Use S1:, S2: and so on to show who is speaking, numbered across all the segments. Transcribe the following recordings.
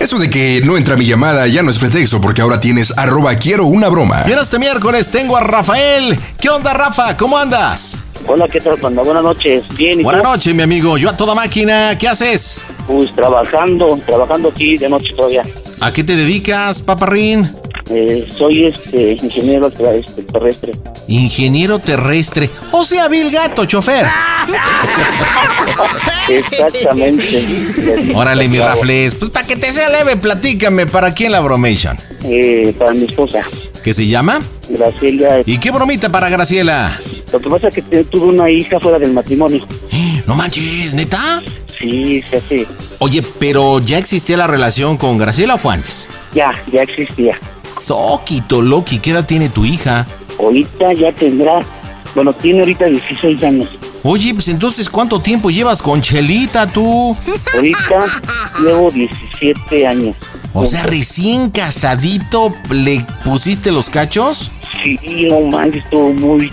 S1: Eso de que no entra mi llamada ya no es pretexto porque ahora tienes arroba quiero una broma.
S2: Y en este miércoles tengo a Rafael. ¿Qué onda, Rafa? ¿Cómo andas?
S3: Hola, ¿qué tal, Panda? Buenas noches. Bien, ¿y
S2: Buenas noches, mi amigo. Yo a toda máquina. ¿Qué haces?
S3: Pues trabajando, trabajando aquí de noche todavía.
S2: ¿A qué te dedicas, paparrín?
S3: Eh, soy este ingeniero tra- este, terrestre.
S2: Ingeniero terrestre. O sea, Bill Gato, chofer.
S3: Exactamente.
S2: Órale, mi Rafles. Pues para que te sea leve, platícame. ¿Para quién la bromation?
S3: Eh, para mi esposa,
S2: ¿Qué se llama?
S3: Graciela.
S2: ¿Y qué bromita para Graciela?
S3: Lo que pasa es que te- tuve una hija fuera del matrimonio.
S2: No manches, ¿neta?
S3: Sí, se hace.
S2: Oye, pero ¿ya existía la relación con Graciela o fue antes?
S3: Ya, ya existía.
S2: Soquito, Loki, ¿qué edad tiene tu hija?
S3: Ahorita ya tendrá. Bueno, tiene ahorita 16 años.
S2: Oye, pues entonces, ¿cuánto tiempo llevas con Chelita tú?
S3: Ahorita llevo 17 años.
S2: O sea, recién casadito, ¿le pusiste los cachos?
S3: Sí, no manches, estuvo muy.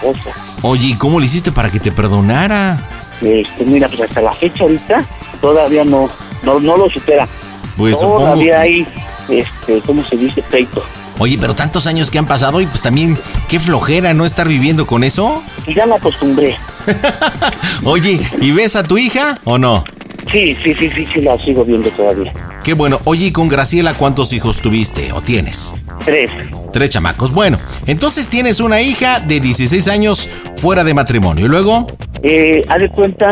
S3: cosa.
S2: Oye, ¿y cómo le hiciste para que te perdonara?
S3: Este, mira, pues hasta la fecha ahorita todavía no, no, no lo supera.
S2: Pues supongo.
S3: todavía hay, este, ¿cómo se dice? Pleito.
S2: Oye, pero tantos años que han pasado y pues también, qué flojera no estar viviendo con eso.
S3: Y ya me acostumbré.
S2: Oye, ¿y ves a tu hija o no?
S3: Sí, sí, sí, sí, sí, la sigo viendo todavía.
S2: Qué bueno. Oye, ¿y con Graciela cuántos hijos tuviste o tienes?
S3: Tres.
S2: Tres chamacos. Bueno, entonces tienes una hija de 16 años fuera de matrimonio. Y luego,
S3: Eh, haz de cuenta,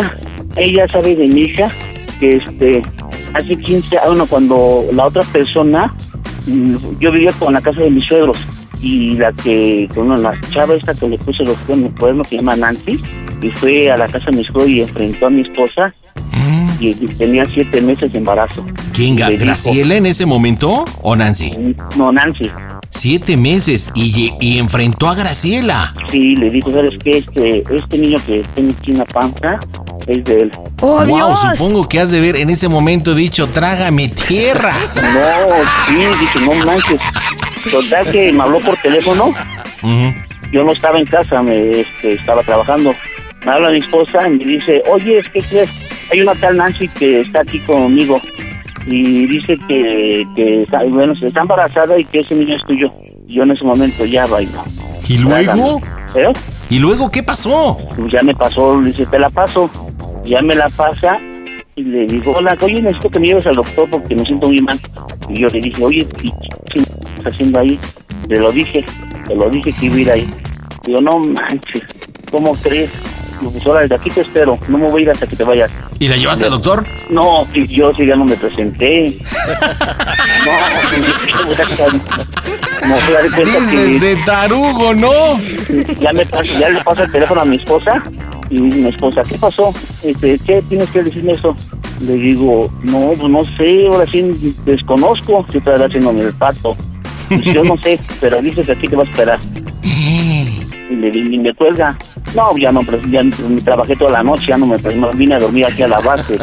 S3: ella sabe de mi hija que este, hace 15 años, bueno, cuando la otra persona, mm, yo vivía con la casa de mis suegros y la que, bueno, la chava esta que le puse los cuernos, cuernos, que se llama Nancy, y fue a la casa de mis suegros y enfrentó a mi esposa y, y tenía siete meses de embarazo.
S2: ¿quién
S3: Le
S2: ganó?
S3: dijo-
S2: ¿Graciela en ese momento o Nancy?
S3: No, Nancy.
S2: Siete meses y, lle- y enfrentó a Graciela.
S3: Sí, le dijo, ¿sabes qué? Este, este niño que tiene aquí en la panza es de él.
S4: ¡Oh,
S2: wow,
S4: Dios!
S2: supongo que has de ver en ese momento dicho, trágame tierra.
S3: No, sí, dije, no manches. Total que me habló por teléfono.
S2: Ujú.
S3: Yo no estaba en casa, me, este, estaba trabajando. Me habla mi esposa y me dice, oye, ¿qué crees? Hay una tal Nancy que está aquí conmigo y dice que, que está, bueno, está embarazada y que ese niño es tuyo. Yo en ese momento ya bailo.
S2: ¿Y luego?
S3: ¿Eh?
S2: ¿Y luego qué pasó?
S3: Pues ya me pasó, le dice, te la paso. Ya me la pasa y le digo, hola, oye, necesito que me lleves al doctor porque me siento muy mal. Y yo le dije, oye, ¿y ¿qué chingados estás haciendo ahí? Le lo dije, te lo dije que iba a ir ahí. Digo, no manches, ¿cómo crees? profesora, desde aquí te espero, no me voy a ir hasta que te vayas.
S2: ¿Y la llevaste al doctor?
S3: No, sí, yo sí ya no me presenté. no, como fui a dar cuenta
S2: Dices
S3: que
S2: de tarugo, ¿no?
S3: ya, me paso- ya le paso el teléfono a mi esposa y mi esposa, ¿qué pasó? Este, ¿Qué tienes que decirme eso? Le digo, no, pues no sé, ahora sí desconozco qué estará haciendo en el pato. Pues yo no sé, pero dices que aquí te va a esperar. Y le di- y me cuelga. No, ya no, pues, ya me trabajé toda la noche, ya no me no vine a dormir aquí a la base.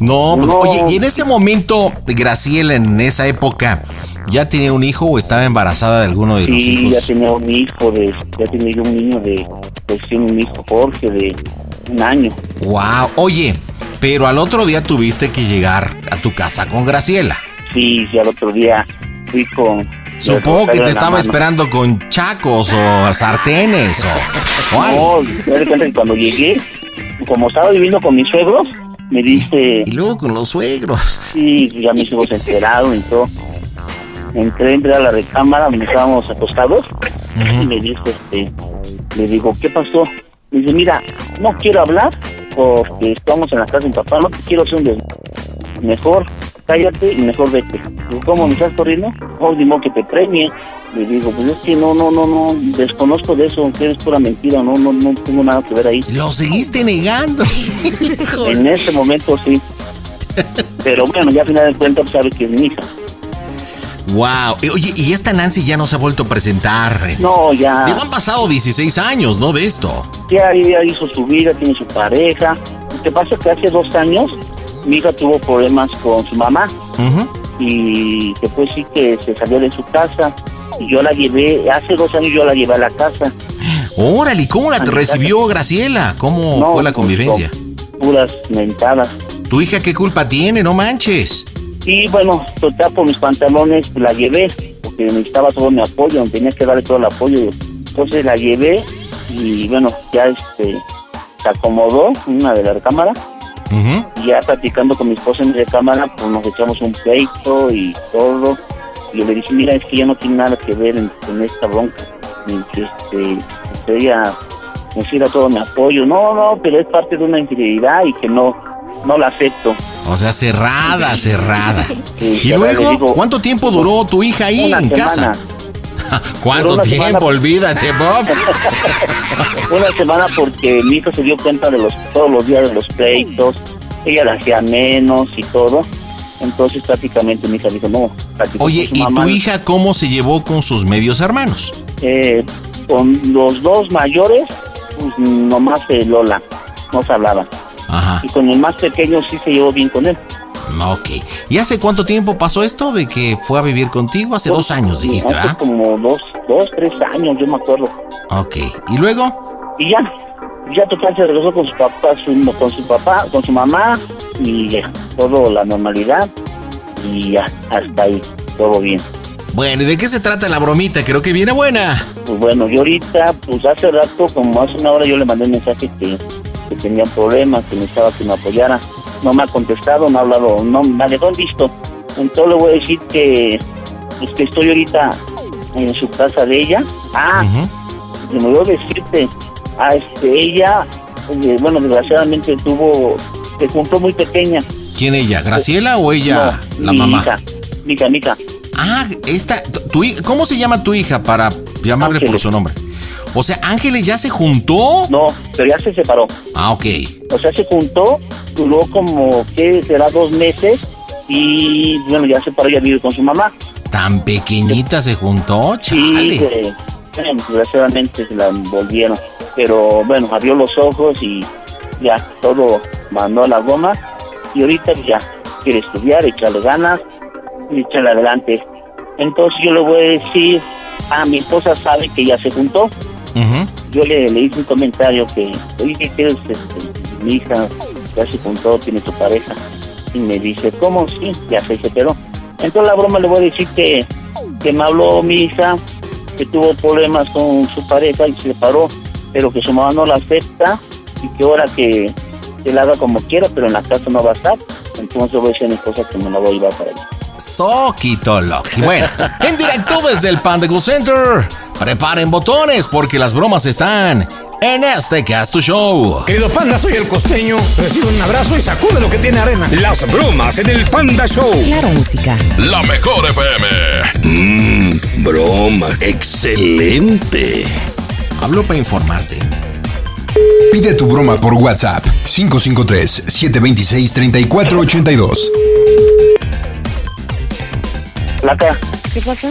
S2: No, pues,
S3: No.
S2: oye, y en ese momento, Graciela, en esa época, ¿ya tenía un hijo o estaba embarazada de alguno de los
S3: Sí, ya
S2: hijos?
S3: tenía un hijo de, ya tenía yo un niño de, pues sí, un hijo Jorge de un año.
S2: Wow, oye, pero al otro día tuviste que llegar a tu casa con Graciela.
S3: Sí, ya el otro día fui con.
S2: Supongo que
S3: la
S2: te estaba
S3: mano.
S2: esperando con chacos o sartenes o, o algo.
S3: No, me doy cuenta que cuando llegué, como estaba viviendo con mis suegros, me dice,
S2: Y luego con los suegros.
S3: sí, ya mis suegros se enteraron y todo. Entré, entré a la recámara donde estábamos acostados y me dice, este, le digo, ¿qué pasó? Me dice, mira, no quiero hablar porque estamos en la casa de mi papá, no te quiero hacer un des... Mejor cállate y mejor vete. Digo, ¿Cómo me estás corriendo? Oh, ni modo que te premie. Le digo, pues es que no, no, no, no, desconozco de eso, que es pura mentira, no, no, no tengo nada que ver ahí.
S2: Lo seguiste negando.
S3: En ese momento sí. Pero bueno, ya al final de cuentas pues, sabe que es mi hija.
S2: Wow. Oye, y esta Nancy ya no se ha vuelto a presentar.
S3: No, ya,
S2: Digo, han pasado 16 años, ¿no? De esto.
S3: ya, ya hizo su vida, tiene su pareja. Lo que pasa es que hace dos años mi hija tuvo problemas con su mamá
S2: Ujú.
S3: y después sí que se salió de su casa. Y yo la llevé, hace dos años yo la llevé a la casa.
S2: Órale, ¿y ¿cómo la te recibió Graciela? ¿Cómo
S3: No,
S2: fue la convivencia?
S3: pues, Puras mentadas.
S2: ¿Tu hija qué culpa tiene? No manches.
S3: Y bueno, total por mis pantalones pues, la llevé, porque necesitaba todo mi apoyo, tenía que darle todo el apoyo. Entonces la llevé y bueno, ya este se acomodó en una de la recámara
S2: Ujú.
S3: y ya platicando con mi esposa en la recámara, pues nos echamos un pleito y todo. Y yo le dije, mira, es que ya no tiene nada que ver en, en esta bronca. Y que, este, usted ya necesita todo mi apoyo. No, no, pero es parte de una infidelidad y que no, no la acepto.
S2: O sea, cerrada, cerrada.
S3: Sí,
S2: Y
S3: ya le
S2: luego,
S3: digo-
S2: ¿cuánto tiempo duró tu hija ahí
S3: una
S2: en
S3: semana.
S2: casa? ¿Cuánto
S3: Duró una
S2: tiempo?
S3: semana.
S2: Olvídate, Bob.
S3: Una semana porque mi hijo se dio cuenta de los todos los días de los pleitos, ella la hacía menos y todo. Entonces prácticamente mi hija dijo, no, platicó
S2: Oye,
S3: con su
S2: ¿y
S3: mamá,
S2: tu hija cómo se llevó con sus medios hermanos?
S3: eh, con los dos mayores, pues nomás se Lola, no se hablaba.
S2: Ajá,
S3: Y con el más pequeño sí se llevó bien con él.
S2: ok. ¿Y hace cuánto tiempo pasó esto de que fue a vivir contigo? Hace
S3: Pues,
S2: dos años dijiste,
S3: Hace
S2: ¿verdad?
S3: como dos, dos, tres años, yo me acuerdo.
S2: Ok. ¿Y luego?
S3: Y ya, ya total se regresó con su papá, su- con su papá, con su mamá y ya, todo la normalidad y ya, hasta ahí, todo bien.
S2: Bueno, ¿y de qué se trata la bromita? Creo que viene buena.
S3: Pues bueno, yo ahorita, pues hace rato, como hace una hora yo le mandé un mensaje que, que tenía problemas, que necesitaba que me apoyara. No me ha contestado, no ha hablado, no me ha dejado en visto. Entonces le voy a decir que, pues que estoy ahorita en su casa de ella. Ah,
S2: Ujú.
S3: se me olvidó decirte, a este, ella, eh, bueno, desgraciadamente tuvo, se juntó muy pequeña.
S2: ¿Quién ella? ¿Graciela o ella,
S3: No,
S2: la
S3: mi
S2: mamá?
S3: Hija, mi hija, mi hija.
S2: Ah, esta, tu- tu hija- ¿cómo se llama tu hija para llamarle por
S3: Ángeles.
S2: su nombre? O sea, Ángeles ya se juntó.
S3: No, pero ya se separó.
S2: Ah, ok.
S3: O sea, se juntó, duró como, ¿qué será? Dos meses y, bueno, ya se paró ya vive con su mamá.
S2: Tan pequeñita se juntó,
S3: Y,
S2: chale.
S3: eh, bueno, desgraciadamente se la envolvieron. Pero, bueno, abrió los ojos y ya, todo mandó a la goma. Y ahorita ya quiere estudiar, echarle ganas y echarle adelante. Entonces yo le voy a decir, a mi esposa sabe que ya se juntó.
S2: Ujú.
S3: yo le, le hice un comentario que, oye, ¿qué quieres? Este, mi hija ya se juntó, tiene tu pareja. Y me dice, ¿cómo? Sí, ya se separó. Entonces la broma le voy a decir que, que me habló mi hija, que tuvo problemas con su pareja y se separó, pero que su mamá no la acepta y que ahora que, que la haga como quiera, pero en la casa no va a estar. Entonces voy a decir a mi esposa que me la voy a llevar para allá.
S2: Soquito Loki. Bueno, en directo desde el Panda Cool Center. Preparen botones porque las bromas están en este Casto Show.
S5: Querido panda, soy el costeño. Recibe un abrazo y sacude lo que tiene arena.
S6: Las bromas en el Panda Show.
S7: Claro, música.
S6: La mejor FM. Mmm, bromas. Excelente.
S2: Hablo para informarte.
S1: Pide tu broma por WhatsApp 553-726-3482.
S3: Placa,
S8: ¿Qué pasa?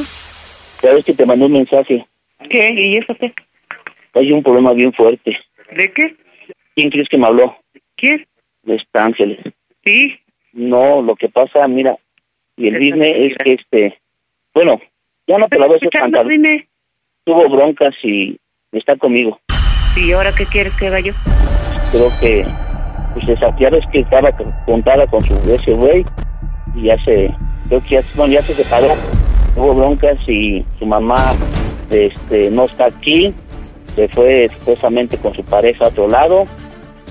S3: ya ves que te mandé un mensaje.
S8: ¿Qué? ¿Y eso qué?
S3: Hay un problema bien fuerte.
S8: ¿De qué?
S3: ¿Quién crees que me habló?
S8: ¿Quién?
S3: De esta Ángeles.
S8: Sí.
S3: No, lo que pasa, mira, y el
S8: Eso
S3: business
S8: sí,
S3: es que este, bueno, ya no te la voy a hacer
S8: escuchando,
S3: cantar.
S8: dime.
S3: Tuvo broncas y está conmigo.
S8: ¿Y ahora qué quieres que haga yo?
S3: Creo que, pues desafiar es que estaba con- contada con su ese güey y ya se, creo que ya, bueno, ya se separó. Tuvo broncas y su mamá, este, no está aquí. Se fue supuestamente con su pareja a otro lado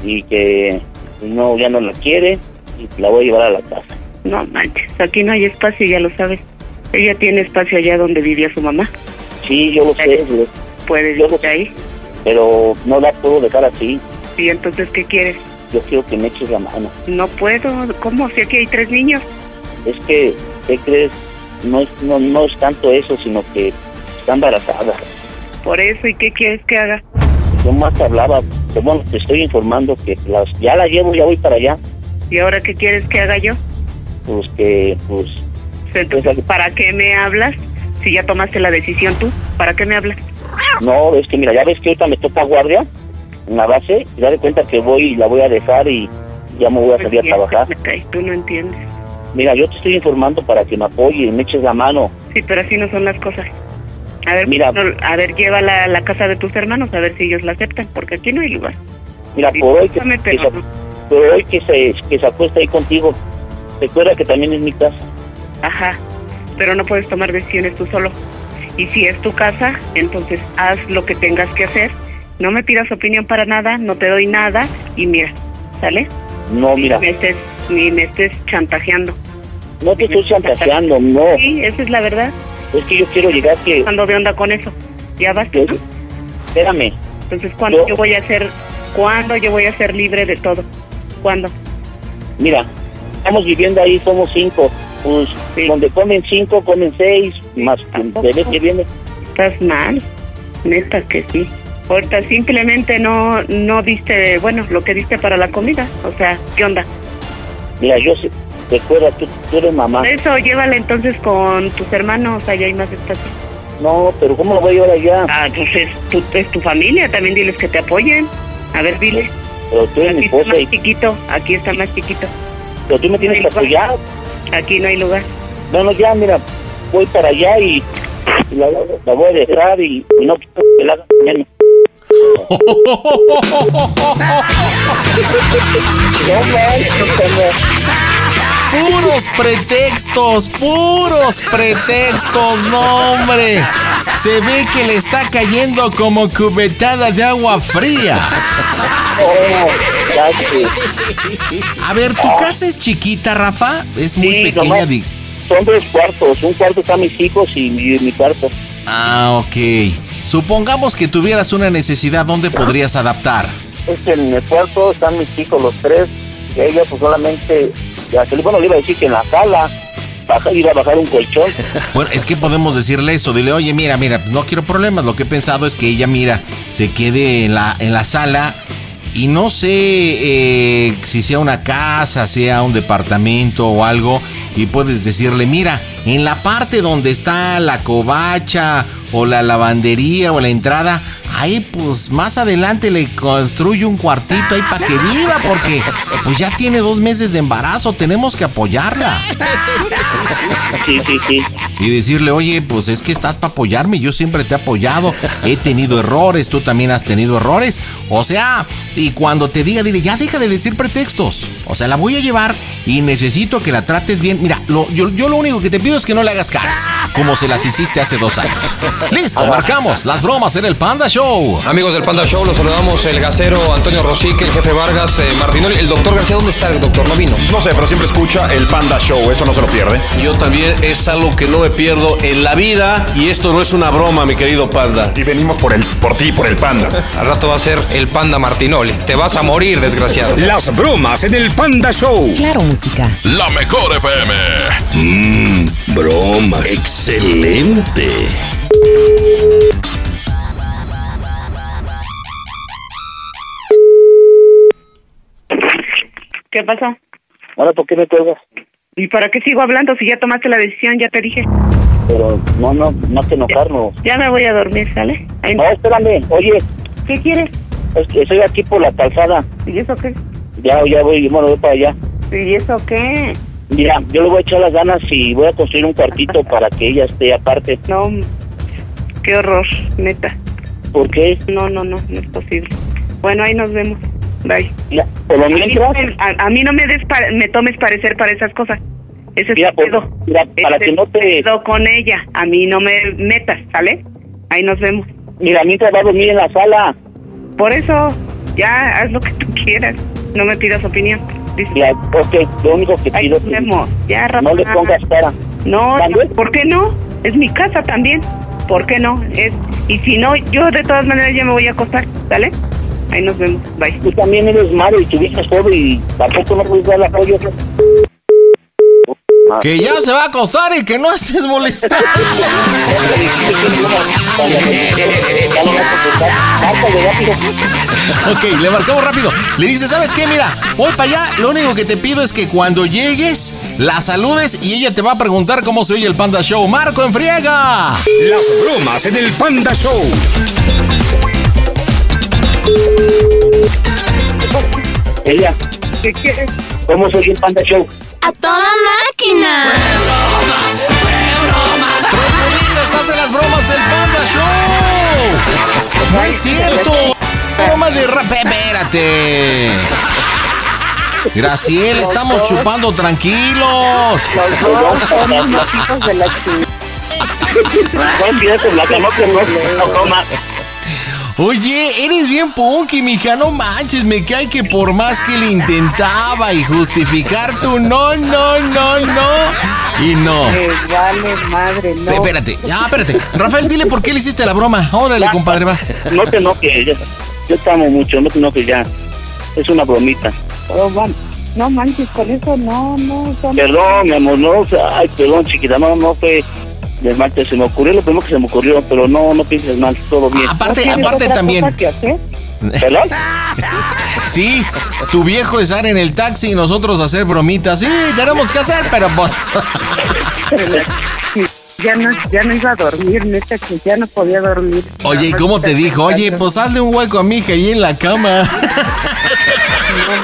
S3: y que pues, no, ya no la quiere y la voy a llevar a la casa.
S8: No manches, aquí no hay espacio, ya lo sabes. Ella tiene espacio allá donde vivía su mamá.
S3: Sí, yo lo sé, lo-
S8: Puedes
S3: Yo lo
S8: irte
S3: sé.
S8: ahí.
S3: pero no la puedo dejar así.
S8: ¿Y entonces qué quieres?
S3: Yo quiero que me eches la mano.
S8: No puedo. ¿Cómo? Si aquí hay tres niños.
S3: Es que, ¿qué crees? No es, no, no es tanto eso, sino que está embarazada.
S8: Por eso, ¿y qué quieres que haga?
S3: Yo más te hablaba, pero bueno, te estoy informando que las, ya la llevo, ya voy para allá.
S8: ¿Y ahora qué quieres que haga yo?
S3: Pues que, pues,
S8: Entonces, ¿para qué me hablas? Si ya tomaste la decisión tú, ¿para qué me hablas?
S3: no, es que mira, ya ves que ahorita me toca guardia en la base, y da de cuenta que voy y la voy a dejar y ya me voy a salir a trabajar.
S8: Me cae, Tú no entiendes.
S3: Mira, yo te estoy informando para que me apoye y me eches la mano.
S8: Sí, pero así no son las cosas. A ver,
S3: Mira.
S8: no, a ver, llévala a la casa de tus hermanos a ver si ellos la aceptan, porque aquí no hay lugar.
S3: Mira, por hoy que,
S8: Discúlpame,
S3: que
S8: pero
S3: se- por hoy que se, que se acuesta ahí contigo, recuerda que también es mi casa.
S8: Ajá, pero no puedes tomar decisiones tú solo. Y si es tu casa, entonces haz lo que tengas que hacer. No me pidas opinión para nada, no te doy nada y mira, ¿sale?
S3: No, Oh, mira,
S8: Ni me estés, ni me estés chantajeando.
S3: no te estoy chantajeando, no.
S8: Sí, esa es la verdad.
S3: Es que yo quiero llegar que...
S8: Ando de onda con eso. Ya basta.
S3: que-
S8: ¿no?
S3: espérame,
S8: Entonces, ¿cuándo
S3: Yo-
S8: yo voy a ser, cuándo yo voy a ser libre de todo? ¿Cuándo?
S3: mira, estamos viviendo ahí, somos cinco. Pues
S8: Sí.
S3: donde comen cinco, comen seis, más el bebé que viene.
S8: Estás mal, neta que sí. Ahorita simplemente no, no diste, bueno, lo que diste para la comida. O sea, ¿qué onda?
S3: Mira, yo sé, recuerda, tú, tú eres mamá.
S8: Por eso llévala entonces con tus hermanos, allá hay más espacio.
S3: No, pero ¿cómo lo voy a llevar allá?
S8: Ah, pues es tu, es tu familia, también diles que te apoyen. A ver, dile.
S3: Pero tú eres mi
S8: Aquí está
S3: esposa, y,
S8: más chiquito, aquí está más chiquito.
S3: pero tú me tienes que apoyar.
S8: Aquí no hay lugar.
S3: No, no, ya, mira, voy para allá y y la, la voy a dejar y, y no quiero que la hagan menos. No, no, no, no.
S2: Puros pretextos, puros pretextos, no hombre. Se ve que le está cayendo como cubetada de agua fría.
S3: Oh, ya sé.
S2: A ver, ¿tu casa es chiquita, Rafa? Es muy
S3: Sí,
S2: pequeña.
S3: nomás
S2: di-
S3: Son dos cuartos. Un cuarto están mis hijos y mi, mi cuarto.
S2: Ah, ok. Supongamos que tuvieras una necesidad, ¿dónde podrías adaptar?
S3: Es que Este, en el cuarto están mis hijos, los tres. Y ella, pues solamente. Ya se le- bueno, le iba a decir que en la sala baja, iba a bajar un colchón.
S2: Bueno, es que podemos decirle eso, dile, oye, mira, mira, no quiero problemas, lo que he pensado es que ella, mira, se quede en la, en la sala y no sé eh, si sea una casa, sea un departamento o algo, y puedes decirle, mira, en la parte donde está la covacha o la lavandería o la entrada, ahí pues más adelante le construyo un cuartito ahí para que viva, porque pues ya tiene dos meses de embarazo, tenemos que apoyarla
S3: Sí, sí, sí.
S2: y decirle, oye, pues es que estás para apoyarme, yo siempre te he apoyado, he tenido errores, tú también has tenido errores. O sea, y cuando te diga, dile, ya deja de decir pretextos. O sea, la voy a llevar y necesito que la trates bien. Mira, lo- yo, yo lo único que te pido es que no le hagas caras, como se las hiciste hace dos años. Listo, marcamos las bromas en el Panda Show.
S9: Amigos del Panda Show, los saludamos el gasero Antonio Rosique, el jefe Vargas, eh, Martinoli, el doctor García. ¿Dónde está el doctor? No vino.
S5: No sé, pero siempre escucha el Panda Show, eso no se lo pierde.
S10: Yo también es algo que no me
S11: me pierdo en la vida y esto no es una broma, mi querido panda. Y venimos por el por ti, por el panda.
S12: Al rato va a ser el panda Martinoli. Te vas a morir, desgraciado.
S6: Las bromas en el Panda Show.
S5: Claro, música.
S6: La mejor FM. Mmm, broma. Excelente.
S8: ¿Qué pasó?
S13: Ah,
S14: Ahora, ¿por qué me cuelgas?
S8: ¿Y para qué sigo hablando si ya tomaste la decisión? Ya te dije.
S14: Pero no, no, no que enojarnos.
S8: Ya me voy a dormir, ¿sale? Ahí
S14: No, espérame, oye,
S8: ¿Qué quieres?
S14: es que estoy aquí por la calzada.
S8: ¿Y eso qué?
S14: Ya, ya voy, bueno, voy para allá.
S8: ¿Y eso qué?
S14: Mira, yo le voy a echar las ganas y voy a construir un cuartito para que ella esté aparte.
S8: No, qué horror, neta.
S14: ¿Por qué?
S8: No, no, no, no es posible. Bueno, ahí nos vemos. Bye.
S14: Mira, por lo
S8: A mí
S14: mientras,
S8: no me- a, a mí no me, des pa- me tomes parecer para esas cosas. Ese
S14: Mira, pues,
S8: es tu pedo.
S14: mira, para
S8: Ese
S14: que no
S8: es tu
S14: te-
S8: pedo con ella. A mí no me metas, ¿sale? Ahí nos vemos.
S14: mira, mientras va a dormir en la sala.
S8: Por eso, ya haz lo que tú quieras. No me pidas opinión. Dice,
S14: Mira, ok, lo único que
S8: ahí
S14: pido es
S8: nos
S14: que
S8: vemos. Ya,
S14: no le
S8: Rafa.
S14: pongas cara.
S8: No,
S14: ¿Sale?
S8: ¿por qué no? Es mi casa también. ¿Por qué no? Es y si no, yo de todas maneras ya me voy a acostar, ¿sale? Ahí nos vemos. Bye.
S14: Tú también eres malo y tuviste pobre y tampoco no puedes dar el apoyo.
S2: Que ya se va a acostar y que no haces molestar. Ok, le marcamos rápido. Le dice, ¿sabes qué? Mira, voy para allá. Lo único que te pido es que cuando llegues, la saludes y ella te va a preguntar cómo se oye el Panda Show. Marco en friega.
S6: Las bromas en el Panda Show.
S14: Ella,
S8: ¿Qué quieres?
S14: ¿cómo soy el Panda Show?
S15: ¡A toda máquina!
S2: Trombolita, estás en las bromas del Panda Show. No es cierto. Bromas de rap. Espérate. Graciel, estamos chupando tranquilos.
S8: de la
S14: No pides la que no, que no, no coma.
S2: Oye, eres bien punky, mija, no manches, me cae que por más que le intentaba y justificar tu no, no, no, no, y no.
S8: vale madre, no.
S2: Espérate, ya, espérate. Rafael, dile por qué le hiciste la broma. Órale, compadre, va.
S14: No te enojes, ya. yo te amo mucho, no te enojes ya. Es una bromita.
S8: Oh, man- no manches, con eso no, no. son-
S14: Perdón, mi amor, no, o sea, ay, perdón, chiquita, no, no fue de mal, que se me ocurrió lo primero que se me ocurrió, pero no, no pienses mal, todo bien.
S8: ¿No
S2: Ah, Aparte,
S8: tienes
S2: aparte
S8: otra
S2: también.
S8: cosa que hacer?
S14: ¿Perdón?
S2: Sí, tu viejo estar en el taxi y nosotros hacer bromitas. Sí, tenemos que hacer, pero pues,
S8: Ya no, ya no iba a dormir, neta, que ya no podía dormir.
S2: Oye, ¿y cómo te dijo? Oye, pues hazle un hueco a mi hija ahí en la cama. ah.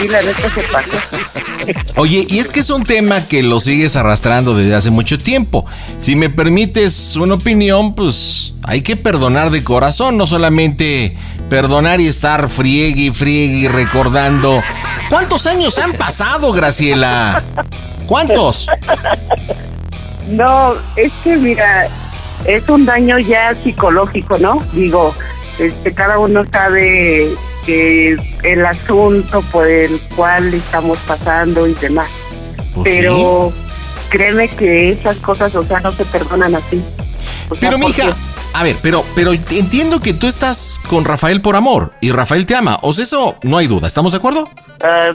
S8: Sí, la neta se pasó.
S2: Oye, y es que es un tema que lo sigues arrastrando desde hace mucho tiempo. Si me permites una opinión, pues hay que perdonar de corazón, no solamente perdonar y estar friegue y friegue y recordando. ¿Cuántos años han pasado, Graciela? ¿Cuántos?
S8: No, es que mira, es un daño ya psicológico, ¿no? Digo, este, cada uno sabe que el asunto por el cual estamos pasando y demás.
S2: Pues sí.
S8: Pero créeme que esas cosas, o sea, no se perdonan así. O sea,
S2: Pero
S8: porque-
S2: mija, a ver, pero, pero entiendo que tú estás con Rafael por amor y Rafael te ama. O sea, eso no hay duda, ¿estamos de acuerdo?
S8: Ah,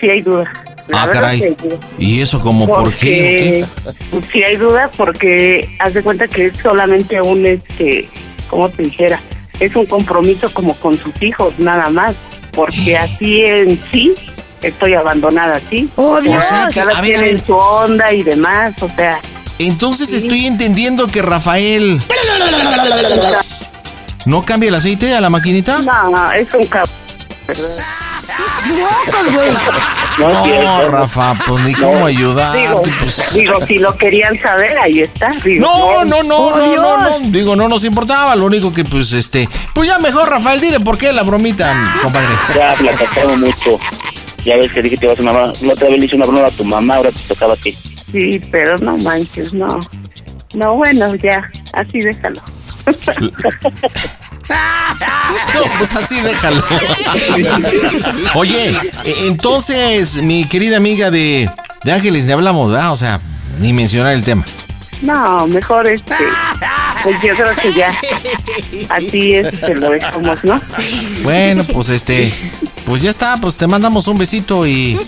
S8: sí hay duda. La
S2: ah,
S8: verdad
S2: caray.
S8: sí hay duda.
S2: ¿Y eso como por qué?
S8: Porque sí hay duda porque haz de cuenta que es solamente un este, ¿cómo te dijera? Es un compromiso como con sus hijos nada más, porque así en sí estoy abandonada, sí.
S2: ¡Oh, Dios!
S8: Cada
S2: O sea, que- a ver,
S8: quien
S2: a ver.
S8: en su onda y demás, o sea,
S2: Entonces estoy entendiendo que Rafael
S15: Pues
S2: no cambia el aceite a la maquinita.
S8: no, no, es un cabrón.
S14: No, es
S2: No,
S14: cierto.
S2: Rafa, pues ni cómo
S8: Digo,
S2: ayudarte. pues.
S8: digo, si lo querían saber, ahí está. Digo,
S2: No, no, no,
S5: ¡Oh,
S2: no, no,
S5: Dios!
S2: no. Digo, no nos importaba. Lo único que, pues, este. Pues ya mejor, Rafael, dile por qué la bromita, compadre.
S14: Ya platicamos mucho. Ya ves que dije que ibas a una broma. La otra vez le hice una broma a tu mamá, ahora te tocaba a ti.
S8: Sí, pero no manches, no. No, bueno, ya, así déjalo.
S2: No, pues así déjalo. Oye, e- entonces, mi querida amiga de, de Ángeles, te hablamos, ¿verdad? O sea, ni mencionar el tema.
S8: No, mejor este. Pues yo creo que ya. Así es, se lo dejamos, ¿no?
S2: Bueno, pues este, pues ya está, pues te mandamos un besito y,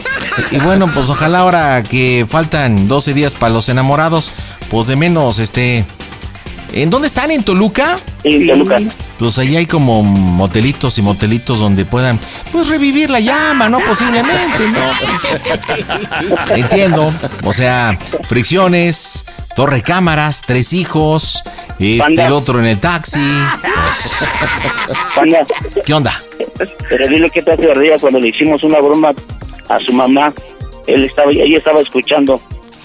S2: y bueno, pues ojalá ahora que faltan 12 días para los enamorados, pues de menos, este, ¿en dónde están? ¿En Toluca?
S3: En Toluca.
S2: Pues ahí hay como motelitos y motelitos donde puedan, pues revivir la llama, ¿no? Posiblemente, ¿no? Entiendo, o sea, fricciones, torre cámaras, tres hijos, este,
S3: Panda.
S2: el otro en el taxi, pues,
S3: Panda,
S2: ¿qué onda?
S3: pero dile que te hace ardilla cuando le hicimos una broma a su mamá. Él estaba, ella estaba escuchando.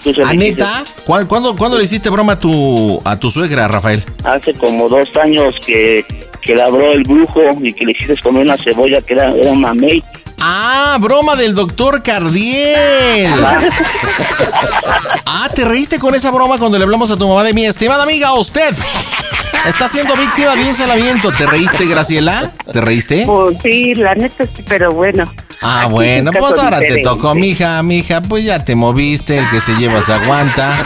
S3: Tú se lo
S2: ¿A Ah, neta?
S3: dices.
S2: ¿Cuál- ¿Cuándo, cuándo le hiciste broma a tu, a tu suegra, Rafael?
S3: Hace como dos años que, que labró el brujo y que le hiciste comer una cebolla que era, era mamey.
S2: Ah, broma del doctor Cardiel. Ah, ¿te reíste con esa broma cuando le hablamos a tu mamá de mi estimada amiga? Usted está siendo víctima de un salamiento. ¿Te reíste, Graciela? ¿Te reíste?
S8: Pues sí, la neta sí, pero bueno.
S2: Ah,
S8: Aquí
S2: bueno,
S8: es un
S2: pues
S8: caso
S2: ahora te
S8: diferente.
S2: tocó, mija, mija, pues ya te moviste, el que se lleva se aguanta.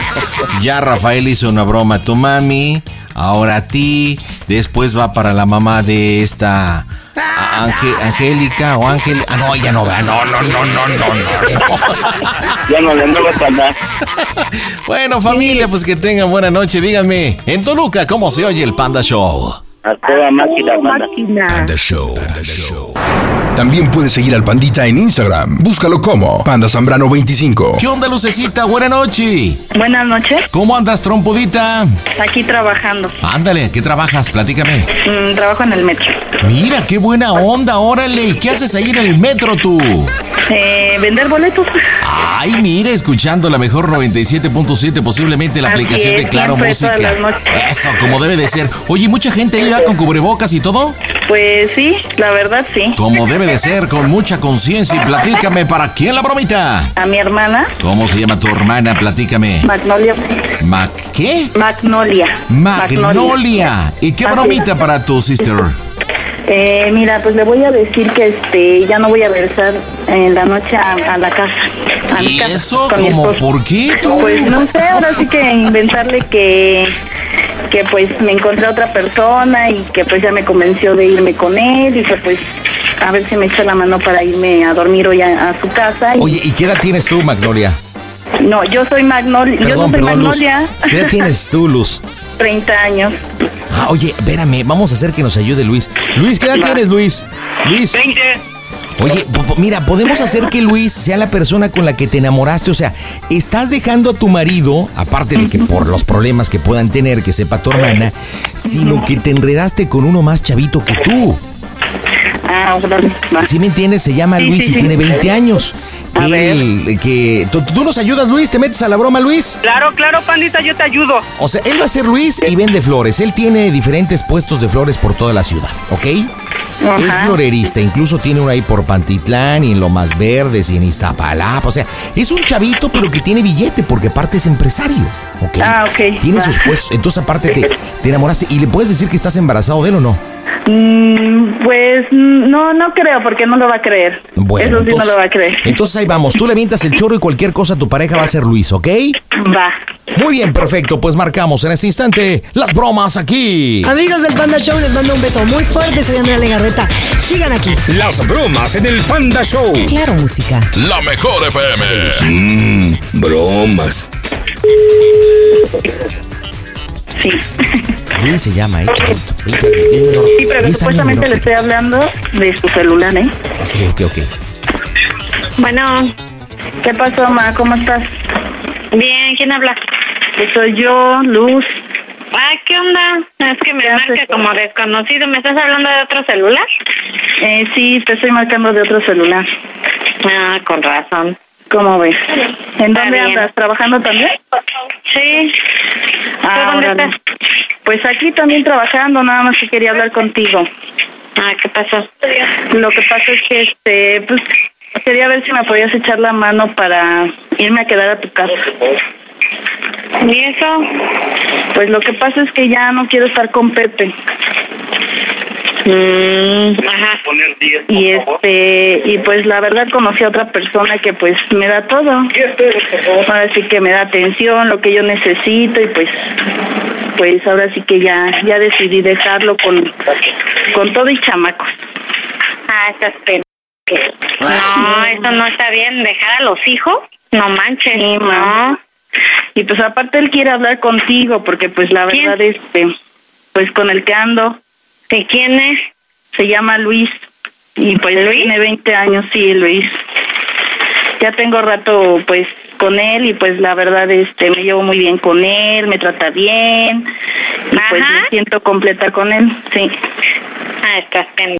S2: Ya Rafael hizo una broma a tu mami, ahora a ti, después va para la mamá de esta a- Ange- Angélica o Ángel. Ah, no, ya no va, no, no, no, no, no, no.
S3: Ya no le andaba para nada.
S2: Bueno, familia, pues que tengan buena noche. Díganme, en Toluca, ¿cómo se oye el Panda Show?
S3: A toda máquina, Panda.
S1: Show. También puedes seguir al Pandita en Instagram. Búscalo como Panda Zambrano 25.
S2: ¿Qué onda, Lucecita? Buena noche.
S15: Buenas noches.
S2: ¿Cómo andas, trompudita?
S15: Aquí trabajando.
S2: Ándale, ¿qué trabajas? Platícame.
S15: Mm, trabajo en el metro.
S2: Mira, qué buena onda, órale. ¿Y qué haces ahí en el metro tú?
S15: Eh, Vender boletos.
S2: Ay, mira, escuchando la mejor 97.7, posiblemente la
S15: Así
S2: aplicación
S15: es,
S2: de Claro
S15: siempre,
S2: Música.
S15: todas las noches.
S2: Eso, como debe de ser. Oye, ¿mucha gente ahí va con cubrebocas y todo?
S15: Pues sí, la verdad sí.
S2: Como debe de ser, con mucha conciencia. Y platícame, ¿para quién la bromita?
S15: A mi hermana,
S2: ¿Cómo se llama tu hermana? Platícame.
S15: Magnolia.
S2: Mac, ¿qué?
S15: Magnolia.
S2: Magnolia. ¿Y qué
S15: Así es.
S2: bromita para tu sister?
S15: Eh, mira, pues le voy a decir que este ya no voy a regresar en la noche a, a la casa. A mi
S2: ¿Y
S15: casa
S2: eso?
S15: con mi
S2: ¿Cómo
S15: esposo.
S2: por qué tú?
S15: Pues no sé, ahora sí que inventarle que que pues me encontré a otra persona y que pues ya me convenció de irme con él y que pues a ver si me echa la mano para irme a dormir hoy a, a su casa. Y-
S2: Oye, ¿y qué edad tienes tú, Magnolia?
S15: no, yo soy Magnolia, yo no soy
S2: Perdón, perdón, Luz.
S15: Magnolia.
S2: ¿Qué edad tienes tú, Luz?
S15: 30 años.
S2: Ah, oye, espérame, vamos a hacer que nos ayude Luis. Luis, ¿qué edad tienes, Luis? Luis. Oye, po- po- mira, podemos hacer que Luis sea la persona con la que te enamoraste. O sea, estás dejando a tu marido, aparte de que por los problemas que puedan tener, que sepa tu hermana, sino que te enredaste con uno más chavito que tú.
S15: Ah, órale, va.
S2: ¿Sí me entiendes? Se llama
S15: Sí,
S2: Luis
S15: sí,
S2: y
S15: sí.
S2: tiene 20 años. Él, que ¿tú, tú nos ayudas, Luis, te metes a la broma, Luis.
S8: Claro, claro, pandita, yo te ayudo.
S2: O sea, él va a ser Luis y vende flores. Él tiene diferentes puestos de flores por toda la ciudad, ¿ok? Es florerista, incluso tiene uno ahí por Pantitlán y en Lo Más Verdes y en Iztapalapa. O sea, es un chavito, pero que tiene billete porque aparte es empresario, ¿ok?
S15: Ah, ok,
S2: Tiene
S15: va.
S2: sus puestos. Entonces, aparte, te, te enamoraste. ¿Y le puedes decir que estás embarazado de él o no?
S15: Mm, pues mm, no, no creo porque no lo va a creer.
S2: Bueno,
S15: eso sí
S2: entonces-
S15: no lo va a creer.
S2: Entonces ahí vamos, tú le avientas el choro y cualquier cosa a tu pareja va a ser Luis, ¿ok?
S15: Va.
S2: Muy bien, perfecto, pues marcamos en este instante las bromas aquí.
S16: Amigos del Panda Show, les mando un beso muy fuerte. Soy Andrea Legarreta. Sigan aquí.
S6: Las bromas en el Panda Show.
S16: Claro, música.
S6: La mejor FM. Mmm, bromas.
S2: Luis se llama, ¿eh? chavito?
S15: Sí, pero
S2: Diez años
S15: supuestamente
S2: menor
S15: le
S2: que tú.
S15: estoy hablando de su celular, ¿eh?
S2: Ok, ok, ok.
S15: Bueno. ¿Qué pasó, ma? ¿Cómo estás? Bien, ¿quién habla? Soy yo, Luz.
S13: Ah, ¿qué onda? Es que me marca como desconocido. ¿Me estás hablando de otro celular?
S15: Eh, sí, te estoy marcando de otro celular.
S13: Ah, con razón.
S15: ¿Cómo ves? ¿En
S13: Está
S15: dónde
S13: bien.
S15: andas? ¿Trabajando también?
S13: Sí.
S15: Ah,
S13: ¿Tú dónde
S15: órale.
S13: estás?
S15: Pues aquí también trabajando, nada más que quería hablar contigo.
S13: Ah, ¿qué pasó?
S15: Lo que pasa es que, este, pues, quería ver si me podías echar la mano para irme a quedar a tu casa.
S13: ¿Y eso?
S15: Pues lo que pasa es que ya no quiero estar con Pepe.
S17: ajá. Y este, y pues la verdad conocí a otra persona que pues me da todo. Ahora sí que me da atención, lo que yo necesito y pues pues ahora sí que ya ya decidí dejarlo con con todo y chamacos.
S15: Ah, estás pen... No, eso no está bien. Dejar a los hijos, no manches. no.
S17: Y pues aparte él quiere hablar contigo porque pues la verdad este pues con el que ando.
S15: ¿De quién es?
S17: Se llama Luis y pues tiene 20 años, sí, Luis. Ya tengo rato pues con él y pues la verdad este me llevo muy bien con él, me trata bien y pues me siento completa con él, sí.
S15: Ah, estás pen...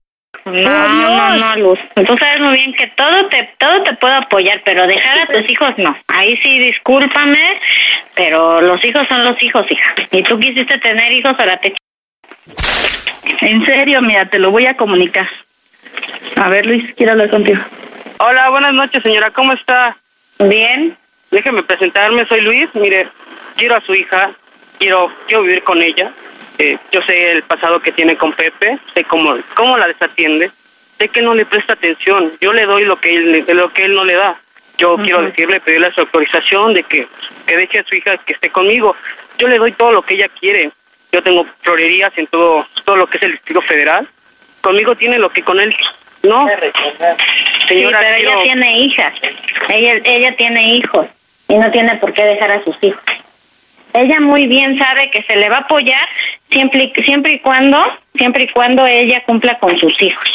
S15: No, Ah, no, no, Luz. Pues Tú sabes muy bien que todo te todo te puedo apoyar, pero dejar a tus hijos no. Ahí sí, discúlpame, pero los hijos son los hijos, hija. Y tú quisiste tener hijos, ahora te...
S17: En serio, mira, te lo voy a comunicar. A ver, Luis, quiero hablar contigo.
S8: Hola, buenas noches, señora. ¿Cómo está?
S17: Bien.
S8: Déjeme presentarme. Soy Luis. Mire, quiero a su hija. Quiero, quiero vivir con ella. Eh, yo sé el pasado que tiene con Pepe. Sé cómo, cómo la desatiende. Sé que no le presta atención. Yo le doy lo que él, lo que él no le da. Yo quiero decirle, pedirle su autorización de que, que deje a su hija que esté conmigo. Yo le doy todo lo que ella quiere. Yo tengo florerías en todo, todo lo que es el Distrito Federal. Conmigo tiene lo que con él no. Señora,
S15: sí, pero
S8: quiero-
S15: ella tiene hijas. Ella, ella tiene hijos y no tiene por qué dejar a sus hijos. Ella muy bien sabe que se le va a apoyar siempre, y- siempre y cuando, siempre y cuando ella cumpla con sus hijos.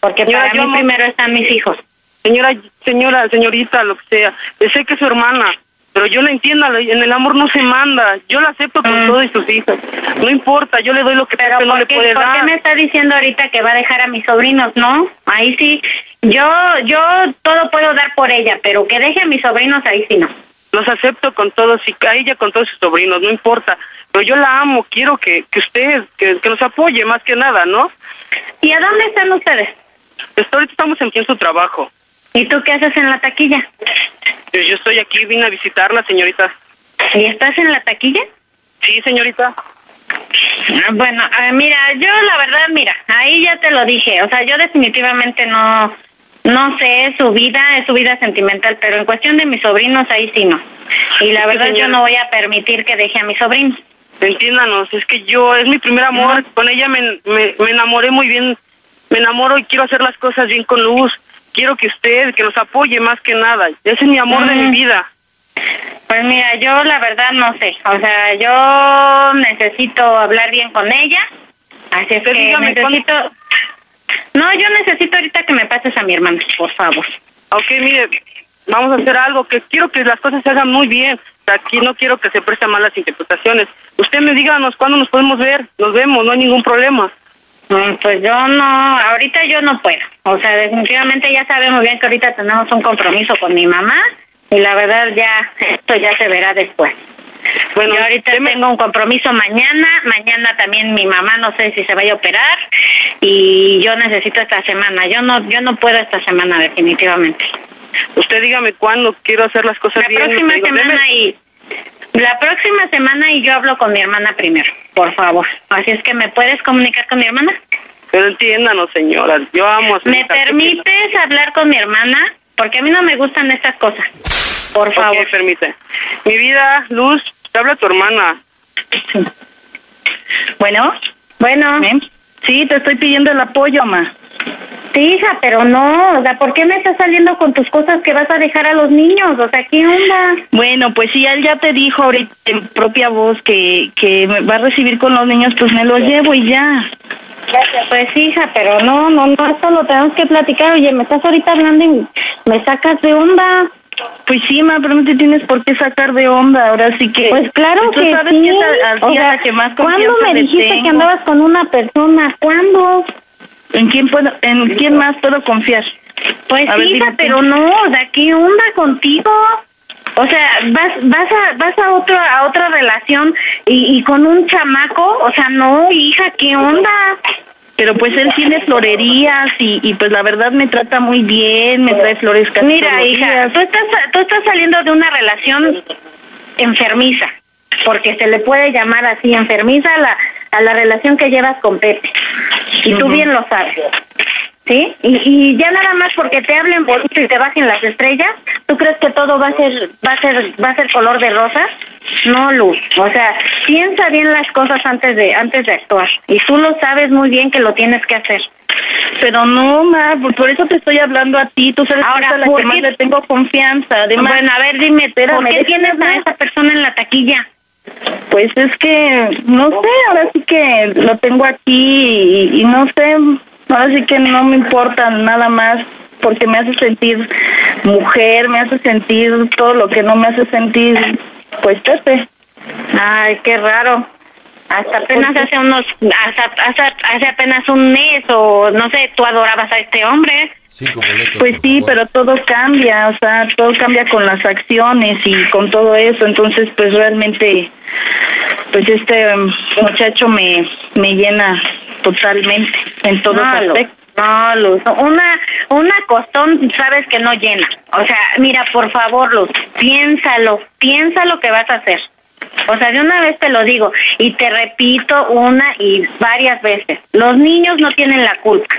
S15: Porque
S8: Señora,
S15: para
S8: yo
S15: mí
S8: amo-
S15: primero están mis hijos.
S8: Señora, señora, señorita, lo que sea. Yo sé que es su hermana, pero yo la entiendo. la- En el amor no se manda. Yo la acepto
S16: Mm.
S8: con todo y sus hijas. No importa, yo le doy lo que Pepe no le
S15: ¿Por qué,
S8: puede
S15: por qué
S8: dar.
S15: me está diciendo ahorita que va a dejar a mis sobrinos? No, ahí sí. Yo, yo todo puedo dar por ella, pero que deje a mis sobrinos ahí sí no.
S8: Los acepto con todos y a ella con todos sus sobrinos, no importa. Pero yo la amo, quiero que, que usted, que, que nos apoye más que nada, ¿no?
S15: ¿Y a dónde están ustedes?
S8: Pues ahorita estamos aquí en su trabajo.
S15: ¿Y tú qué haces en la taquilla?
S8: Yo, yo estoy aquí, vine a visitarla, señorita.
S15: ¿Y estás en la taquilla?
S8: Sí, señorita.
S15: Bueno, eh, mira, yo la verdad, mira, ahí ya te lo dije, o sea, yo definitivamente no, no sé, es su vida, es su vida sentimental, pero en cuestión de mis sobrinos, ahí sí no. Y la
S8: Sí,
S15: verdad yo
S8: señora.
S15: no voy a permitir que deje a mis sobrinos.
S8: Entiéndanos, es que yo, es mi primer amor, con ella me, me, me enamoré muy bien, me enamoro y quiero hacer las cosas bien con Luz, quiero que usted, que nos apoye más que nada, ese es mi amor de
S15: Mm.
S8: mi vida.
S15: Pues mira, yo la verdad no sé, o sea, yo necesito hablar bien con ella, así es que
S8: Pero dígame, ¿cuándo-
S15: necesito... No, yo necesito ahorita que me pases a mi hermana, por favor.
S8: Ok, mire, vamos a hacer algo, que quiero que las cosas se hagan muy bien, O sea, aquí no quiero que se presten malas interpretaciones. Usted me díganos cuándo nos podemos ver, nos vemos, no hay ningún problema.
S15: Mm, Pues yo no, ahorita yo no puedo. O sea, definitivamente ya sabemos bien que ahorita tenemos un compromiso con mi mamá y la verdad ya esto ya se verá después. Bueno, yo ahorita tengo un compromiso mañana, mañana también mi mamá no sé si se vaya a operar y yo necesito esta semana. Yo no yo no puedo esta semana definitivamente.
S8: Usted dígame cuándo quiero hacer las cosas bien.
S15: La próxima
S8: Digo,
S15: semana
S8: deme-
S15: y la próxima semana y yo hablo con mi hermana primero, por favor. Así es que me puedes comunicar con mi hermana?
S8: Pero entiéndanos, señora, yo amo a su
S15: ¿Me
S8: hija, ¿qué
S15: permites hablar con mi hermana? Porque a mí no me gustan estas cosas. Por favor.
S8: permite. Mi vida, Luz, te habla tu hermana.
S15: Bueno, bueno.
S17: Sí, te estoy pidiendo el apoyo, ma.
S15: Sí, hija, pero no. O sea, ¿por qué me estás saliendo con tus cosas que vas a dejar a los niños? O sea, ¿qué onda?
S17: Bueno, pues sí, él ya te dijo ahorita en propia voz que, que me va a recibir con los niños, pues me los llevo y ya.
S15: Pues hija, pero no, no, no, esto lo tenemos que platicar. Oye, me estás ahorita hablando y me sacas de onda.
S17: Pues sí, ma, pero no te tienes por qué sacar de onda, ahora sí que...
S15: Pues claro
S17: Tú
S15: que
S17: sabes
S15: sí.
S17: que es a- a ti
S15: O
S17: a
S15: sea,
S17: la que más
S15: ¿Cuándo
S17: confianza
S15: me
S17: le
S15: dijiste
S17: tengo.
S15: que andabas con una persona? ¿Cuándo?
S17: ¿En quién, puedo, ¿En quién más puedo confiar?
S15: Pues
S17: A ver,
S15: hija,
S17: dime tú.
S15: pero no, o sea, ¿qué onda contigo? O sea, vas vas a vas a otro a otra relación y, y con un chamaco, o sea, no, hija, ¿qué onda?
S17: Pero pues él tiene florerías y, y pues la verdad me trata muy bien, me trae flores casi todos
S15: Mira,
S17: los
S15: hija,
S17: días.
S15: tú estás tú estás saliendo de una relación enfermiza, porque se le puede llamar así enfermiza a la a la relación que llevas con Pepe. Y tú
S5: Ujú.
S15: bien lo sabes. ¿Sí? Y, y ya nada más porque te hablen bonito y te bajen las estrellas, ¿tú crees que todo va a ser va a ser va a ser color de rosa? No, Luz. O sea, piensa bien las cosas antes de antes de actuar. Y tú lo sabes muy bien que lo tienes que hacer.
S5: Pero no, ma, por, por eso te estoy hablando a ti. Tú sabes
S15: Ahora,
S5: que es a la
S15: ¿por
S5: que más
S15: qué?
S5: le tengo confianza. Además,
S15: bueno, a ver, dime, ¿por
S5: espérame,
S15: qué
S5: déjame
S15: tienes a esa persona en la taquilla?
S5: Pues es que, no sé, ahora sí que lo tengo aquí y, y no sé, ahora sí que no me importa nada más porque me hace sentir mujer, me hace sentir todo lo que no me hace sentir, pues Pepe.
S15: Ay, qué raro. Hasta apenas hace unos, hasta, hasta- hace apenas un mes o no sé, tú adorabas a este hombre.
S2: Cinco boletos.
S5: Pues sí, pero todo cambia, o sea, todo cambia con las acciones y con todo eso, entonces pues realmente, pues este mm, muchacho me, me llena totalmente en todos
S15: No, Luz,
S5: aspectos.
S15: No, Luz, no. una, una costón sabes que no llena. O sea, mira, por favor, Luz, piénsalo, piensa lo que vas a hacer. O sea, de una vez te lo digo y te repito una y varias veces. Los niños no tienen la culpa.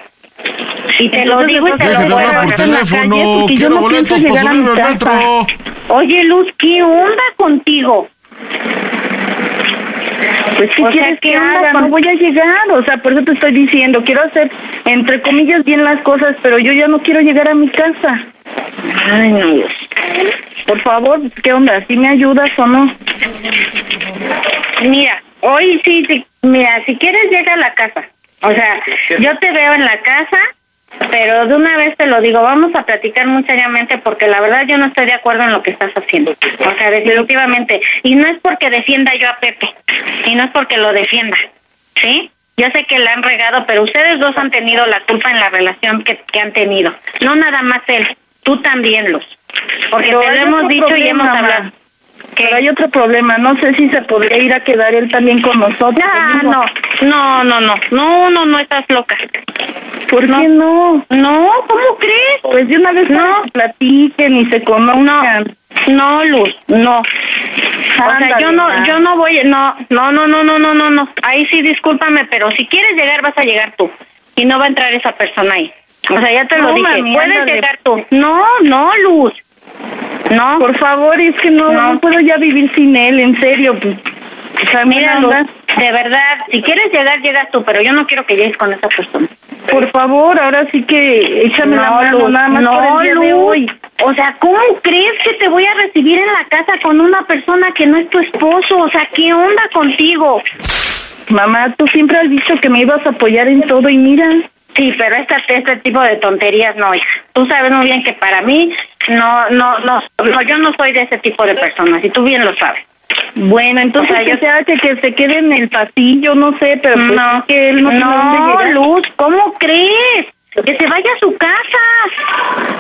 S15: Y te lo
S5: Entonces,
S15: digo y te
S5: entonces
S15: lo
S5: deja de
S15: vuelvo
S5: hablar
S15: a
S5: por
S15: hacer en la
S5: teléfono,
S15: calle porque yo
S5: quiero
S15: no
S5: boletos
S15: pienso
S5: para
S15: llegar a
S5: subirme
S15: mi
S5: al
S15: casa.
S5: metro.
S15: Oye, Luz, ¿qué onda contigo?
S5: Pues ¿qué
S15: O sea,
S5: quieres
S15: ¿qué
S5: que
S15: onda
S5: haga?
S15: con-
S5: No voy a llegar, o sea, por eso te estoy diciendo, quiero hacer entre comillas bien las cosas, pero yo ya no quiero llegar a mi casa. Ay, no, Dios. Por favor, ¿qué onda? ¿Sí me ayudas o no?
S15: Mira, hoy sí, sí, mira, si quieres llega a la casa. O sea, yo te veo en la casa, pero de una vez te lo digo, vamos a platicar muy seriamente porque la verdad yo no estoy de acuerdo en lo que estás haciendo. O sea, definitivamente. Y no es porque defienda yo a Pepe, y no es porque lo defienda, ¿sí? Yo sé que la han regado, pero ustedes dos han tenido la culpa en la relación que, que han tenido. No nada más él, tú también, Luz. Porque
S5: Pero
S15: te lo
S5: hay
S15: hemos
S5: otro
S15: dicho y
S5: problema,
S15: hemos
S5: ma.
S15: hablado.
S5: Pero hay otro problema, no sé si se podría ir a quedar él también con nosotros.
S15: Ah,
S5: conmigo.
S15: no, no, no, no, no, no, no estás loca.
S5: ¿Por qué no?
S15: No, ¿cómo crees?
S5: Pues de una vez no platiquen y se conozcan.
S15: No, Luz, no. O sea,
S5: Ándale,
S15: yo no,
S5: ma.
S15: yo no voy, no, no, no, no, no, no, no, no. Ahí sí, discúlpame, pero si quieres llegar vas a llegar tú y no va a entrar esa persona ahí. O sea, ya te lo
S5: No,
S15: dije.
S5: mami,
S15: Puedes
S5: ándale.
S15: llegar tú. No, no, Luz. No.
S5: Por favor, es que no, no puedo ya vivir sin él, en serio. pues. O sea,
S15: Mira,
S5: buena
S15: Luz,
S5: onda.
S15: de verdad, si quieres llegar llegas tú, pero yo no quiero que llegues con esa persona.
S5: Por favor, ahora sí que échame la mano,
S15: Luz,
S5: nada más
S15: no,
S5: por el día de
S15: Luz.
S5: hoy.
S15: O sea, ¿cómo crees que te voy a recibir en la casa con una persona que no es tu esposo? O sea, ¿qué onda contigo?
S5: Mamá, tú siempre has dicho que me ibas a apoyar en todo y mira.
S15: Sí, pero esta, este tipo de tonterías no, hija. Tú sabes muy bien que para mí, no, no, no, no, yo no soy de ese tipo de personas y tú bien lo sabes.
S5: Bueno, entonces
S15: O sea, yo-
S5: que, se hace que se quede en el pasillo, no sé, pero pues
S15: No.
S5: es que él no, tiene
S15: No,
S5: dónde llegar.
S15: Luz, ¿cómo crees? Que se vaya a su casa.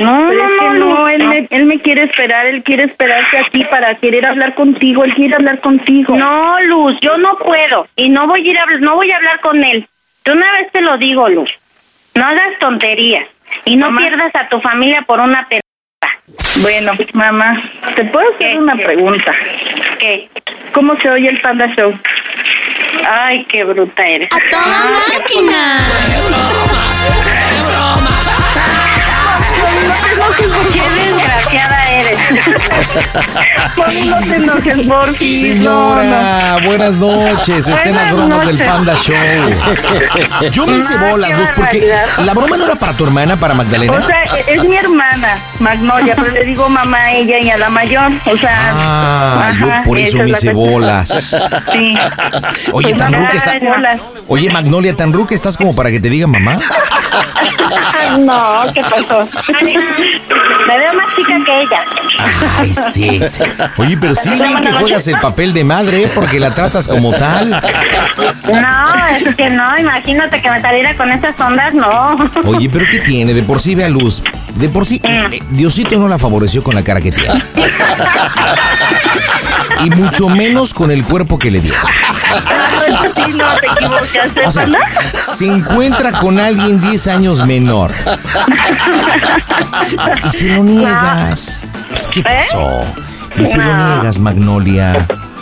S15: No, no,
S5: Pero es
S15: no,
S5: que no,
S15: Luz,
S5: él,
S15: no.
S5: Me, él me quiere esperar, él quiere esperarse aquí para querer hablar contigo, él quiere hablar contigo.
S15: No, Luz, yo no puedo y no voy a ir a hablar, no voy a hablar con él. De una vez te lo digo, Luz. No hagas tonterías y no pierdas a tu familia por una pena.
S5: Bueno, mamá, ¿te puedo hacer una pregunta?
S15: ¿Qué?
S5: ¿Cómo se oye el Panda Show?
S15: Ay, qué bruta eres.
S5: ¡A toda máquina!
S15: Qué desgraciada eres.
S5: no te enojes, por fin,
S2: Señora, buenas noches. Estén las bromas del Panda Show. Yo me hice
S5: No,
S2: bolas,
S5: qué
S2: Luz, porque
S5: barbaridad.
S2: la broma no era para tu hermana, para Magdalena.
S5: O sea, es mi hermana, Magnolia, pero le digo mamá a ella y a la mayor. O sea,
S2: Ah,
S5: ajá,
S2: yo por eso
S5: esa es
S2: me
S5: la
S2: hice
S5: cuestión.
S2: bolas.
S5: Sí.
S2: Oye, tan
S15: Pues,
S2: ruca
S5: Ay,
S2: está-
S5: bolas.
S2: Oye, Magnolia, tan ruca estás como para que te diga mamá.
S15: no, ¿qué pasó? Me veo más chica que ella.
S2: Ay, sí, sí. Oye, pero sí bien que juegas el papel de madre porque la tratas como tal.
S15: No, es que no, imagínate que me saliera con esas ondas, no.
S2: Oye, pero ¿qué tiene? De por sí ve a Luz. De por sí, eh, Diosito no la favoreció con la cara que tiene. Y mucho menos con el cuerpo que le dio.
S5: Sí, no, te equivocaste,
S2: O sea,
S5: Panda.
S2: se encuentra con alguien 10 años menor. Y
S15: ¿Eh?
S2: se lo niegas. Pues, ¿Qué pasó? Y se lo niegas, Magnolia.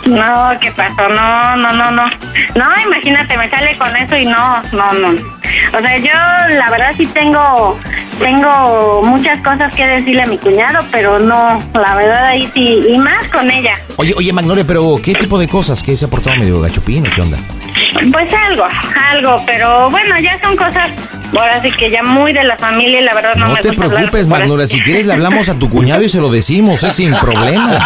S15: No, ¿qué pasó? No, no, no, no. No, imagínate, me sale con eso y no, no, no. O sea, yo la verdad sí tengo tengo muchas cosas que decirle a mi cuñado, pero no, la verdad ahí sí, y más con ella.
S2: Oye, oye, Magnolia, pero ¿qué tipo de cosas? ¿Qué se ha portado medio gachupín o qué onda?
S15: Pues algo, algo, pero bueno, ya son cosas, ahora sí que ya muy de la familia y la verdad no,
S2: No
S15: me
S2: te
S15: gusta hablar
S2: preocupes,
S15: por
S2: Magnolia, si quieres le hablamos a tu cuñado y se lo decimos, es sin problema.
S15: No,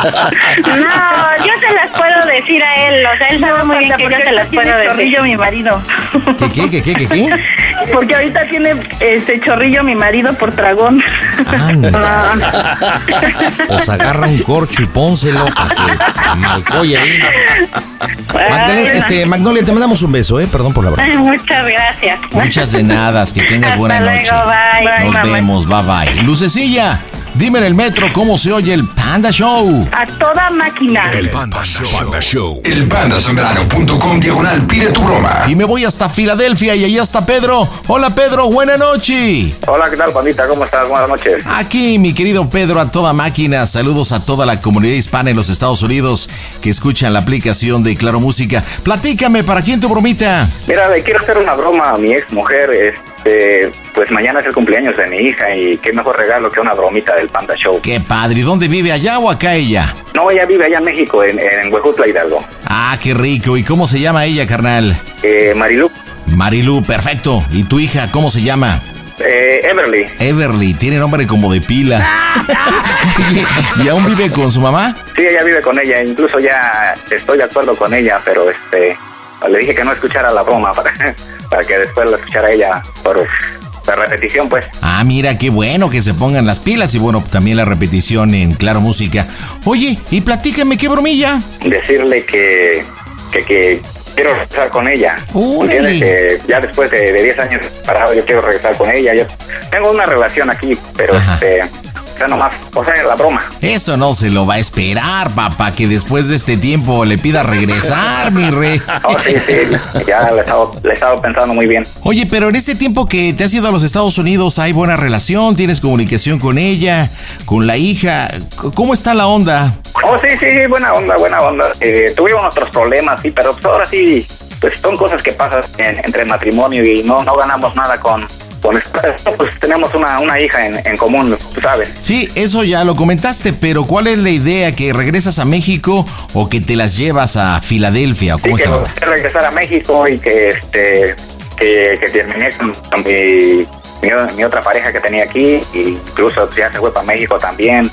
S15: yo se las puedo decir a él, o sea, él sabe muy bien que yo se las puedo
S17: tiene chorrillo
S15: decir.
S17: mi marido.
S2: ¿Qué, qué, qué, qué, qué? qué?
S17: Porque ahorita tiene este chorrillo mi marido por tragón.
S2: Anda.
S17: No.
S16: Ah.
S2: Pues agarra un corcho y pónselo para que malcoye ahí. Magnolia, este, Magnolia, te mandamos un beso, ¿eh? Perdón por la broma.
S15: Ay, Muchas gracias.
S2: Muchas de nada, que tengas
S15: Hasta
S2: buena
S15: luego,
S2: noche.
S15: bye. Bye,
S2: Nos
S15: mamá.
S2: vemos, bye bye. Lucecilla, dime en el metro cómo se oye el Panda Show.
S17: A toda máquina.
S2: Panda Show.
S1: El pandasembrano.com diagonal pide tu broma.
S2: Y me voy hasta Filadelfia y allá está Pedro. Hola Pedro, buena noche.
S18: Hola, ¿qué tal, pandita? ¿Cómo estás? Buenas noches.
S2: Aquí, mi querido Pedro, a toda máquina, saludos a toda la comunidad hispana en los Estados Unidos que escuchan la aplicación de Claro Música. Platícame, ¿para quién tu bromita?
S18: Mira, le quiero hacer una broma a mi ex mujer. Este, pues mañana es el cumpleaños de mi hija y qué mejor regalo que una bromita del Panda Show.
S2: Qué padre, ¿y ¿dónde vive allá o acá ella?
S18: No, ella vive allá en México, en, en Huejutla, Hidalgo.
S2: Ah, qué rico, ¿y cómo se llama ella, carnal?
S18: Eh, Marilu.
S2: Marilu, perfecto. ¿Y tu hija, cómo se llama?
S18: Eh, Everly.
S2: Everly, tiene nombre como de pila. ¿Y aún vive con su mamá?
S18: Sí, ella vive con ella. Incluso ya estoy de acuerdo con ella, pero este, le dije que no escuchara la broma para, para que después la escuchara ella por la repetición, pues.
S2: Ah, mira, qué bueno que se pongan las pilas y bueno, también la repetición en Claro Música. Oye, y platícame qué bromilla.
S18: decirle que, que, que quiero regresar con ella.
S2: Órale.
S18: ¿Entiendes? Que ya después de de 10 años parado, yo quiero regresar con ella. Yo tengo una relación aquí, pero este, o sea, nomás, o sea, la broma.
S2: Eso no se lo va a esperar, papá, que después de este tiempo le pida regresar, mi rey.
S18: Oh, sí, sí, ya le he estado, le he estado pensando muy bien.
S2: Oye, pero en este tiempo que te has ido a los Estados Unidos, ¿hay buena relación? ¿Tienes comunicación con ella? ¿Con la hija? C- ¿Cómo está la onda?
S18: Oh, sí, sí, sí, buena onda, buena onda. Eh, tuvimos nuestros problemas, sí, pero pues ahora sí, pues son cosas que pasan en- entre el matrimonio y no, no ganamos nada con... con esto. pues tenemos una, una hija en, en común, tú sabes.
S2: Sí, eso ya lo comentaste, pero ¿cuál es la idea? ¿Que regresas a México o que te las llevas a Filadelfia? ¿O
S18: Sí,
S2: cómo
S18: que
S2: está
S18: me
S2: la onda?
S18: gustaría regresar a México y que este que, que terminé con, con mi, mi- mi otra pareja que tenía aquí, e incluso pues, ya se fue para México también,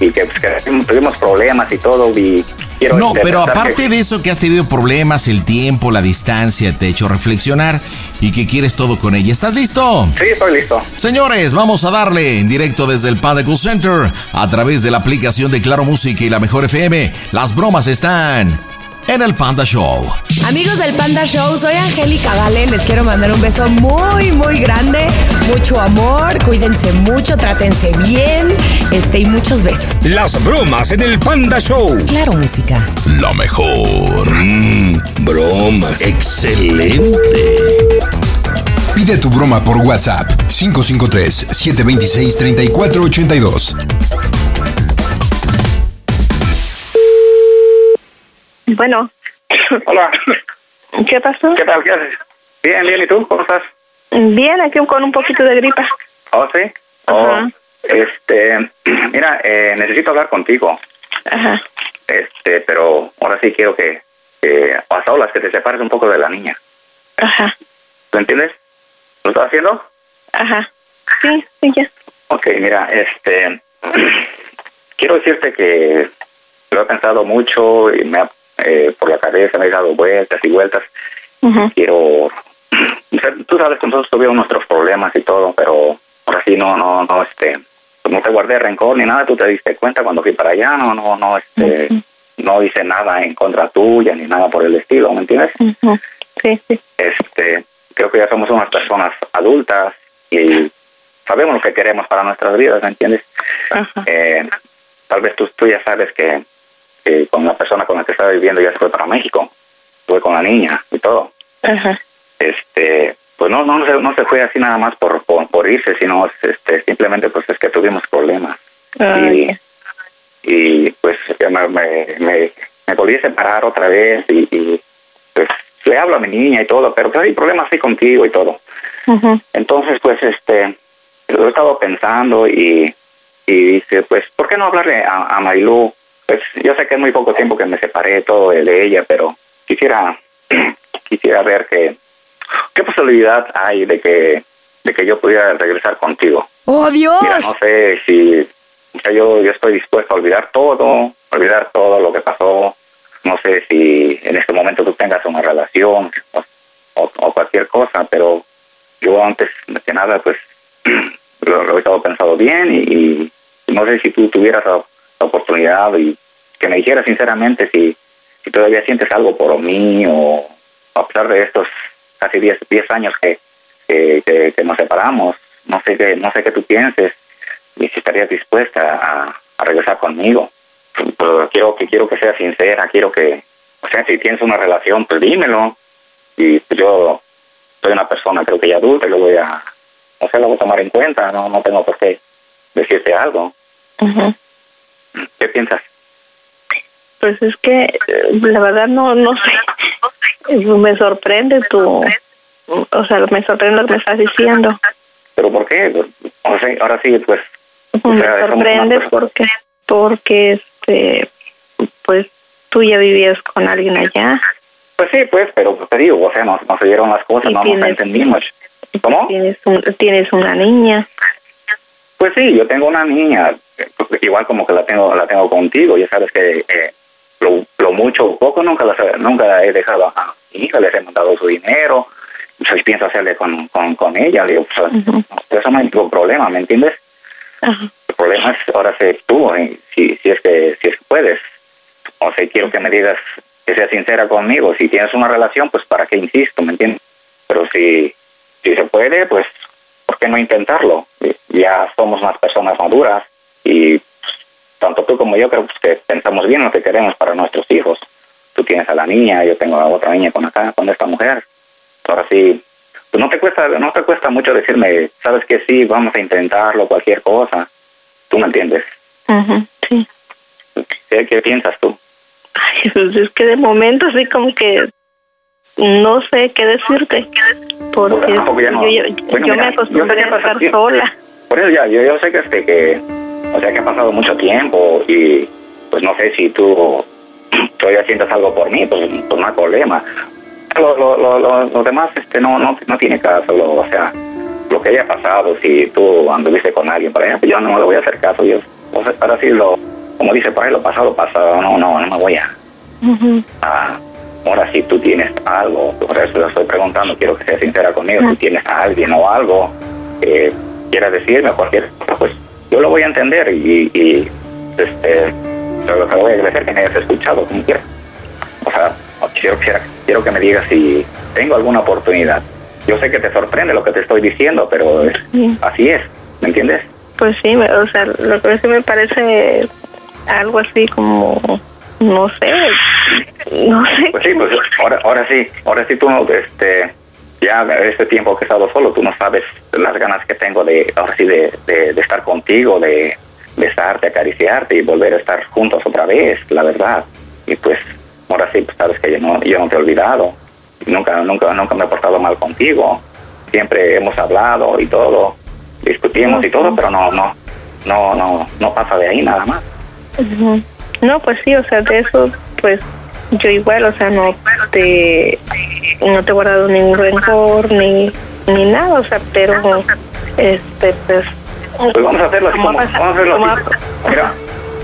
S18: y que, pues, que tuvimos- tuvimos problemas y todo, y quiero...
S2: No,
S18: este,
S2: pero
S18: pensar
S2: aparte
S18: que-
S2: de eso que has tenido problemas, el tiempo, la distancia, te ha hecho reflexionar y que quieres todo con ella. ¿Estás listo?
S18: Sí, estoy listo.
S2: Señores, vamos a darle en directo desde el Padacool Center a través de la aplicación de Claro Música y la Mejor FM. Las bromas están en el Panda Show.
S19: Amigos del Panda Show, soy Angélica Vale. Les quiero mandar un beso muy, muy grande. Mucho amor, cuídense mucho, trátense bien. Este y muchos besos.
S6: Las bromas en el Panda Show.
S19: Claro, música.
S6: La mejor. Mm, bromas. Excelente.
S1: Pide tu broma por WhatsApp 553-726-3482.
S8: Bueno,
S18: Hola,
S8: ¿qué pasó?
S18: ¿qué tal? ¿Qué haces? Bien, bien, ¿y tú? ¿Cómo estás?
S8: Bien, aquí con un poquito de gripa.
S18: ¿Oh, sí? Oh, este, mira, eh, necesito hablar contigo,
S8: Ajá.
S18: este, pero ahora sí quiero que, eh, a solas, que te separes un poco de la niña.
S8: Ajá,
S18: ¿Lo entiendes? ¿Lo estás haciendo?
S8: ajá. Sí, sí, ya.
S18: Ok, mira, este, quiero decirte que lo he pensado mucho y me ha, eh, por la cabeza me he dado vueltas y vueltas. Quiero, tú sabes que nosotros tuvimos nuestros problemas y todo, pero ahora sí no, no, no, este, no te guardé rencor ni nada. Tú te diste cuenta cuando fui para allá, no, no, no, este, no hice nada en contra tuya ni nada por el estilo, ¿me entiendes?
S8: Ujú. Sí, sí.
S18: Este, creo que ya somos unas personas adultas y sabemos lo que queremos para nuestras vidas, ¿me entiendes? Eh, tal vez tú, tú ya sabes que, que con la persona con la que estaba viviendo ya se fue para México, fue con la niña y todo.
S8: Ajá.
S18: Este, pues no, no, se, no se fue así nada más por, por, por irse, sino este, simplemente pues es que tuvimos problemas
S8: Ay,
S18: y pues me, me, me- me volví a separar otra vez y, y, pues le hablo a mi niña y todo, pero pues hay problemas así contigo y todo. Entonces, pues, este, lo he estado pensando y, y dice, pues, ¿por qué no hablarle a, a Marilú? Pues yo sé que es muy poco tiempo que me separé todo de, de ella, pero quisiera, quisiera ver que, qué posibilidad hay de que, de que yo pudiera regresar contigo.
S20: ¡Oh, Dios!
S18: Mira, no sé si, o sea, yo, yo estoy dispuesto a olvidar todo, olvidar todo lo que pasó. No sé si en este momento tú tengas una relación o, o- o cualquier cosa, pero yo antes que nada, pues lo, lo he estado pensado bien y, y no sé si tú tuvieras la, la oportunidad y que me dijeras sinceramente si, si todavía sientes algo por mí o a pesar de estos casi 10 10 años que, que, que- que nos separamos, no sé qué, no sé qué tú pienses y si estarías dispuesta a, a regresar conmigo. Pero quiero que quiero que seas sincera, quiero que, o sea, si tienes una relación, pues dímelo. Y pues yo soy una persona, creo que ya adulta, y lo voy a, o sea, lo voy a tomar en cuenta, no, no tengo por qué decirte algo. ¿Qué piensas?
S16: Pues es que eh, la verdad no no sé. Me sorprende tu o sea, me sorprende lo que me estás diciendo.
S18: ¿Pero por qué? Pues, O sea, ahora sí, pues, o
S16: Me
S18: sea, somos una
S16: sorprende
S18: persona-
S16: porque porque este pues tú ya vivías con alguien allá
S18: Pues sí, pues, pero pues, te digo, o sea, nos, nos dieron las cosas,
S16: Y
S18: no nos
S16: tienes-
S18: entendimos. ¿Cómo?
S16: tienes un- tienes una niña
S18: Pues sí, yo tengo una niña, eh, igual como que la tengo la tengo contigo, ya sabes que eh, lo, lo mucho o poco nunca la, nunca la he dejado a mi hija, les he mandado su dinero, pues pienso hacerle con, con, con ella, le digo, pues, eso no es ningún problema, ¿me entiendes? El problema es ahora sé tú, eh, si, si, es que, si es que puedes. O sea, quiero que me digas, que seas sincera conmigo, si tienes una relación, pues para qué insisto, ¿me entiendes? Pero si, si se puede, pues ¿por qué no intentarlo? Ya somos unas personas maduras y pues, tanto tú como yo creo pues, que pensamos bien lo que queremos para nuestros hijos. Tú tienes a la niña, yo tengo a otra niña con acá, con esta mujer. Ahora sí, pues no te cuesta, no te cuesta mucho decirme, sabes que sí, vamos a intentarlo, cualquier cosa. Tú me entiendes.
S16: Ujú, sí
S18: ¿Qué, qué piensas tú?
S16: Ay, pues es que de momento así como que no sé qué decirte porque
S18: Tampoco ya no-
S16: yo, yo-
S18: Bueno,
S16: yo
S18: mira,
S16: me acostumbré
S18: yo tenía
S16: a estar
S18: bastante-
S16: sola
S18: Por eso ya, yo, yo sé que este que, o sea que ha pasado mucho tiempo y pues no sé si tú todavía sientas algo por mí, pues, pues no hay problema. Lo, lo, lo, lo- lo demás este no, no, no tiene caso, lo- o sea, lo que haya pasado, si tú anduviste con alguien, por ejemplo, yo no le voy a hacer caso, yo, o sea, para decirlo, como dice por ahí, lo pasado, pasado, no, no, no me voy a, Ah, ahora si tú tienes algo, por eso lo estoy preguntando, quiero que seas sincera conmigo, si tienes a alguien o algo que quieras decirme o cualquier cosa, pues yo lo voy a entender y, y este, te lo te lo voy a agradecer que me hayas escuchado, como quieras. O sea, quiero, quisiera- quiero que me digas si tengo alguna oportunidad. Yo sé que te sorprende lo que te estoy diciendo, pero es-
S16: Sí.
S18: así es, ¿me entiendes?
S16: Pues sí, me- o sea, lo que sí me parece algo así como, no sé, no sé.
S18: Pues sí, pues ahora, ahora sí, ahora sí tú no, este, ya este tiempo que he estado solo, tú no sabes las ganas que tengo de, ahora sí, de, de- de estar contigo, de besarte, acariciarte y volver a estar juntos otra vez, la verdad. Y pues, ahora sí, pues sabes que yo no, yo no te he olvidado, nunca, nunca, nunca me he portado mal contigo, siempre hemos hablado y todo, discutimos y todo, pero no, no, no, no, no pasa de ahí nada más.
S16: Ujú. No, pues sí, o sea, de eso, pues yo igual, o sea, no te, no te he guardado ningún rencor ni, ni nada, o sea, pero, este, pues.
S18: Pues vamos a hacerlo así
S16: ¿cómo
S18: como,
S16: ha pasado?
S18: vamos a hacerlo
S16: ¿Cómo
S18: así. Mira,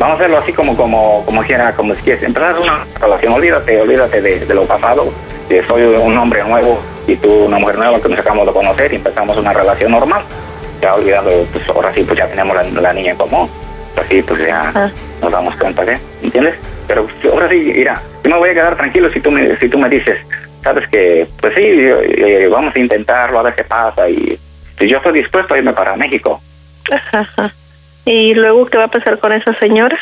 S18: vamos a hacerlo así como como como quiera, como si quieres empezar una relación, olvídate, olvídate de, de lo pasado, que soy un hombre nuevo y tú una mujer nueva que nos acabamos de conocer y empezamos una relación normal, ya olvidando, pues ahora sí pues ya tenemos la, la niña en común, así pues ya nos damos cuenta que, ¿entiendes? Pero pues, ahora sí, mira, yo me voy a quedar tranquilo si tú me, si tú me dices, sabes que, pues sí, eh, vamos a intentarlo, a ver qué pasa y si yo estoy dispuesto a irme para México.
S16: Ajá, ajá. ¿Y luego qué va a pasar con esa señora?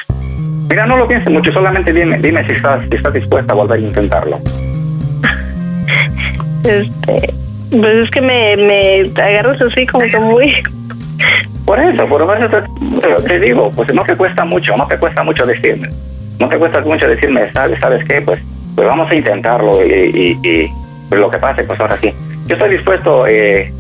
S18: Mira, no lo pienses mucho, solamente dime, dime si estás, si estás dispuesta a volver a intentarlo.
S16: Este, pues es que me, me agarras así como que muy...
S18: Por eso, por eso te, te- te digo, pues no te cuesta mucho, no te cuesta mucho decirme. no te cuesta mucho decirme, ¿sabes, sabes qué? Pues, pues vamos a intentarlo y, y- y, pues lo que pase, pues ahora sí. Yo estoy dispuesto eh,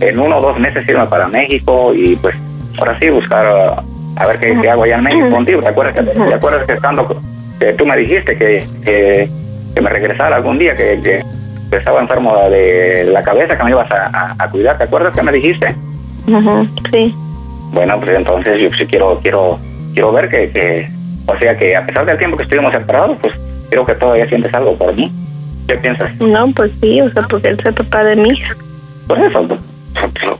S18: en uno o dos meses irme para México y pues ahora sí buscar ah, a ver qué, qué hago allá en México contigo. ¿Te acuerdas que, te acuerdas que estando, que tú me dijiste que, que, que me regresara algún día, que, que- que estaba enfermo de la cabeza, que me ibas a, a- a cuidar? ¿Te acuerdas que me dijiste?
S16: Ujú, Sí.
S18: Bueno, pues entonces yo sí quiero, quiero, quiero ver que, que, o sea que a pesar del tiempo que estuvimos separados, pues creo que todavía sientes algo por mí. ¿Qué piensas?
S16: No, pues sí, o sea, porque él es el papá de mi hija.
S18: Por eso, pues,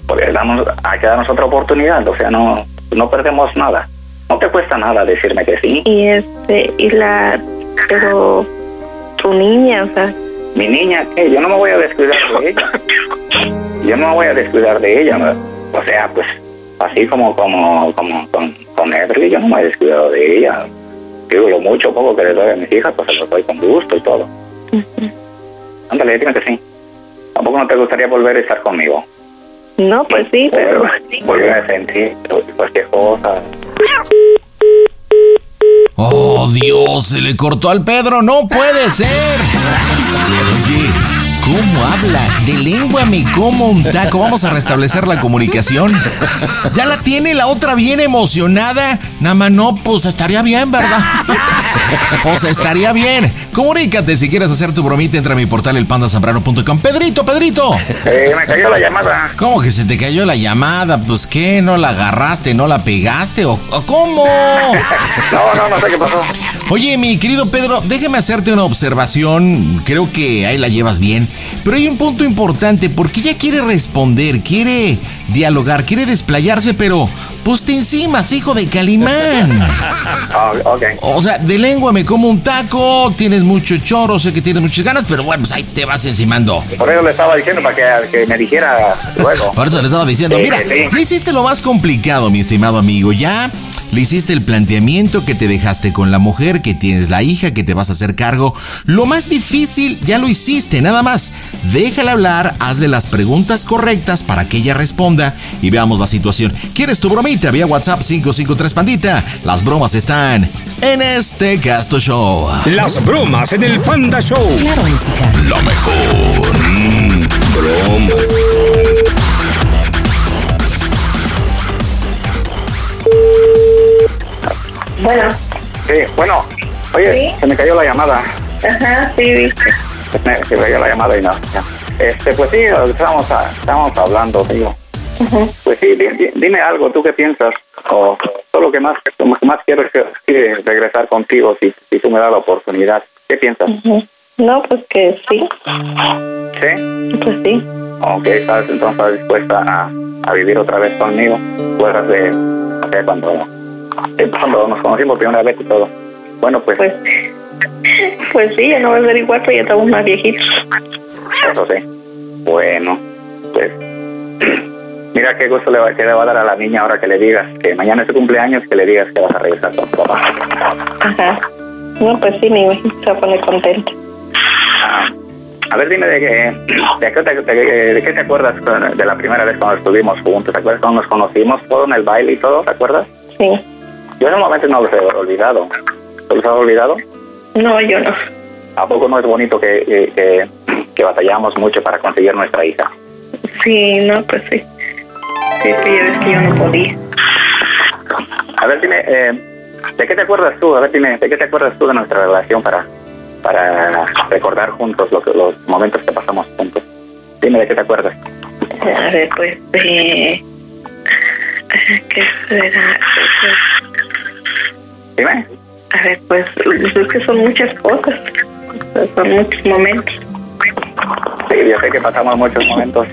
S18: pues, damos- hay que darnos otra oportunidad, o sea, no, no perdemos nada. No te cuesta nada decirme que sí.
S16: Y este, y la, pero tu niña, o sea,
S18: Mi niña, ¿qué? yo no me voy a descuidar de ella. Yo no me voy a descuidar de ella. ¿no? O sea, pues, así como, como, como con, con Edric, yo no me he descuidado de ella. Digo, lo mucho o poco que le doy a mis hijas, pues se lo doy con gusto y todo. Ándale, dime que sí. Tampoco no te gustaría volver a estar conmigo.
S16: no, pues sí, pero
S18: Volver a sentir cualquier cosa.
S2: Oh, Dios, se le cortó al Pedro, no puede ser. Oye, ¿cómo habla? De lengua me como un taco. Vamos a restablecer la comunicación. Ya la tiene la otra bien emocionada. Nada más no, pues estaría bien, ¿verdad? Pues estaría bien. Comunícate si quieres hacer tu bromita. Entra a mi portal elpandasambrano.com. Pedrito, Pedrito.
S18: Eh, me cayó la llamada.
S2: ¿Cómo que se te cayó la llamada? Pues qué, no la agarraste, no la pegaste o o cómo?
S18: No, no, no sé qué pasó.
S2: Oye, mi querido Pedro, déjame hacerte una observación. Creo que ahí la llevas bien. Pero hay un punto importante porque ella quiere responder, quiere dialogar, quiere desplayarse, pero pues te encimas, hijo de Calimán. O sea, de lengua me como un taco, tienes mucho choro, sé que tienes muchas ganas, pero bueno, pues ahí te vas encimando.
S18: Por eso le estaba diciendo para que, que me dijera luego.
S2: Por eso le estaba diciendo,
S18: Sí,
S2: mira,
S18: sí, sí.
S2: ya hiciste lo más complicado, mi estimado amigo. Ya le hiciste el planteamiento que te dejaste con la mujer, que tienes la hija, que te vas a hacer cargo. Lo más difícil ya lo hiciste, nada más. Déjala hablar, hazle las preguntas correctas para que ella responda y veamos la situación. ¿Quieres tu bromita? Vía WhatsApp 553 Pandita. Las bromas están en este Casto Show.
S6: Las bromas en el Panda Show.
S20: Claro, música.
S6: La mejor. Mm, bromas.
S18: Bueno. Sí, bueno. Oye, se me cayó la llamada.
S16: Ajá, sí, viste.
S18: Se me, se me cayó la llamada y no. ya. Este, pues sí, estábamos, a- estábamos hablando, digo. Pues sí, di- di- dime algo, ¿tú qué piensas? O todo lo que más, lo que más quiero es que- que regresar contigo si, si tú me das la oportunidad. ¿Qué piensas?
S16: Ujú. No, pues que sí,
S18: ¿Sí?
S16: pues sí.
S18: Ok, ¿sabes? Entonces estás dispuesta a, a vivir otra vez conmigo. Fuera de, no sé, cuando, eh, cuando nos conocimos primera vez y todo. Bueno, pues,
S16: Pues sí, ya no va a ser igual, pues ya estamos más viejitos.
S18: eso sí. Pues Bueno, pues mira qué gusto le va, que le va a dar a la niña ahora que le digas que mañana es su cumpleaños, que le digas que vas a regresar con tu papá.
S16: Ajá. No, pues sí, me imagino que se va a poner contento.
S18: Ah, a ver, dime de qué, de, qué te- de- de qué te acuerdas con- de la primera vez cuando estuvimos juntos. ¿Te acuerdas cuando nos conocimos todo en el baile y todo? ¿Te acuerdas?
S16: Sí.
S18: Yo normalmente no los he olvidado. ¿Los has olvidado?
S16: No, yo no.
S18: ¿A poco no es bonito que, que- que- que batallamos mucho para conseguir nuestra hija?
S16: Sí, no, pues sí. Sí, pues ya ves que yo no podía.
S18: A ver, dime, eh, ¿de qué te acuerdas tú? A ver, dime, ¿de qué te acuerdas tú de nuestra relación para, para recordar juntos lo que- los momentos que pasamos juntos? Dime, ¿de qué te acuerdas?
S16: A ver, pues, eh, ¿qué será?
S18: Dime.
S16: A ver, pues, es que son muchas cosas, son muchos momentos.
S18: Sí, yo sé que pasamos muchos momentos.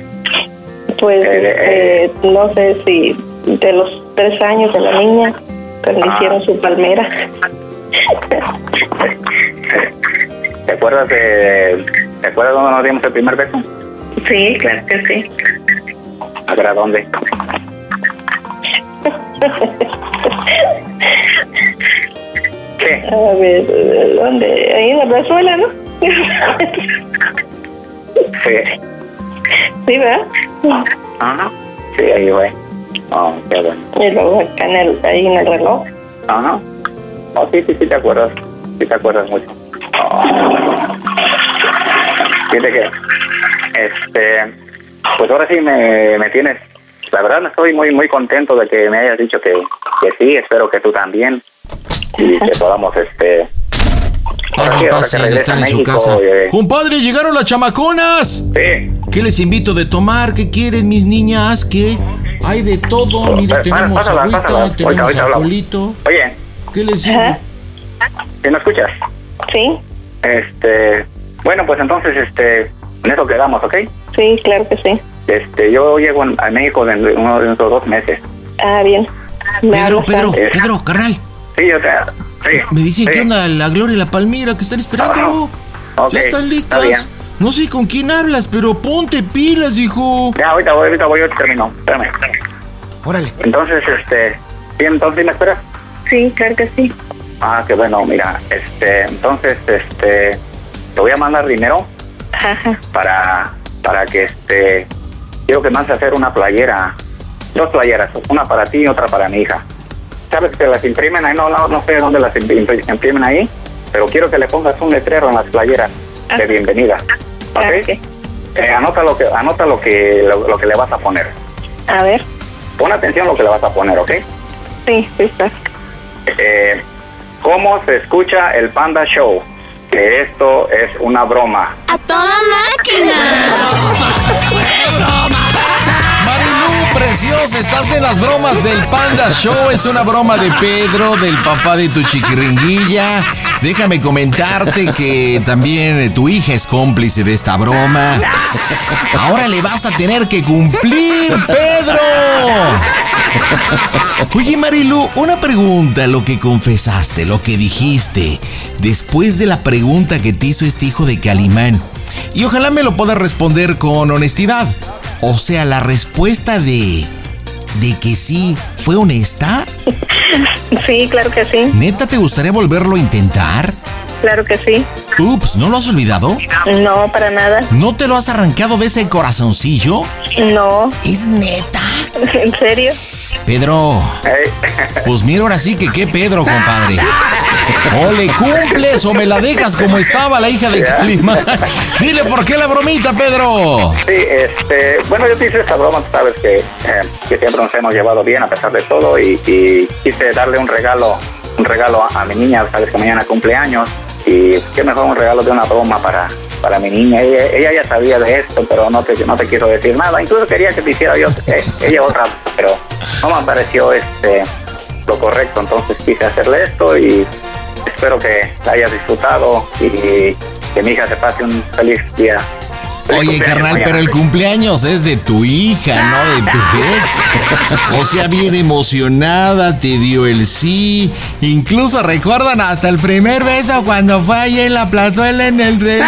S16: Pues, eh, no sé si de los tres años de la niña, cuando
S18: Ah.
S16: hicieron su palmera.
S18: ¿Te acuerdas de... ¿Te acuerdas cuando nos dimos el primer beso?
S16: Sí, claro que sí.
S18: A ver, ¿a dónde?
S16: A ver, eh, ¿dónde? Ahí en la plazuela, ¿no?
S18: Sí.
S16: Sí, ¿verdad?
S18: Ajá. Sí, ahí fue. Oh, qué bueno.
S16: Y luego acá en el, ahí en el reloj.
S18: Ajá. Oh, Ah, sí, sí, sí, te acuerdas. si te acuerdas mucho. Ah. Fíjate que, este, pues ahora sí me, me tienes. La verdad, estoy muy, muy contento de que me hayas dicho que, que sí. Espero que tú también. Y que podamos, este. ahora sí, ahora que
S2: Pasen,
S18: regrese
S2: están
S18: a
S2: en su
S18: México,
S2: casa.
S18: eh,
S2: Compadre, llegaron las chamaconas.
S18: Sí.
S2: ¿Qué les invito de tomar? ¿Qué quieren mis niñas? ¿Qué? Hay de todo. Mire,
S18: Eh, Pásala,
S2: Oh, tenemos
S18: pásala,
S2: agüita,
S18: pásala. Ahorita,
S2: tenemos
S18: ahorita hablamos.
S2: alcoholito.
S18: Oye.
S2: ¿Qué les digo?
S18: ¿Sí me escuchas?
S16: Sí,
S18: Este, bueno, pues entonces, este, en eso quedamos, ¿ok?
S16: sí, claro que sí.
S18: Este, yo llego en- a México en uno de esos dos meses.
S16: Ah, bien. Me
S2: Pedro,
S16: hablas
S2: Pedro,
S16: antes.
S2: Pedro, carnal.
S18: Eh, Sí, yo te.
S2: Me dicen que onda la Gloria y la Palmira que están esperando.
S18: Ah, Ok,
S2: ya están
S18: está
S2: listas.
S18: bien.
S2: no sé con quién hablas, pero ponte pilas, hijo.
S18: Ya, ahorita voy, ahorita voy, yo termino. Espérame, espérame.
S2: Órale.
S18: Entonces, este, ¿sí, entonces me esperas?
S16: Sí, claro que sí.
S18: Ah, qué bueno, mira, este, entonces, este, te voy a mandar dinero
S16: Ajá.
S18: para, para que, este, quiero que mandes a hacer una playera, dos playeras, una para ti y otra para mi hija. ¿Sabes que te las imprimen ahí? No, no, no sé dónde las impri- imprimen ahí, pero quiero que le pongas un letrero en las playeras de bienvenida. ¿Ok? Eh, anota lo que, anota lo que, lo- lo que le vas a poner.
S16: A ver,
S18: Pon atención a lo que le vas a poner, ¿ok?
S16: sí, sí está.
S18: Eh, ¿Cómo se escucha el Panda Show? Que esto es una broma.
S19: ¡A toda máquina!
S2: Marilu, preciosa, estás en las bromas del Panda Show. Es una broma de Pedro, del papá de tu chiquiringuilla. Déjame comentarte que también eh, tu hija es cómplice de esta broma. Ahora le vas a tener que cumplir, Pedro. Oye, Marilu, una pregunta, lo que confesaste, lo que dijiste, después de la pregunta que te hizo este hijo de Calimán, y ojalá me lo puedas responder con honestidad. O sea, la respuesta de... de que sí fue honesta.
S16: Sí, claro que sí,
S2: ¿Neta te gustaría volverlo a intentar?
S16: claro que sí.
S2: Ups, ¿no lo has olvidado?
S16: No, para nada.
S2: ¿No te lo has arrancado de ese corazoncillo?
S16: No.
S2: ¿Es neta?
S16: ¿En serio?
S2: Pedro. Pues mira ahora sí que qué Pedro, compadre. O le cumples o me la dejas como estaba la hija de Calimán. Dile por qué la bromita, Pedro.
S18: Sí, este, bueno, yo te hice esta broma, tú sabes que, eh, que siempre nos hemos llevado bien a pesar de todo y, y quise darle un regalo, un regalo a, a mi niña, sabes que mañana cumpleaños y qué mejor un regalo de una broma para, para mi niña. Ella, ella ya sabía de esto, pero no te, no te quiso decir nada. Incluso quería que te hiciera yo, eh, ella otra, pero no me pareció este, lo correcto, entonces quise hacerle esto y espero que la hayas disfrutado y que mi hija se pase un feliz día. Feliz
S2: Oye,
S18: cumpleaños
S2: carnal,
S18: mañana.
S2: pero el cumpleaños es de tu hija, no de tu ex. O sea, bien emocionada, te dio el sí. Incluso recuerdan hasta el primer beso cuando fue ahí en la plazuela en el reloj.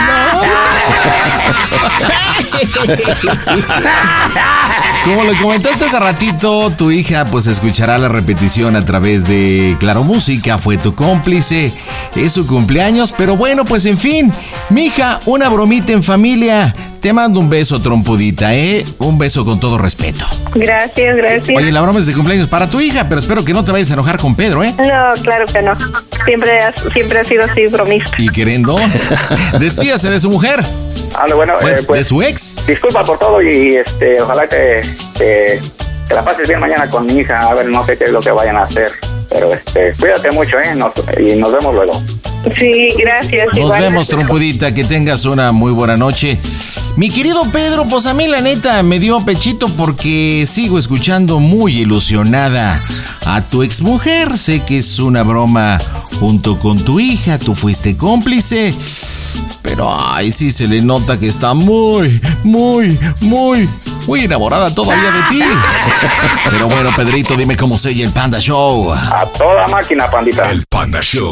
S2: Como lo comentaste hace ratito, tu hija pues escuchará la repetición a través de Claro Música, fue tu cómplice, es su cumpleaños, pero bueno, pues en fin, mija, una bromita en familia. Te mando un beso, trompudita, ¿eh? Un beso con todo respeto.
S16: Gracias, gracias.
S2: Oye, la broma es de cumpleaños para tu hija, pero espero que no te vayas a enojar con Pedro, ¿eh?
S16: No, claro que no. Siempre has, siempre ha sido así bromista.
S2: Y queriendo, despídase de su mujer.
S18: Ándale, bueno,
S2: Fue-
S18: eh, pues,
S2: de su ex.
S18: Disculpa por todo y este, ojalá te, te, te la pases bien mañana con mi hija. A ver, no sé qué es lo que vayan a hacer. Pero este, cuídate mucho, ¿eh? Nos- y nos vemos luego.
S16: Sí, gracias.
S2: Nos
S16: igual.
S2: vemos, trompudita, que tengas una muy buena noche. Mi querido Pedro, pues a mí la neta me dio pechito porque sigo escuchando muy ilusionada a tu exmujer. Sé que es una broma junto con tu hija, tú fuiste cómplice. Pero ay, sí se le nota que está muy, muy, muy, muy enamorada todavía de ti. Pero bueno, Pedrito, dime cómo soy el Panda Show.
S18: A toda máquina, pandita.
S17: Panda Show.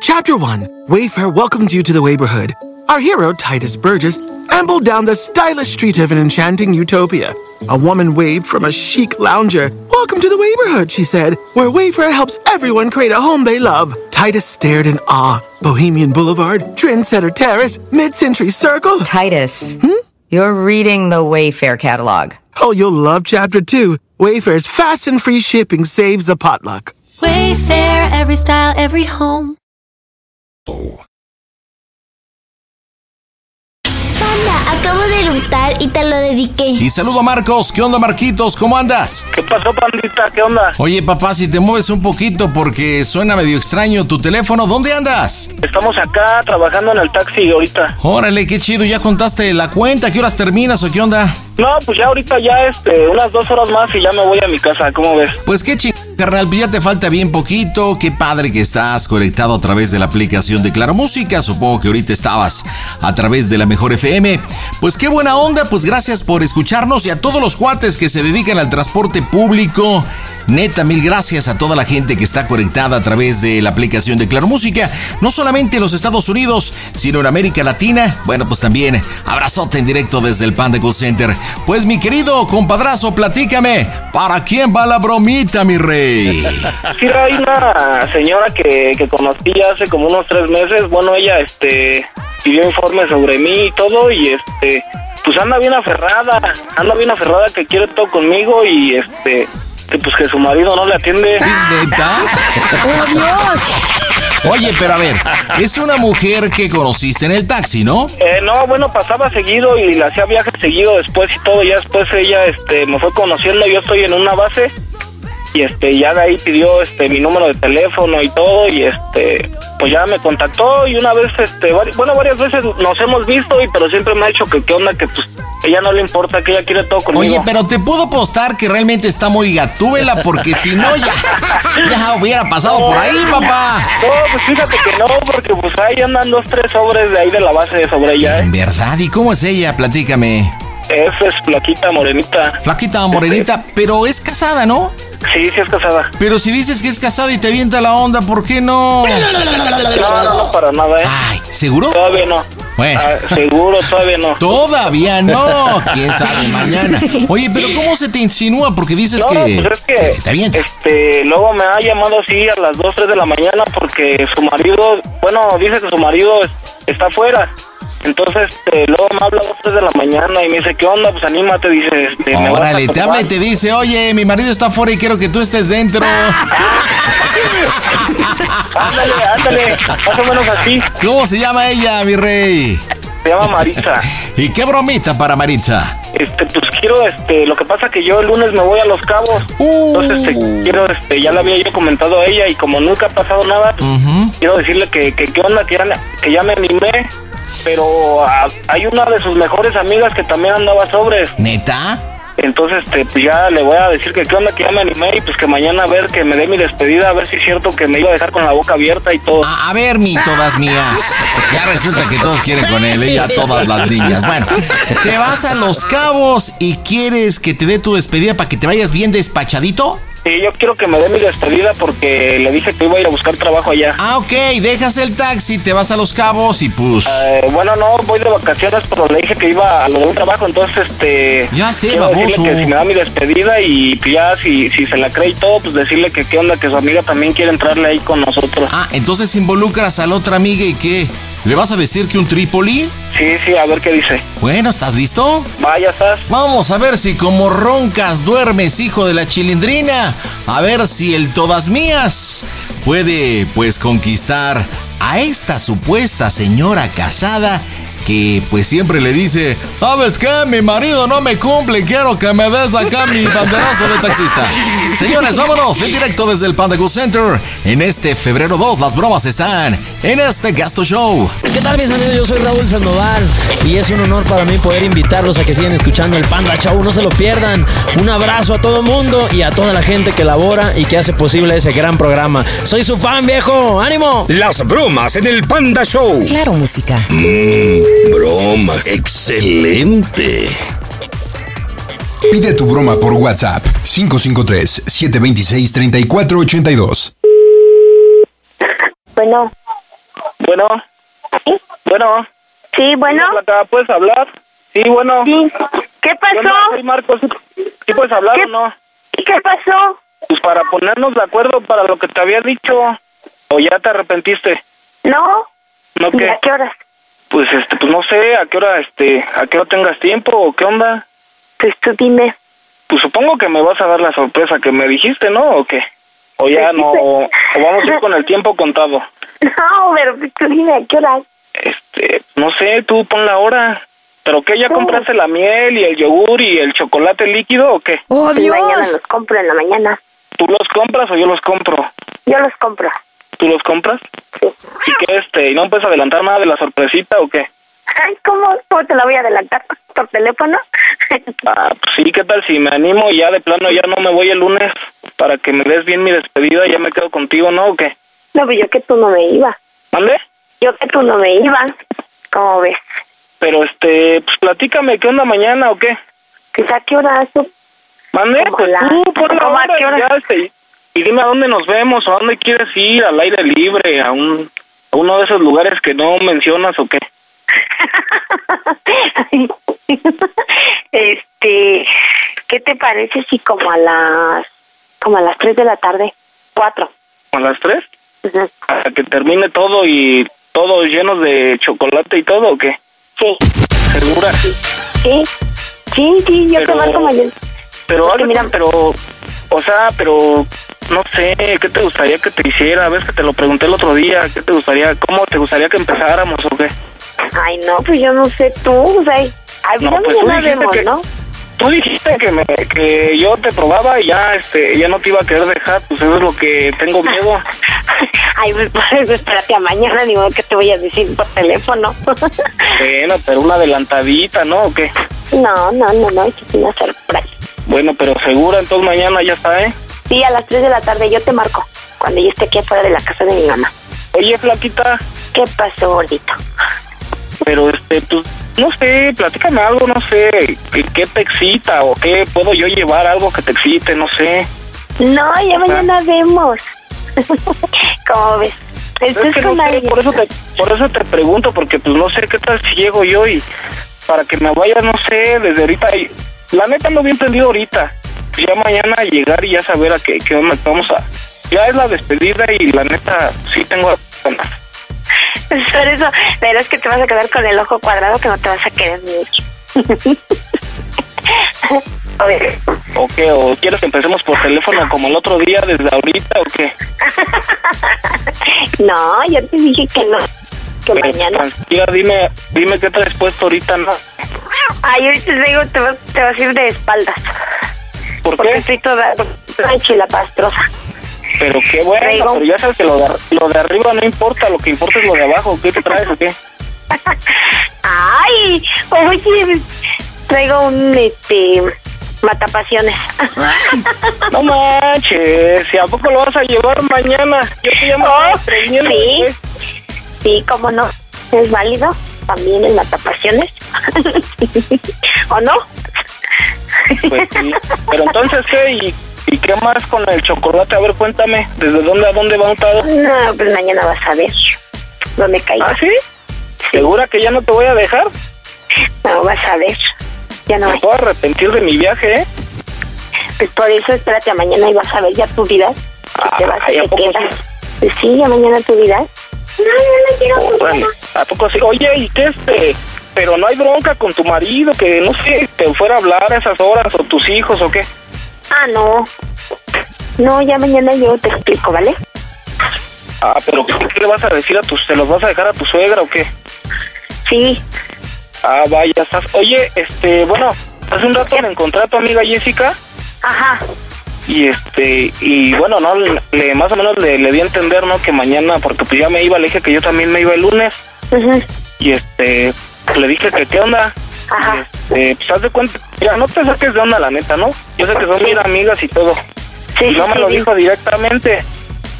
S21: Chapter 1 Wayfair welcomes you to the neighborhood. Our hero, Titus Burgess, ambled down the stylish street of an enchanting utopia. A woman waved from a chic lounger. Welcome to the neighborhood, she said, where Wayfair helps everyone create a home they love. Titus stared in awe. Bohemian Boulevard, Trendsetter Terrace, Mid Century Circle. Titus. Hmm? You're reading the Wayfair catalog. Oh, you'll love Chapter 2. Wayfair's fast and free shipping saves a potluck.
S22: Wayfair, every style, every home.
S23: Panda, acabo de lutar y te lo dediqué.
S2: Y saludo a Marcos. ¿Qué onda, Marquitos? ¿Cómo andas?
S14: ¿Qué pasó, pandita? ¿Qué onda?
S2: Oye, papá, si te mueves un poquito porque suena medio extraño tu teléfono, ¿dónde andas?
S14: Estamos acá trabajando en el taxi ahorita.
S2: Órale, qué chido. ¿Ya contaste la cuenta? ¿Qué horas terminas o qué onda?
S14: No, pues ya ahorita ya, este, unas dos horas más y ya me voy a mi casa. ¿Cómo ves?
S2: Pues qué chido. Carnal, ya te falta bien poquito. Qué padre que estás conectado a través de la aplicación de Claro Música. Supongo que ahorita estabas a través de la Mejor FM. Pues qué buena onda. Pues gracias por escucharnos y a todos los cuates que se dedican al transporte público. Neta, mil gracias a toda la gente que está conectada a través de la aplicación de Claro Música. No solamente en los Estados Unidos, sino en América Latina. Bueno, pues también abrazote en directo desde el Panda Call Center. Pues mi querido compadrazo, platícame. ¿Para quién va la bromita, mi rey?
S14: Sí, hay una señora que, que conocí hace como unos tres meses. Bueno, ella este, pidió informes sobre mí y todo y este, pues anda bien aferrada, anda bien aferrada que quiere todo conmigo y este, que pues que su marido no le atiende.
S20: ¡Oh, Dios!
S2: Oye, pero a ver, es una mujer que conociste en el taxi, ¿no?
S14: Eh, no, bueno, pasaba seguido y le hacía viajes seguido después y todo. Ya después ella este, me fue conociendo, yo estoy en una base y este ya de ahí pidió este mi número de teléfono y todo y este pues ya me contactó y una vez este vari- bueno varias veces nos hemos visto y pero siempre me ha dicho que qué onda que pues ella no le importa que ella quiere todo conmigo
S2: Oye, pero te puedo apostar que realmente está muy gatúbela porque si no ya, ya hubiera pasado por ahí, papá.
S14: No, pues fíjate que no, porque pues ahí andan dos, tres sobres de ahí de la base de sobre ella, ¿eh?
S2: En verdad, ¿y cómo es ella? Platícame.
S14: Es, es flaquita, morenita.
S2: Flaquita, morenita, pero es casada, ¿no?
S14: Sí, sí es casada.
S2: Pero si dices que es casada y te avienta la onda, ¿por qué no?
S14: No, no, no, para nada, ¿eh?
S2: Ay, ¿seguro?
S14: Todavía no.
S2: Bueno.
S14: Ah, seguro, todavía no.
S2: Todavía no, quién sabe mañana. Oye, pero ¿cómo se te insinúa? Porque dices
S14: No,
S2: que.
S14: pues es que
S2: Está bien.
S14: este, luego me ha llamado así a las 2, 3 de la mañana porque su marido, bueno, dice que su marido es- está afuera. Entonces, este, luego me habla a las 3 de la mañana y me dice, ¿qué onda? Pues anímate, dice, este, me vas a
S2: Órale, te
S14: tomar".
S2: habla y te dice, oye, mi marido está afuera y quiero que tú estés dentro.
S14: Ándale, ándale, más o menos así.
S2: ¿Cómo se llama ella, mi rey?
S14: Se llama Maritza.
S2: ¿Y qué bromita para Maritza?
S14: Este, pues quiero, este, lo que pasa que yo el lunes me voy a Los Cabos. Entonces, este, quiero, este, ya le había yo comentado a ella y como nunca ha pasado nada, pues, quiero decirle que, que, qué onda, que ya, que ya me animé. Pero ah, hay una de sus mejores amigas que también andaba sobres.
S2: ¿Neta?
S14: Entonces, este, pues ya le voy a decir que qué onda, que ya me animé y pues que mañana a ver, que me dé mi despedida, a ver si es cierto que me iba a dejar con la boca abierta y todo.
S2: A ver, mi todas mías. Ya resulta que todos quieren con él, ella todas las niñas. Bueno, te vas a los cabos y quieres que te dé tu despedida para que te vayas bien despachadito.
S14: Sí, yo quiero que me dé mi despedida porque le dije que iba a ir a buscar trabajo allá.
S2: Ah, ok, dejas el taxi, te vas a Los Cabos y pues...
S14: Eh, bueno, no, voy de vacaciones, pero le dije que iba a lo de un trabajo, entonces, este...
S2: Ya sé,
S14: quiero decirle
S2: baboso.
S14: que si me da mi despedida y pues, ya si, si se la cree y todo, pues decirle que qué onda, que su amiga también quiere entrarle ahí con nosotros.
S2: Ah, entonces involucras a la otra amiga y qué? ¿Le vas a decir que un trípoli?
S14: Sí, sí, a ver qué dice.
S2: Bueno, ¿estás listo?
S14: Vaya, estás.
S2: Vamos a ver si como roncas duermes, hijo de la chilindrina. A ver si el todas mías puede, pues, conquistar a esta supuesta señora casada que, pues, siempre le dice, ¿sabes qué? Mi marido no me cumple, quiero que me des acá mi banderazo de taxista. Señores, vámonos en directo desde el Panda Cool Center. En este febrero 2 las bromas están en este Gasto Show.
S24: ¿Qué tal mis amigos? Yo soy Raúl Sandoval y es un honor para mí poder invitarlos a que sigan escuchando el Panda Show, no se lo pierdan. Un abrazo a todo el mundo y a toda la gente que labora y que hace posible ese Este gran programa. Soy su fan viejo, ánimo.
S6: Las bromas en el Panda Show.
S24: Claro, música.
S6: Mmm, bromas. Excelente.
S1: Pide tu broma por WhatsApp 553-726-3482.
S25: Bueno,
S14: Bueno. Bueno.
S25: Sí, bueno.
S14: ¿Puedes hablar? Sí, bueno.
S25: ¿Qué pasó?
S14: Bueno, soy Marcos. ¿Sí puedes hablar o no?
S25: ¿Qué pasó?
S14: Pues para ponernos de acuerdo para lo que te había dicho. ¿O ya te arrepentiste?
S25: No.
S14: ¿No
S25: ¿Y
S14: qué?
S25: a qué horas?
S14: Pues este, pues no sé, a qué hora este, a qué hora tengas tiempo o qué onda.
S25: Pues tú dime.
S14: Pues supongo que me vas a dar la sorpresa que me dijiste, ¿no? ¿O qué? O ya
S25: Pues
S14: no, o, o vamos a ir con el tiempo contado.
S25: No, pero tú dime a qué horas.
S14: Este, no sé, tú pon la hora. ¿Pero qué, ya compraste la miel y el yogur y el chocolate líquido o qué?
S25: ¡Oh, Mañana los compro en la mañana.
S14: ¿Tú los compras o yo los compro?
S25: Yo los compro.
S14: ¿Tú los compras? Sí. ¿Y qué, este, y no puedes adelantar nada de la sorpresita o qué?
S25: Ay, ¿cómo, ¿Cómo te la voy a adelantar por teléfono?
S14: Ah, pues sí, ¿qué tal si me animo y ya de plano ya no me voy el lunes para que me des bien mi despedida y ya me quedo contigo, ¿no? ¿O qué?
S25: No, pues yo que tú no me ibas.
S14: ¿Mande?
S25: Yo que tú no me ibas. ¿Cómo ves?
S14: Pero este, pues platícame, ¿qué onda mañana o qué?
S25: Pues a qué horas.
S14: ¿Mande?
S25: Como
S14: Pues
S25: a la-
S14: tú, pon la
S25: como a
S14: hora
S25: qué
S14: y
S25: hora.
S14: ya, este, y dime a dónde nos vemos o a dónde quieres ir, al aire libre, a un a uno de esos lugares que no mencionas o qué.
S25: Este, ¿qué te parece si como a las como a las 3 de la tarde? 4.
S14: ¿A las tres? Hasta que termine todo y todo llenos de chocolate y todo o qué?
S25: Sí.
S14: ¿Segura?
S25: Sí. Sí, sí, yo
S14: Pero-
S25: te marco mañana.
S14: Pero algo, pero, o sea, pero, no sé, ¿qué te gustaría que te hiciera? Ves que te lo pregunté el otro día, ¿qué te gustaría, cómo te gustaría que empezáramos o qué?
S25: Ay, no, pues yo no sé tú, o sea, a mí
S14: No,
S25: no,
S14: pues tú
S25: mañana
S14: dijiste
S25: vemos,
S14: que-
S25: ¿no?
S14: Tú dijiste que, me, que yo te probaba y ya, este, ya no te iba a querer dejar, pues eso es lo que tengo miedo.
S25: Ay, pues, pues, espérate a mañana, ni modo que te voy a decir por teléfono.
S14: Bueno, pero una adelantadita, ¿no? ¿O qué?
S25: no, no, no, no, es una sorpresa.
S14: Bueno, pero segura, entonces mañana ya está, ¿eh?
S25: Sí, a las 3 de la tarde yo te marco, cuando yo esté aquí afuera de la casa de mi mamá.
S14: Oye, Flaquita.
S25: ¿Qué pasó, gordito?
S14: Pero, este, pues, no sé, platícame algo, no sé, ¿qué, qué te excita o qué puedo yo llevar algo que te excite, no sé?
S25: No, ya mañana vemos. ¿Cómo ves?
S14: Es
S25: Estás
S14: que
S25: con
S14: no sé,
S25: alguien.
S14: por eso te por eso te pregunto porque pues no sé qué tal si llego yo y para que me vaya no sé desde ahorita y- la neta no bien prendido ahorita Pues ya mañana llegar y ya saber a qué qué onda vamos a ya es la despedida y la neta sí tengo ganas.
S25: Por eso, verás que te vas a quedar con el ojo cuadrado que no te vas a querer mucho.
S14: o qué o quieres que empecemos por teléfono como el otro día desde ahorita o qué
S25: No, yo te dije que no. Que
S14: Pero,
S25: mañana.
S14: tranquila dime dime qué traes puesto ahorita no
S25: Ay, ahorita te digo, te vas, te vas a ir de espaldas.
S14: ¿Por
S25: Porque estoy toda, toda chilapastrosa.
S14: pero qué bueno
S25: Traigo-
S14: pero ya sabes que lo de, ar- lo de arriba no importa lo que importa es lo de abajo qué te traes o qué
S25: Ay, oye, traigo un, este, matapasiones.
S14: No manches, ¿y a poco lo vas a llevar mañana? Yo te llamo
S25: Oh,
S14: previniendo,
S25: sí,
S14: ¿eh?
S25: sí, cómo no. Es válido también el matapasiones. ¿O no?
S14: Pues sí. Pero entonces, ¿qué? ¿Y, ¿Y qué más con el chocolate? A ver, cuéntame, ¿desde dónde a dónde va untado?
S25: No, pues mañana vas a ver dónde caí.
S14: ¿Ah, sí? ¿Segura que ya no te voy a dejar?
S25: No, vas a ver. Ya no
S14: Me
S25: hay.
S14: puedo arrepentir de mi viaje, ¿eh?
S25: Pues por eso espérate a mañana y vas a ver ya tu vida. Que te vas y
S14: Ay, ¿a
S25: te
S14: poco
S25: quedas. Pues sí, ya mañana tu vida. No, no, no quiero tu vida.
S14: Órale, ¿A poco sí? Oye, ¿y qué este? Pero no hay bronca con tu marido, que no sé, te fuera a hablar a esas horas, o tus hijos, o qué.
S25: Ah, no. No, ya mañana yo te explico, ¿vale?
S14: Ah, pero ¿qué, qué le vas a decir a tus, se los vas a dejar a tu suegra o qué?
S25: Sí.
S14: Ah, vaya, estás. Oye, este, bueno, hace un rato me encontré a tu amiga Jessica.
S25: Ajá.
S14: Y este, y bueno, no, le, más o menos le, le di a entender, ¿no? Que mañana, porque pues ya me iba, le dije que yo también me iba el lunes. Y este, le dije que qué onda.
S25: Ajá.
S14: Eh, pues haz de cuenta, ya no te saques de onda, la neta, ¿no? Yo sé que son bien amigas y todo.
S25: Sí,
S14: Y no
S25: sí,
S14: me lo
S25: sí.
S14: dijo directamente.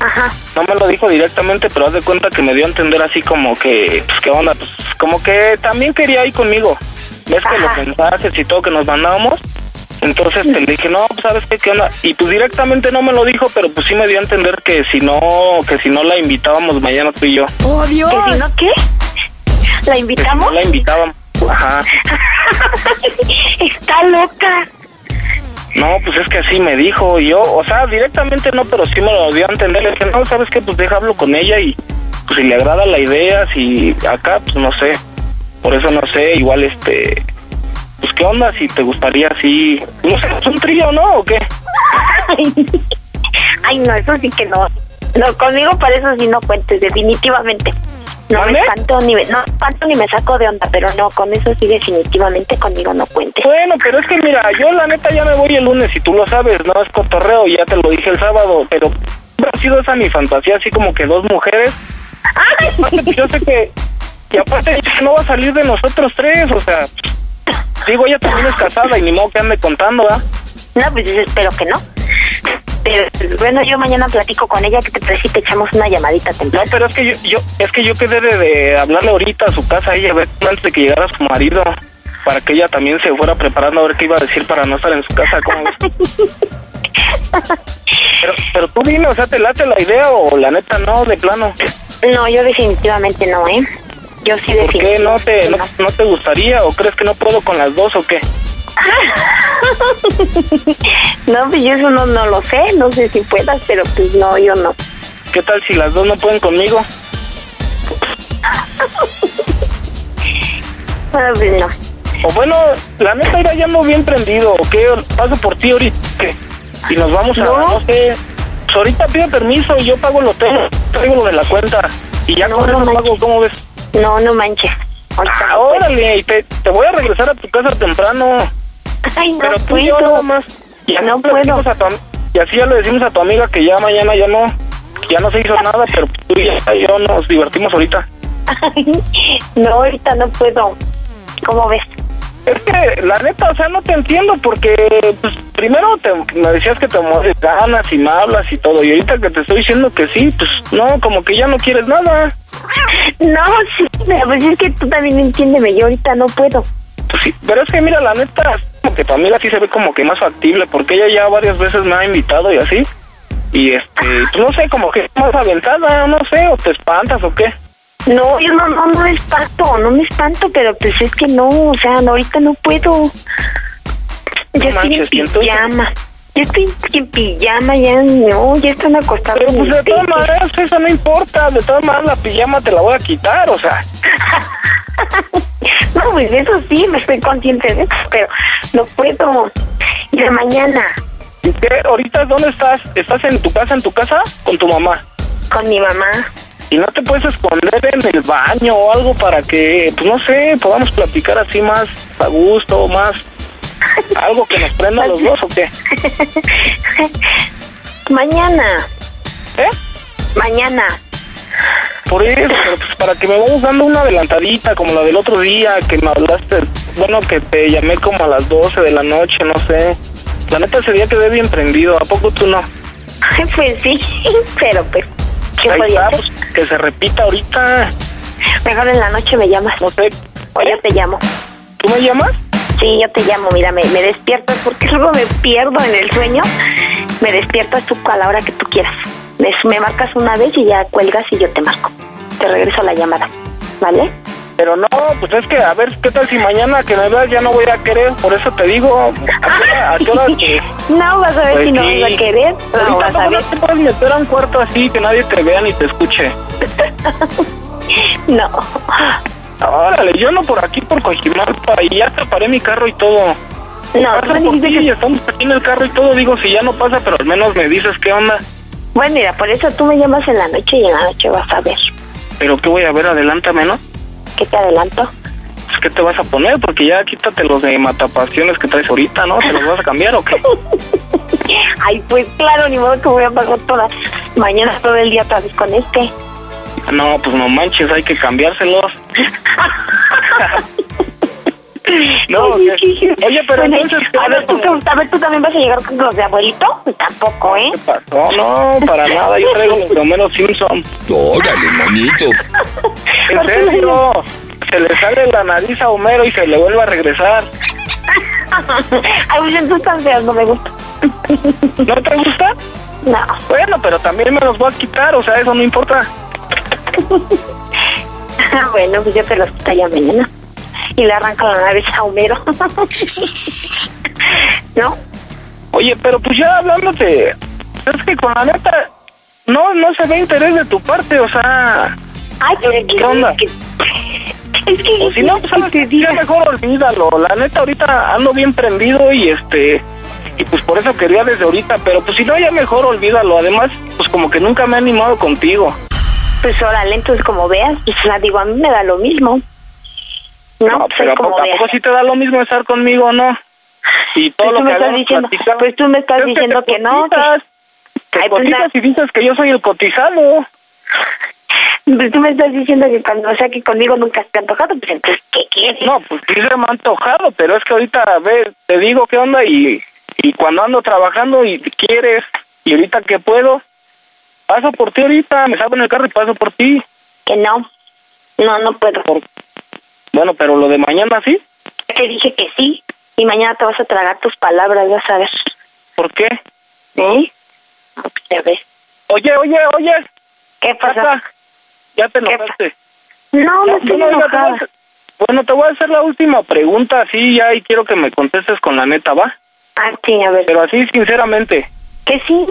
S25: Ajá.
S14: No me lo dijo directamente, pero haz de cuenta que me dio a entender así como que, pues qué onda, pues como que también quería ir conmigo. Ves que lo pensaste y todo, que nos mandábamos. Entonces te le dije, no, pues sabes qué, qué onda. Y pues directamente no me lo dijo, pero pues sí me dio a entender que si no, que si no la invitábamos mañana tú y yo.
S20: ¡Oh, Dios!
S25: ¿Que si no qué? ¿La invitamos?
S14: No la invitábamos. Ajá.
S25: Está loca.
S14: No, pues es que así me dijo yo, o sea, directamente no, pero sí me lo dio a entender. Le dije, no, ¿sabes qué? Pues deja, hablo con ella y pues, si le agrada la idea, si acá, pues no sé. Por eso no sé, igual este... Pues qué onda, si te gustaría así... No sé, ¿es un trío, no? ¿O qué?
S25: Ay, no, eso sí que no. No, conmigo para eso sí no cuentes, definitivamente. No me espanto ni me, no me espanto ni me saco de onda, pero no, con eso sí definitivamente conmigo no cuentes.
S14: Bueno, pero es que mira, yo la neta ya me voy el lunes y tú lo sabes, no es cotorreo, ya te lo dije el sábado, pero siempre ha sido esa mi fantasía, así como que dos mujeres. Y aparte, pues, yo sé que, y aparte no va a salir de nosotros tres, o sea, digo, ella también es casada y ni modo que ande contando, ¿ah?
S25: No, pues yo espero que no. Pero bueno, yo mañana platico con ella, que te parece si te echamos una llamadita temprano?
S14: Pero es que yo, yo, es que yo quedé de, de hablarle ahorita a su casa a ella, a ver, antes de que llegara su marido, para que ella también se fuera preparando a ver qué iba a decir para no estar en su casa. ¿cómo ves? pero, pero tú dime, o sea, ¿te late la idea o la neta no, de plano?
S25: No, yo definitivamente no, ¿eh? Yo sí
S14: ¿Por qué? ¿No te, no,
S25: definitivamente
S14: no te gustaría o crees que no puedo con las dos o qué?
S25: no. No, pues yo eso no, no lo sé, no sé si puedas, pero pues no, yo no.
S14: ¿Qué tal si las dos no pueden conmigo?
S25: Bueno, pues no.
S14: O bueno, la neta mira, ya ando bien prendido, ¿o qué? Paso por ti ahorita ¿qué? y nos vamos a, no, sé, pues ahorita pide permiso y yo pago el hotel, traigo lo de la cuenta y ya con eso pago, ¿cómo ves?
S25: No, no manches.
S14: Ah, órale, y te, te voy a regresar a tu casa temprano.
S25: Ay, no
S14: Pero tú y yo
S25: puedo.
S14: nada más. Y así
S25: No
S14: le decimos a tu am- y así ya le decimos a tu amiga que ya mañana ya no, ya no se hizo nada, pero tú y ella y yo nos divertimos ahorita.
S25: no, ahorita no puedo. ¿Cómo ves?
S14: Es que la neta, o sea, no te entiendo porque pues, primero te, me decías que te mueres ganas y me hablas y todo, y ahorita que te estoy diciendo que sí, pues no, como que ya no quieres nada.
S25: No, sí, pero pues es que tú también entiéndeme, yo ahorita no puedo.
S14: Pues sí, pero es que mira, la neta, como que tu amiga sí se ve como que más factible porque ella ya varias veces me ha invitado y así, y este, pues, no sé, como que es más aventada, no sé, o te espantas o qué.
S25: No, yo no, no, no me espanto, no me espanto, pero pues es que no, o sea, no, ahorita no puedo.
S14: No
S25: Yo estoy en
S14: manches, ¿y entonces?
S25: pijama. Yo estoy en pijama, ya no, ya están acostados.
S14: Pero pues de
S25: mis
S14: todas
S25: hijos.
S14: maneras, eso no importa, de todas maneras la pijama te la voy a quitar, o sea.
S25: No, pues de eso sí, me estoy consciente de eso, pero no puedo. Y de mañana,
S14: ¿Y qué? ¿Ahorita dónde estás? ¿Estás en tu casa, en tu casa? Con tu mamá.
S25: con mi mamá.
S14: ¿Y no te puedes esconder en el baño o algo para que, pues no sé, podamos platicar así más a gusto, más algo que nos prenda a los dos o qué?
S25: Mañana.
S14: ¿Eh?
S25: Mañana.
S14: Por eso, pero pues para que me vayas dando una adelantadita como la del otro día que me hablaste, bueno, que te llamé como a las 12 de la noche, no sé. La neta ese día quedé bien prendido, ¿a poco tú no?
S25: Pues sí, pero pues, ¿qué
S14: Ahí
S25: podía
S14: está,
S25: hacer?
S14: pues, que se repita ahorita.
S25: Mejor en la noche me llamas.
S14: No sé.
S25: O yo te llamo.
S14: ¿Tú me llamas?
S25: Sí, yo te llamo. Mira, me, me despierto porque luego me pierdo en el sueño Me despiertas tú a la hora que tú quieras. Me, me marcas una vez y ya cuelgas y yo te marco. Te regreso la llamada, ¿vale?
S14: Pero no, pues es que a ver, ¿qué tal si mañana que me veas ya no voy a querer? Por eso te digo, ¿a qué hora- Ah, a qué hora que-
S25: No, vas a ver
S14: Pues
S25: si no
S14: sí.
S25: vas a querer. No
S14: Ahorita
S25: vas a
S14: no
S25: ver.
S14: te puedes meter a un cuarto así que nadie te vea ni te escuche.
S25: No.
S14: Órale, yo no por aquí, por Cojimalpa, y ya te paré mi carro y todo.
S25: No,
S14: Pasa por ti, estamos aquí en el carro y todo, digo, si ya no pasa, pero al menos me dices qué onda.
S25: Bueno, mira, por eso tú me llamas en la noche y en la noche vas a ver.
S14: Pero qué voy a ver, adelántame, ¿no?
S25: ¿Qué te adelanto?
S14: Pues, ¿Qué te vas a poner? Porque ya quítate los de matapasiones que traes ahorita, ¿no? ¿Te los vas a cambiar o qué?
S25: Ay, pues claro, ni modo que voy a pagar toda. Mañana todo el día otra vez con este.
S14: No, pues no manches, hay que cambiárselos. no, o sea, oye, pero
S25: Bueno,
S14: entonces... ¿qué
S25: a,
S14: onda
S25: ver, ¿tú,
S14: con-
S25: qué- a ver, ¿tú también vas a llegar con los de abuelito? Pues tampoco, ¿eh?
S14: No, no, para nada, yo traigo los de Homero Simpson.
S6: Órale, manito.
S14: En serio, se le sale la nariz a Homero y se le vuelve a regresar.
S25: Ay, pues tú tan feas, no me gusta.
S14: ¿No te gusta?
S25: No.
S14: Bueno, pero también me los voy a quitar, o sea, eso no importa.
S25: bueno, pues yo te los quito ya mañana. Y le arranco la nariz a Homero. ¿No?
S14: Oye, pero pues ya hablándote, es que con la neta, no, no se ve interés de tu parte, o sea...
S25: Ay, pero
S14: ¿qué onda?
S25: Es que...
S14: O si no, pues sabes que ya mejor olvídalo. La neta, ahorita ando bien prendido y este... Y pues por eso quería desde ahorita, pero pues si no, ya mejor olvídalo. Además, pues como que nunca me he animado contigo.
S25: Pues órale, entonces como veas, pues la digo, a mí me da lo mismo. No, pues
S14: pero
S25: ahí como
S14: ¿a
S25: veas.
S14: poco sí te da lo mismo estar conmigo o no? Y todo
S25: Pues tú
S14: lo
S25: me
S14: que
S25: estás
S14: habíamos
S25: diciendo-
S14: platicado.
S25: pues tú me estás
S14: Es que te
S25: diciendo que no, que-
S14: cotizas, Te
S25: Ay, pues
S14: cotizas
S25: nada.
S14: y dices que yo soy el cotizado.
S25: Pues tú me estás diciendo que cuando, o sea, que conmigo nunca te ha antojado, pues entonces, ¿qué quieres?
S14: No, pues sí se me ha antojado, pero es que ahorita, ve, te digo qué onda y, y cuando ando trabajando y quieres, y ahorita que puedo, paso por ti ahorita, me salgo en el carro y paso por ti.
S25: Que no, no, no puedo.
S14: Bueno, pero lo de mañana sí,
S25: Te dije que sí, y mañana te vas a tragar tus palabras, vas a ver.
S14: ¿por qué?
S25: ¿Eh? Pues ya ves.
S14: Oye, oye, oye.
S25: ¿Qué pasó?
S14: Ya te enojaste.
S25: No, no
S14: Ya,
S25: estoy
S14: bueno, ya te voy a
S25: enojada.
S14: hacer- Bueno, te voy a hacer la última pregunta, así ya, y quiero que me contestes con la neta, ¿va?
S25: Ah, sí, a ver.
S14: Pero así, sinceramente.
S25: Que sí.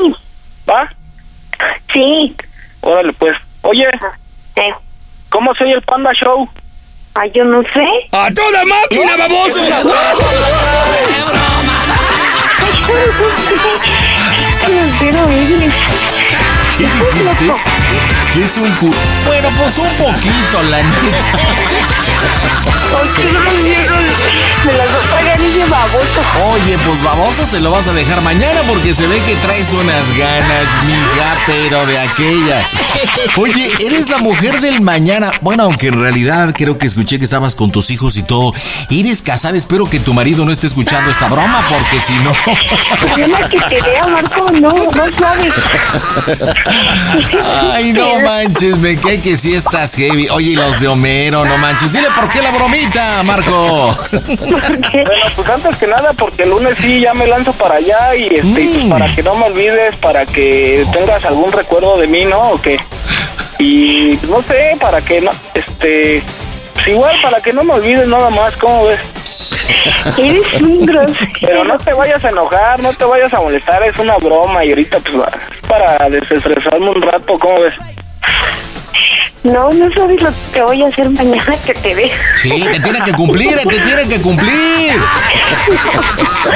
S14: ¿Va?
S25: Sí.
S14: Órale, pues. Oye.
S25: Eh.
S14: ¿Cómo soy el Panda Show?
S25: Ay, yo no sé.
S6: ¡A toda máquina, baboso!
S2: ¿Qué dijiste? ¿Qué es un cu... Bueno, pues un poquito, la Oye, pues baboso se lo vas a dejar mañana porque se ve que traes unas ganas, miga, pero de aquellas. Oye, eres la mujer del mañana. Bueno, aunque en realidad creo que escuché que estabas con tus hijos y todo. Eres casada, espero que tu marido no esté escuchando esta broma porque si no...
S25: Además que te vea, Marco, no, no sabes.
S2: Ay, no manches, me cae que sí estás heavy. Oye, y los de Homero, no manches. Dile por qué la bromita, Marco.
S14: Bueno, pues antes que nada, porque el lunes sí ya me lanzo para allá y este, y
S25: Mm.
S14: pues, para que no me olvides, para que tengas algún recuerdo de mí, ¿no? O que y no sé, para que no, este, pues igual para que no me olvides nada más, ¿cómo ves?
S25: Eres un grosero.
S14: Pero no te vayas a enojar, no te vayas a molestar, es una broma y ahorita pues va- es para desestresarme un rato, ¿cómo ves?
S25: No, no sabes lo que voy a hacer mañana que te vea.
S2: Sí, te tiene que cumplir, te tiene que cumplir.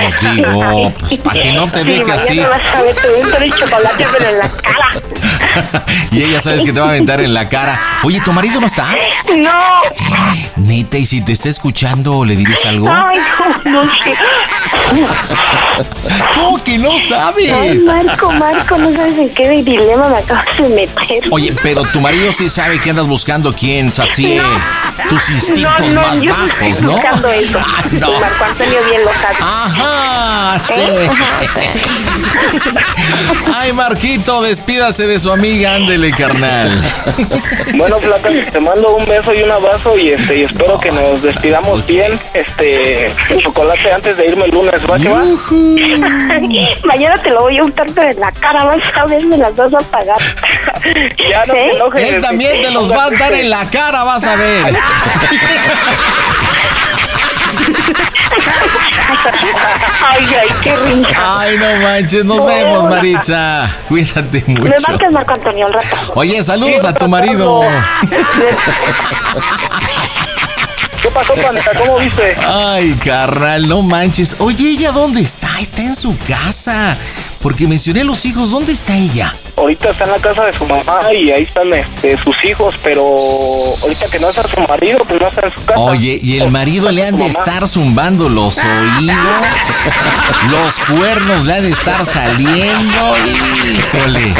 S2: Os digo, pues para que no te
S25: Sí,
S2: deje así.
S25: mañana vas a ver, te voy a entrar el chocolate, pero en la cara.
S2: Y ella sabes que te va a aventar en la cara. Oye, ¿tu marido no está?
S25: No.
S2: Neta, y si te está escuchando, ¿le dirías algo?
S25: Ay, no, no sé.
S2: ¿Cómo que no sabes?
S25: Ay, Marco, Marco, no sabes en qué dilema me acabas de meter.
S2: Oye, pero tu marido sí sabe y que andas buscando quién sacie tus instintos
S25: no,
S2: más
S25: yo no
S2: bajos,
S25: estoy
S2: ¿no?
S25: buscando eso.
S2: Ah, no.
S25: Marco Antonio bien lo sabe.
S2: Ajá, sí.
S25: ¿Eh?
S2: Ay, Marquito, despídase de su amiga, ándele, carnal.
S11: Bueno, Plata, te mando un beso y un abrazo y este y espero que nos despidamos bien. Este, el chocolate antes de irme el lunes, ¿va que va?
S25: Mañana te lo voy a untar pero en la cara, vas a ver, me las vas a pagar.
S11: Ya no te enojes.
S2: Él también te los va a dar en la cara, vas a ver.
S25: Ay, ay, qué rico.
S2: Ay, no manches, nos vemos, Maritza. Cuídate
S25: Me
S2: mucho.
S25: marcas Marco Antonio al rato.
S2: Oye, saludos a tu marido.
S11: ¿Qué pasó, Panita? ¿Cómo viste?
S2: Ay, carnal, no manches. Oye, ¿ella dónde está? Está en su casa. Porque mencioné los hijos, ¿dónde está ella?
S11: Ahorita está en la casa de su mamá y ahí están este, sus hijos, pero ahorita que no está su marido, pues no está en su casa.
S2: Oye, y el marido le han de estar zumbando los oídos, los cuernos le han de estar saliendo, híjole.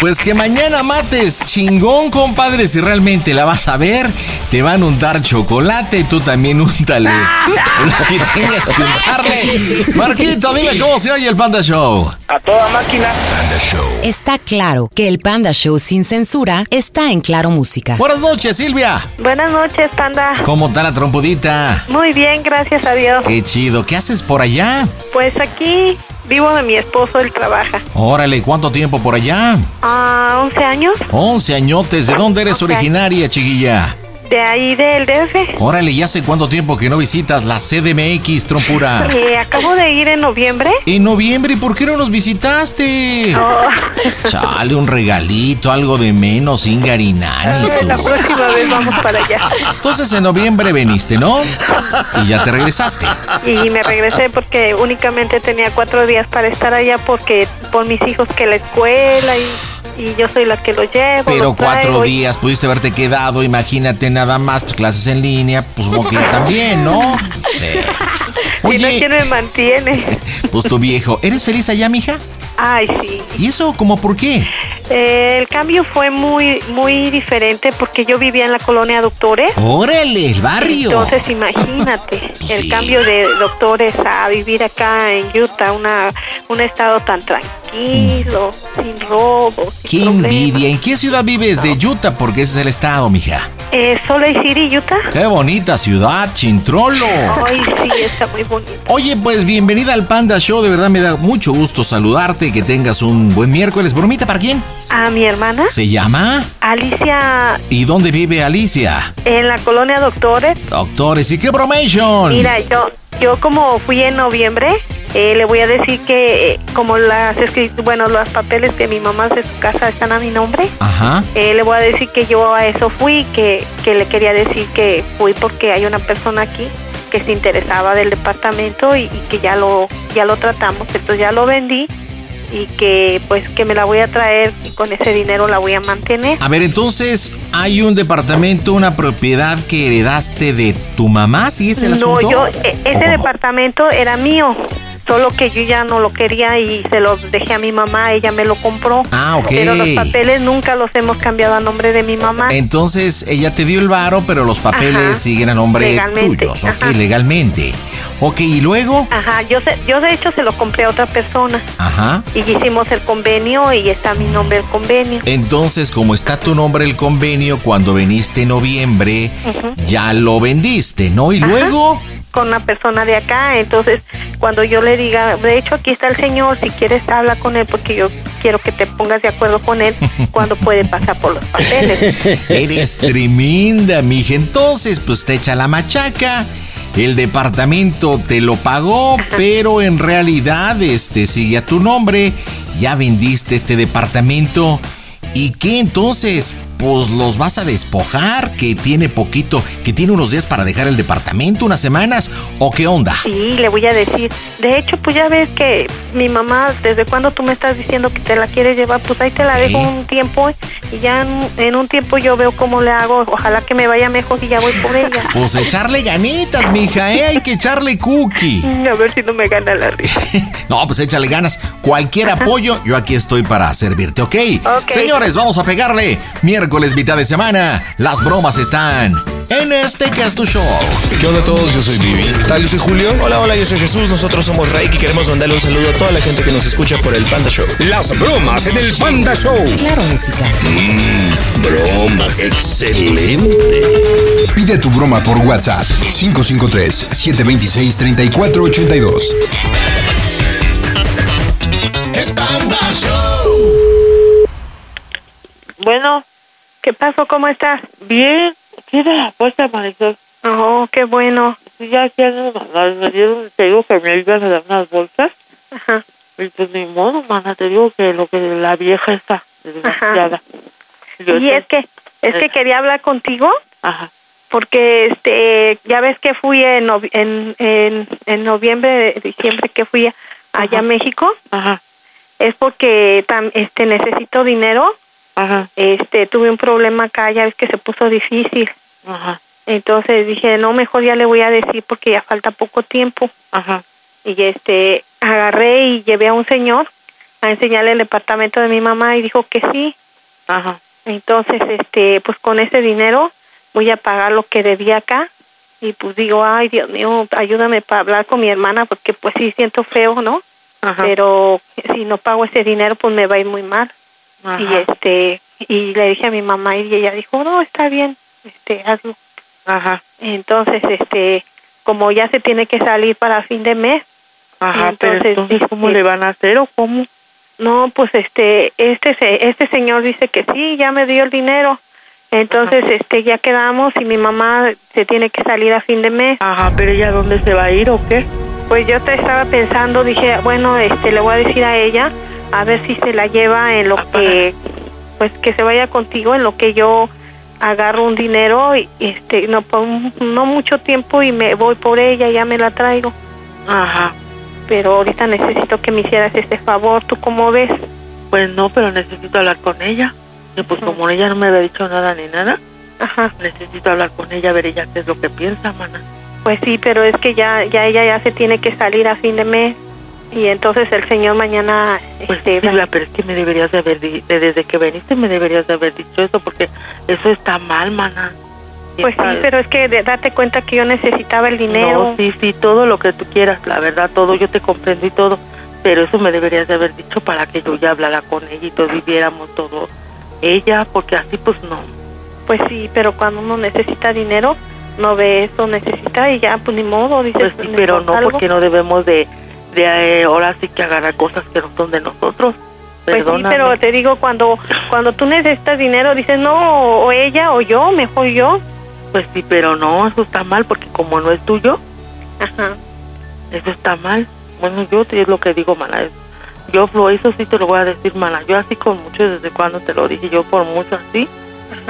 S2: Pues que mañana mates, chingón, compadre, si realmente la vas a ver, te van a untar chocolate, tú también úntale lo que tengas que untarle. Marquito, dime cómo se oye el Panda Show.
S11: A toda máquina.
S2: Panda Show.
S12: Está claro que el Panda Show sin censura está en Claro Música.
S2: Buenas noches, Silvia.
S16: Buenas noches, Panda.
S2: ¿Cómo está la trompudita?
S16: Muy bien, gracias a Dios.
S2: Qué chido, ¿qué haces por allá?
S16: Pues aquí vivo de mi esposo, él trabaja.
S2: Órale, ¿cuánto tiempo por allá?
S16: Ah, 11 años,
S2: 11 añotes, ¿de dónde eres originaria, chiquilla?
S16: de ahí del DF.
S2: Órale, ¿y hace cuánto tiempo que no visitas la CDMX, trompura?
S16: Eh, acabo de ir en noviembre. Oh,
S2: En noviembre, ¿y ¿por qué no nos visitaste? Chale, un regalito, algo de menos, Ingarinani.
S16: La próxima vez vamos para allá.
S2: Entonces en noviembre veniste, ¿no? Y ya te regresaste.
S16: Y me regresé porque únicamente tenía cuatro días para estar allá porque por mis hijos que la escuela y, y yo soy la que los llevo.
S2: Pero
S16: los traigo
S2: cuatro
S16: y-
S2: días pudiste haberte quedado, imagínate nada más, pues clases en línea, pues como que también, ¿no? Sí.
S16: Y no es quien me mantiene.
S2: Pues tu viejo, ¿eres feliz allá, mija?
S16: Ay, sí.
S2: ¿Y eso como por qué?
S16: Eh, el cambio fue muy muy diferente porque yo vivía en la colonia Doctores.
S2: Órale, el barrio.
S16: Entonces imagínate el cambio de Doctores a vivir acá en Utah, una un estado tan tranquilo,
S2: Mm.
S16: sin robos.
S2: Qué envidia. ¿En qué ciudad vives de Utah? Porque ese es el estado, mija.
S16: Eh, Solo City, Utah.
S2: Qué bonita ciudad, Chintrolo.
S16: Ay, sí, está muy bonito.
S2: Oye, pues bienvenida al Panda Show. De verdad me da mucho gusto saludarte. Que tengas un buen miércoles. ¿Bromita para quién?
S16: A mi hermana
S2: ¿Se llama?
S16: Alicia
S2: ¿Y dónde vive Alicia?
S16: en la colonia Doctores.
S2: Doctores, ¿y qué bromation?
S16: Mira, yo, yo como fui en noviembre, eh, le voy a decir que eh, como las escri- bueno, los papeles que mi mamá de su casa están a mi nombre,
S2: Ajá.
S16: eh, le voy a decir que yo a eso fui, que, que le quería decir que fui porque hay una persona aquí que se interesaba del departamento y, y que ya lo, ya lo tratamos, entonces ya lo vendí y que pues que me la voy a traer y con ese dinero la voy a mantener.
S2: A ver, entonces, hay un departamento, una propiedad que heredaste de tu mamá, ¿sí es el
S16: no,
S2: asunto?
S16: yo, e- ese departamento era mío, solo que yo ya no lo quería y se lo dejé a mi mamá, ella me lo compró.
S2: Ah, ok.
S16: Pero los papeles nunca los hemos cambiado a nombre de mi mamá.
S2: Entonces ella te dio el varo, pero los papeles
S16: Ajá.
S2: siguen a nombre
S16: Legalmente,
S2: tuyos, ok, legalmente. Ok, y luego,
S16: Ajá, yo, se- yo de hecho se lo compré a otra persona
S2: ajá.
S16: y hicimos el convenio y está a mi nombre el convenio.
S2: Entonces, como está tu nombre el convenio, cuando veniste en noviembre,
S16: Ujú.
S2: ya lo vendiste, ¿no? Y
S16: Ajá.
S2: luego,
S16: Con una persona de acá, entonces cuando yo le diga, de hecho aquí está el señor, si quieres habla con él porque yo quiero que te pongas de acuerdo con él cuando puede pasar por los papeles.
S2: eres tremenda, mija. Entonces, pues te echa la machaca. El departamento te lo pagó, pero en realidad este sigue a tu nombre. Ya vendiste este departamento. ¿Y qué entonces? Pues los vas a despojar, que tiene poquito, que tiene unos días para dejar el departamento, unas semanas, o qué onda.
S16: Sí, le voy a decir. De hecho, pues ya ves que mi mamá, desde cuando tú me estás diciendo que te la quieres llevar, pues ahí te la dejo un tiempo y ya en, en un tiempo yo veo cómo le hago. Ojalá que me vaya mejor y ya voy por ella.
S2: Pues echarle ganitas, mija, ¿eh? hay que echarle cookie.
S16: A ver si no me gana la risa.
S2: No, pues échale ganas.
S26: Cualquier apoyo, yo aquí estoy para servirte, ¿ok? Señores, vamos a pegarle. Miércoles, mitad de semana, las bromas están en este que es tu show.
S15: ¿Qué onda a todos? Yo soy Vivi. Tal, yo soy Julio. Hola, hola, yo soy Jesús. Nosotros somos Raik y queremos mandarle un saludo a toda la gente que nos escucha por el Panda Show.
S6: Las bromas en el Panda Show. Mm.
S12: Claro, música.
S6: bromas, excelente.
S1: Pide tu broma por WhatsApp 553-726-3482.
S16: Bueno, ¿qué pasó? ¿Cómo estás?
S27: Bien, tiene la puerta, Marisol.
S16: Oh, qué bueno.
S27: Sí, ya quiero mandar, me dieron, te digo que me iban a dar unas bolsas. Ajá. Y pues ni modo, mana, te digo que lo que la vieja está desgraciada. Yo
S16: Y
S27: sé.
S16: es que, es que
S27: Eh.
S16: quería hablar contigo.
S27: Ajá.
S16: Porque este, ya ves que fui en, novi- en, en, en noviembre, diciembre que fui a- allá a México.
S27: Ajá.
S16: Es porque tam- este necesito dinero.
S27: Ajá.
S16: Este, tuve un problema acá, ya ves que se puso difícil.
S27: Ajá.
S16: Entonces dije, no, mejor ya le voy a decir porque ya falta poco tiempo.
S27: Ajá.
S16: Y este, agarré y llevé a un señor a enseñarle el departamento de mi mamá y dijo que sí.
S27: Ajá.
S16: Entonces, este, pues con ese dinero voy a pagar lo que debía acá. Y pues digo, ay, Dios mío, ayúdame para hablar con mi hermana porque pues sí siento feo, ¿no?
S27: Ajá.
S16: Pero si no pago ese dinero, pues me va a ir muy mal.
S27: Ajá.
S16: Y este, y le dije a mi mamá y ella dijo, no, está bien, este, hazlo.
S27: Ajá.
S16: Entonces, este, como ya se tiene que salir para fin de mes, este,
S27: Ajá, pero entonces, ¿cómo le van a hacer o cómo?
S16: No, pues este, este, se- este señor dice que sí, ya me dio el dinero. Entonces, este, ya quedamos y mi mamá se tiene que salir a fin de mes.
S27: Ajá, pero ella dónde se va a ir o qué?
S16: Pues yo te estaba pensando, dije, bueno, este, le voy a decir a ella a ver si se la lleva en lo
S27: Ah,
S16: que, pues que se vaya contigo en lo que yo agarro un dinero y este, no, por un- no mucho tiempo y me voy por ella, ya me la traigo.
S27: Ajá.
S16: Pero ahorita necesito que me hicieras este favor, ¿tú cómo ves?
S27: Pues no, pero necesito hablar con ella. Y pues como ella no me había dicho nada ni nada,
S16: Ajá.
S27: necesito hablar con ella, ver ella qué es lo que piensa, mana.
S16: Pues sí, pero es que ya, ya ella ya se tiene que salir a fin de mes y entonces el señor mañana,
S27: Pues sí, Silvia, pero es que me deberías de haber, di- de- desde que veniste me deberías de haber dicho eso, porque eso está mal, mana.
S16: pues sí,
S27: Está-
S16: pero es que de- date cuenta que yo necesitaba el dinero.
S27: No, sí, sí, todo lo que tú quieras, la verdad, todo, yo te comprendo y todo, pero eso me deberías de haber dicho para que yo ya hablara con ella y todos viviéramos todo ella, porque así pues no.
S16: Pues sí, pero cuando uno necesita dinero no ve eso, necesita y ya pues ni modo, dices.
S27: Pues sí,
S16: "Me
S27: pero
S16: falta
S27: no,
S16: algo".
S27: porque no debemos de, de eh, ahora sí que agarrar cosas que no son de nosotros.
S16: Pues sí,
S27: Perdóname.
S16: pero te digo cuando cuando tú necesitas dinero dices no o ella o yo, mejor yo.
S27: Pues sí, pero no, eso está mal, porque como no es tuyo,
S16: Ajá.
S27: eso está mal. Bueno, yo te- es lo que digo, mala. es- Yo, Flo, eso sí te lo voy a decir, mala. Yo así con mucho, desde cuando te lo dije, yo por mucho así,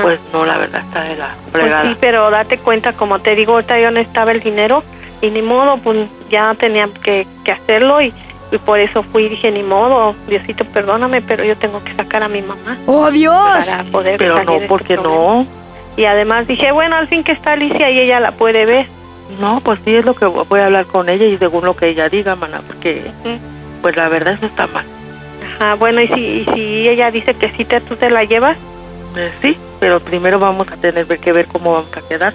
S27: pues no, la verdad está de la
S16: Pues
S27: fregada.
S16: sí, pero date cuenta, como te digo, ahorita yo necesitaba el dinero y ni modo, pues ya tenía que, que hacerlo y, y por eso fui y dije, ni modo, Diosito, perdóname, pero yo tengo que sacar a mi mamá.
S20: ¡Oh, Dios!
S16: Para poder
S27: pero
S16: salir de
S27: no,
S16: este
S27: porque
S16: problema.
S27: no.
S16: Y además dije, bueno, al fin que está Alicia y ella la puede ver.
S27: No, pues sí, es lo que vo- voy a hablar con ella y según lo que ella diga, mana, porque pues la verdad eso está mal.
S16: Ajá, bueno, y si, y si ella dice que sí, te, tú te la llevas.
S27: Eh, sí, pero primero vamos a tener que ver cómo vamos a quedar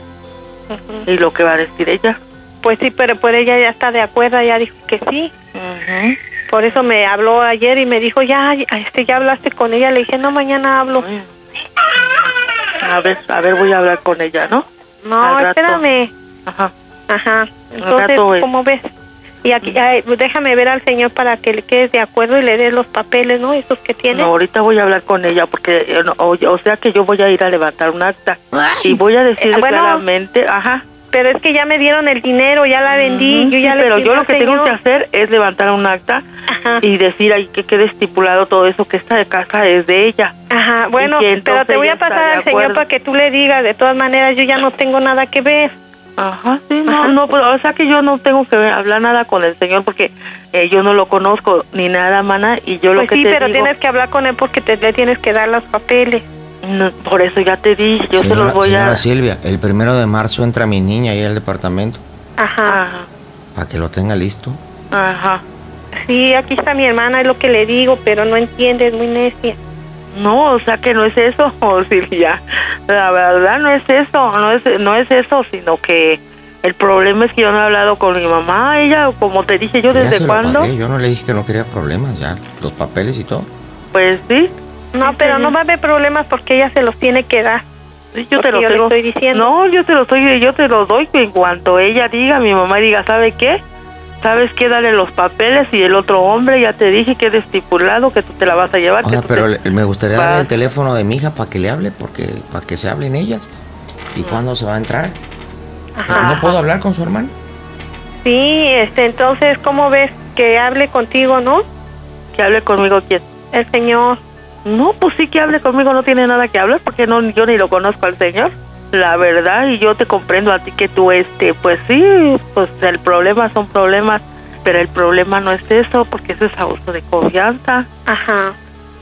S16: Ujú.
S27: y lo que va a decir ella.
S16: Pues sí, pero pues ella ya está de acuerdo, ya dijo que sí. Por eso me habló ayer y me dijo, ya, este, ya hablaste con ella. Le dije, no, mañana hablo.
S27: A ver, a ver, voy a hablar con ella, ¿no?
S16: No,
S27: Al rato.
S16: espérame.
S27: Ajá.
S16: Ajá.
S27: Al
S16: Entonces,
S27: rato, eh.
S16: ¿cómo ves? Y aquí, ay, pues, déjame ver al señor para que le quedes de acuerdo y le des los papeles, ¿no? Esos que tiene.
S27: No, ahorita voy a hablar con ella porque, eh, no, o, o sea que yo voy a ir a levantar un acta y voy a decir
S16: Eh, bueno,
S27: claramente, ajá.
S16: Pero es que ya me dieron el dinero, ya la vendí,
S27: Ujú,
S16: yo ya
S27: sí,
S16: le
S27: pero
S16: escribí
S27: yo lo
S16: al
S27: que tengo
S16: señor.
S27: que hacer es levantar un acta y decir ahí que quede estipulado todo eso que esta casa es de ella.
S16: Ajá, bueno,
S27: Y que
S16: pero te
S27: entonces
S16: voy
S27: ella
S16: a
S27: está
S16: pasar
S27: de
S16: al señor
S27: acuerdo.
S16: para que tú le digas. De todas maneras, yo ya no tengo nada que ver.
S27: Ajá, sí, no, no, pero, o sea que yo no tengo que hablar nada con el señor porque eh, yo no lo conozco ni nada, mana, y yo lo
S16: Pues
S27: que
S16: sí,
S27: te
S16: pero
S27: digo,
S16: tienes que hablar con él porque te, le tienes que dar los papeles.
S27: no, por eso ya te dije, yo se
S28: Señora-
S27: los voy
S28: señora
S27: a...
S28: Silvia, el primero de marzo entra mi niña ahí al departamento
S27: Ajá,
S28: para que lo tenga listo.
S27: Ah, ajá,
S16: Sí, aquí está mi hermana, es lo que le digo, pero no entiende, es muy necia.
S27: No, o sea que no es eso, Silvia. La verdad no es eso, no es, no es eso, sino que el problema es que yo no he hablado con mi mamá. Ella, como te dije, yo
S28: Ya se
S27: desde
S28: lo
S27: cuándo.
S28: pagué, Yo no le dije que no quería problemas, ya. Los papeles y todo.
S27: Pues sí.
S16: No, pero no va a haber problemas porque ella se los tiene que dar.
S27: Yo
S16: Porque
S27: te lo
S16: yo le
S27: tengo-
S16: estoy diciendo.
S27: No, yo te lo estoy, yo te lo doy en cuanto ella diga, mi mamá diga, ¿sabe qué? ¿Sabes qué? Dale los papeles y el otro hombre, ya te dije que es estipulado, que tú te la vas a llevar. que
S28: Oiga,
S27: tú
S28: Ah, pero
S27: te-
S28: le- me gustaría darle
S27: Ah, vas.
S28: el teléfono de mi hija para que le hable, porque para que se hablen ellas.
S27: Mm.
S28: ¿Y cuándo se va a entrar? ¿No puedo hablar con su hermano?
S16: Sí, este, entonces, ¿cómo ves que hable contigo, no?
S27: Que hable conmigo quién.
S16: El señor.
S27: No, pues sí que hable conmigo, no tiene nada que hablar porque no yo ni lo conozco al señor. La verdad, y yo te comprendo a ti que tú, este, pues sí, pues el problema son problemas, pero el problema no es eso, porque eso es abuso de confianza.
S16: Ajá.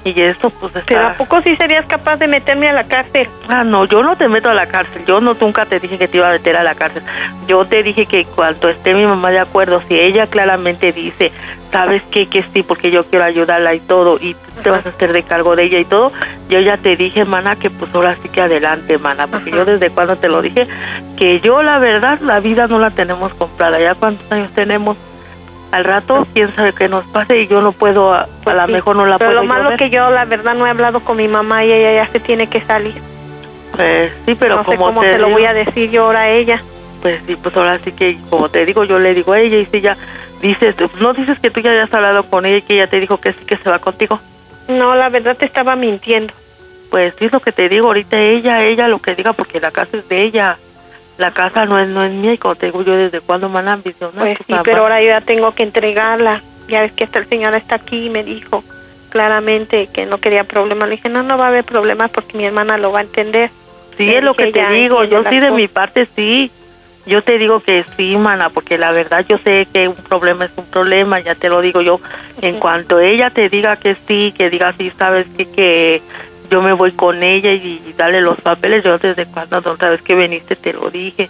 S27: Y eso, pues está...
S16: Pero ¿a poco sí serías capaz de meterme a la cárcel?
S27: Ah, no, yo no te meto a la cárcel. Yo no nunca te dije que te iba a meter a la cárcel. Yo te dije que cuanto esté mi mamá de acuerdo, si ella claramente dice, ¿sabes qué? Que sí, porque yo quiero ayudarla y todo, y tú te vas a hacer de cargo de ella y todo, yo ya te dije, mana, que pues ahora sí que adelante, mana, porque yo desde cuando te lo dije, que yo la verdad, la vida no la tenemos comprada. Ya cuántos años tenemos al rato, quién sabe qué nos pase y yo no puedo, a, a lo
S16: Sí.
S27: mejor no la
S16: Pero
S27: puedo
S16: lo malo
S27: yo ver.
S16: que yo, la verdad, no he hablado con mi mamá y ella ya se tiene que salir.
S27: Pues sí, pero
S16: no sé
S27: como
S16: cómo
S27: te
S16: se lo
S27: digo-
S16: voy a decir yo ahora a ella.
S27: Pues sí, pues ahora sí que, como te digo, yo le digo a ella y si ya dices, no dices que tú ya hayas hablado con ella y que ella te dijo que sí, que se va contigo.
S16: No, la verdad te estaba mintiendo.
S27: Pues sí, es lo que te digo, ahorita ella, ella lo que diga, porque la casa es de ella. La casa no es, no es mía y como te digo yo, desde cuando me han ambicionado.
S16: Pues sí, pero ahora yo ya tengo que entregarla. Ya ves que hasta el señor está aquí y me dijo claramente que no quería problemas. Le dije, no, no va a haber problemas porque mi hermana lo va a entender.
S27: Sí,
S16: Le
S27: es lo
S16: dije,
S27: que te
S16: "Ya
S27: digo,
S16: entiendo
S27: yo
S16: las
S27: sí de
S16: cosas".
S27: mi parte sí. Yo te digo que sí, mana, porque la verdad yo sé que un problema es un problema, ya te lo digo yo. En cuanto ella te diga que sí, que diga sí, sabes que, que yo me voy con ella y, y dale los papeles, yo desde cuando la otra vez que viniste te lo dije.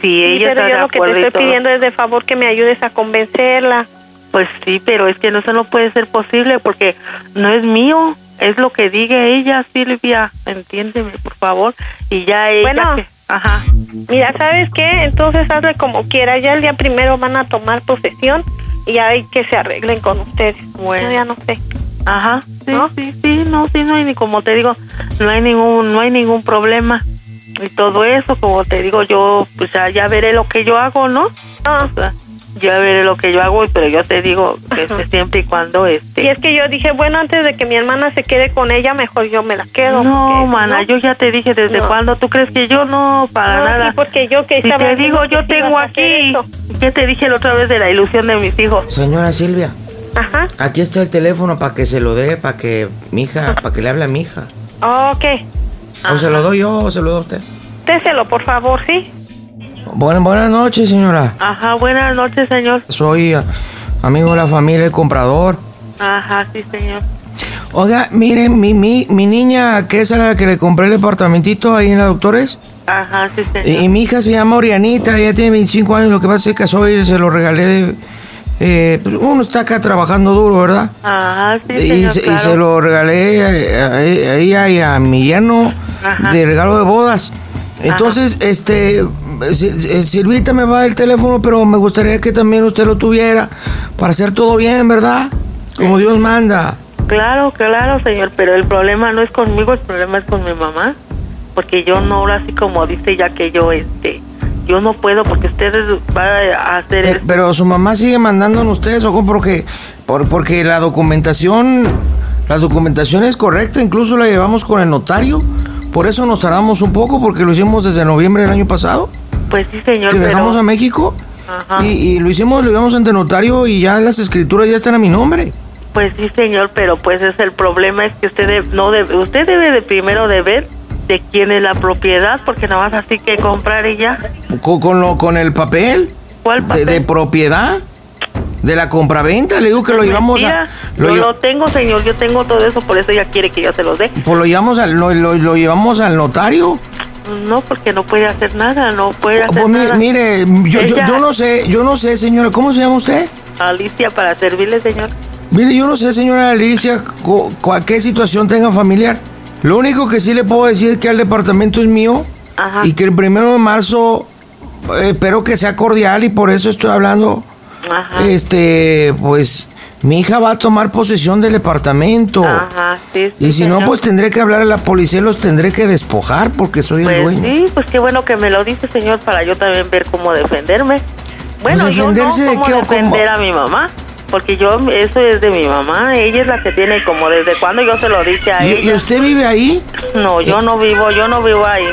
S27: Si
S16: Sí,
S27: ella
S16: pero
S27: está
S16: yo
S27: de
S16: lo que te
S27: acuerdo y
S16: estoy
S27: todo.
S16: pidiendo es de favor que me ayudes a convencerla.
S27: Pues sí, pero es que no, eso no puede ser posible porque no es mío, es lo que diga ella, Silvia, entiéndeme, por favor. Y ya ella...
S16: Bueno.
S27: que- ajá.
S16: Mira, ¿sabes qué? Entonces hazle como quiera. Ya el día primero van a tomar posesión y ya hay que se arreglen con ustedes. Bueno, ya no sé.
S27: Ajá, sí, sí, sí, no, sí, no hay ni como te digo, no hay ningún, no hay ningún problema y todo eso, como te digo yo, pues ya, ya veré lo que yo hago, ¿no?
S16: Ah.
S27: O sea, ya veré lo que yo hago, pero yo te digo que este, siempre y cuando este.
S16: Y es que yo dije, bueno, antes de que mi hermana se quede con ella, mejor yo me la quedo.
S27: No,
S16: porque,
S27: mana,
S16: ¿no?
S27: yo ya te dije desde
S16: No.
S27: cuándo, ¿tú crees que yo no para
S16: No, sí,
S27: nada?
S16: porque yo que
S27: Si
S16: estaba
S27: te
S16: viendo
S27: digo,
S16: que
S27: yo
S16: sí ibas
S27: tengo
S16: a hacer
S27: aquí,
S16: eso.
S27: ya te dije la otra vez de la ilusión de mis hijos.
S28: Señora Silvia,
S16: Ajá.
S28: aquí está el teléfono para que se lo dé, para que mi hija, para que le hable a mi hija.
S16: Oh, Ok,
S28: O se lo doy yo o se lo doy a usted.
S16: déselo, por favor, ¿sí?
S28: Bueno, buenas noches, señora.
S27: Ajá, buenas noches, señor.
S28: Soy ah, amigo de la familia, el comprador.
S27: Ajá, sí, señor.
S28: Oiga, miren, mi, mi, mi niña, que es a la que le compré el departamentito ahí en la Doctores.
S27: Ajá, sí, señor.
S28: Y, Eh, y mi hija se llama Orianita, ella tiene 25 años, lo que pasa es que soy, se lo regalé de... eh, pues, uno está acá trabajando duro, ¿verdad?
S27: Ajá, Ah, sí,
S28: y,
S27: señor,
S28: se, y
S27: claro.
S28: se lo regalé a, a- a ella y a mi yerno
S27: Ajá.
S28: de regalo de bodas. Entonces, este, Si- si- Silvita me va el teléfono, pero me gustaría que también usted lo tuviera para hacer todo bien, ¿verdad? Como Dios manda.
S27: Claro, claro, señor, pero el problema no es conmigo, el problema es con mi mamá, porque yo no, ahora sí como dice ya que yo, este, yo no puedo porque ustedes van a hacer
S28: Pe-
S27: el-
S28: Eh, Pero su mamá sigue mandando en ustedes, ojo, porque, por- porque la documentación, la documentación es correcta, incluso la llevamos con el notario. Por eso nos tardamos un poco, porque lo hicimos desde noviembre del año pasado,
S27: pues sí, señor,
S28: que
S27: pero...
S28: viajamos a México,
S27: Ajá.
S28: y, y lo hicimos, lo llevamos ante notario y ya las escrituras ya están a mi nombre.
S27: Pues sí, señor, pero pues es el problema es que usted de- no debe, usted debe de primero de ver de quién es la propiedad, porque nada más así que comprar y ya.
S28: Con, con lo, con el papel, De, de propiedad, de la compraventa, le digo que lo llevamos a...
S27: Pues Mentira,
S28: lo
S27: yo
S28: lle-
S27: lo tengo, señor, yo tengo todo eso, por eso ella quiere que yo se los dé.
S28: pues lo llevamos al, lo- lo- lo llevamos al notario.
S27: No, porque no puede hacer nada, no puede hacer
S28: Pues mi-
S27: nada.
S28: mire, yo, yo,
S27: Ella-
S28: yo no sé, yo no sé, señora, ¿cómo se llama usted?
S27: Alicia para servirle, señor.
S28: Mire, yo no sé, señora Alicia, cu- cua- qué situación tenga familiar. Lo único que sí le puedo decir es que el departamento es mío
S27: Ajá.
S28: y que el primero de marzo eh, espero que sea cordial y por eso estoy hablando.
S27: Ajá.
S28: Este, pues mi hija va a tomar posesión del departamento.
S27: Ajá, sí.
S28: Oh. Y
S27: sí,
S28: si no,
S27: señor.
S28: pues tendré que hablar a la policía y los tendré que despojar porque soy el
S27: Pues
S28: dueño.
S27: sí, pues qué bueno que me lo dice, señor, para yo también ver cómo defenderme. Bueno,
S28: Pues,
S27: yo no
S28: ¿defenderse de
S27: cómo
S28: qué o cómo?
S27: defender a mi mamá, porque yo eso es de mi mamá, ella es la que tiene como desde cuando yo se lo dije a
S28: ¿Y-
S27: ella.
S28: ¿Y usted vive ahí? Eh.
S27: No, yo no vivo, yo no vivo ahí.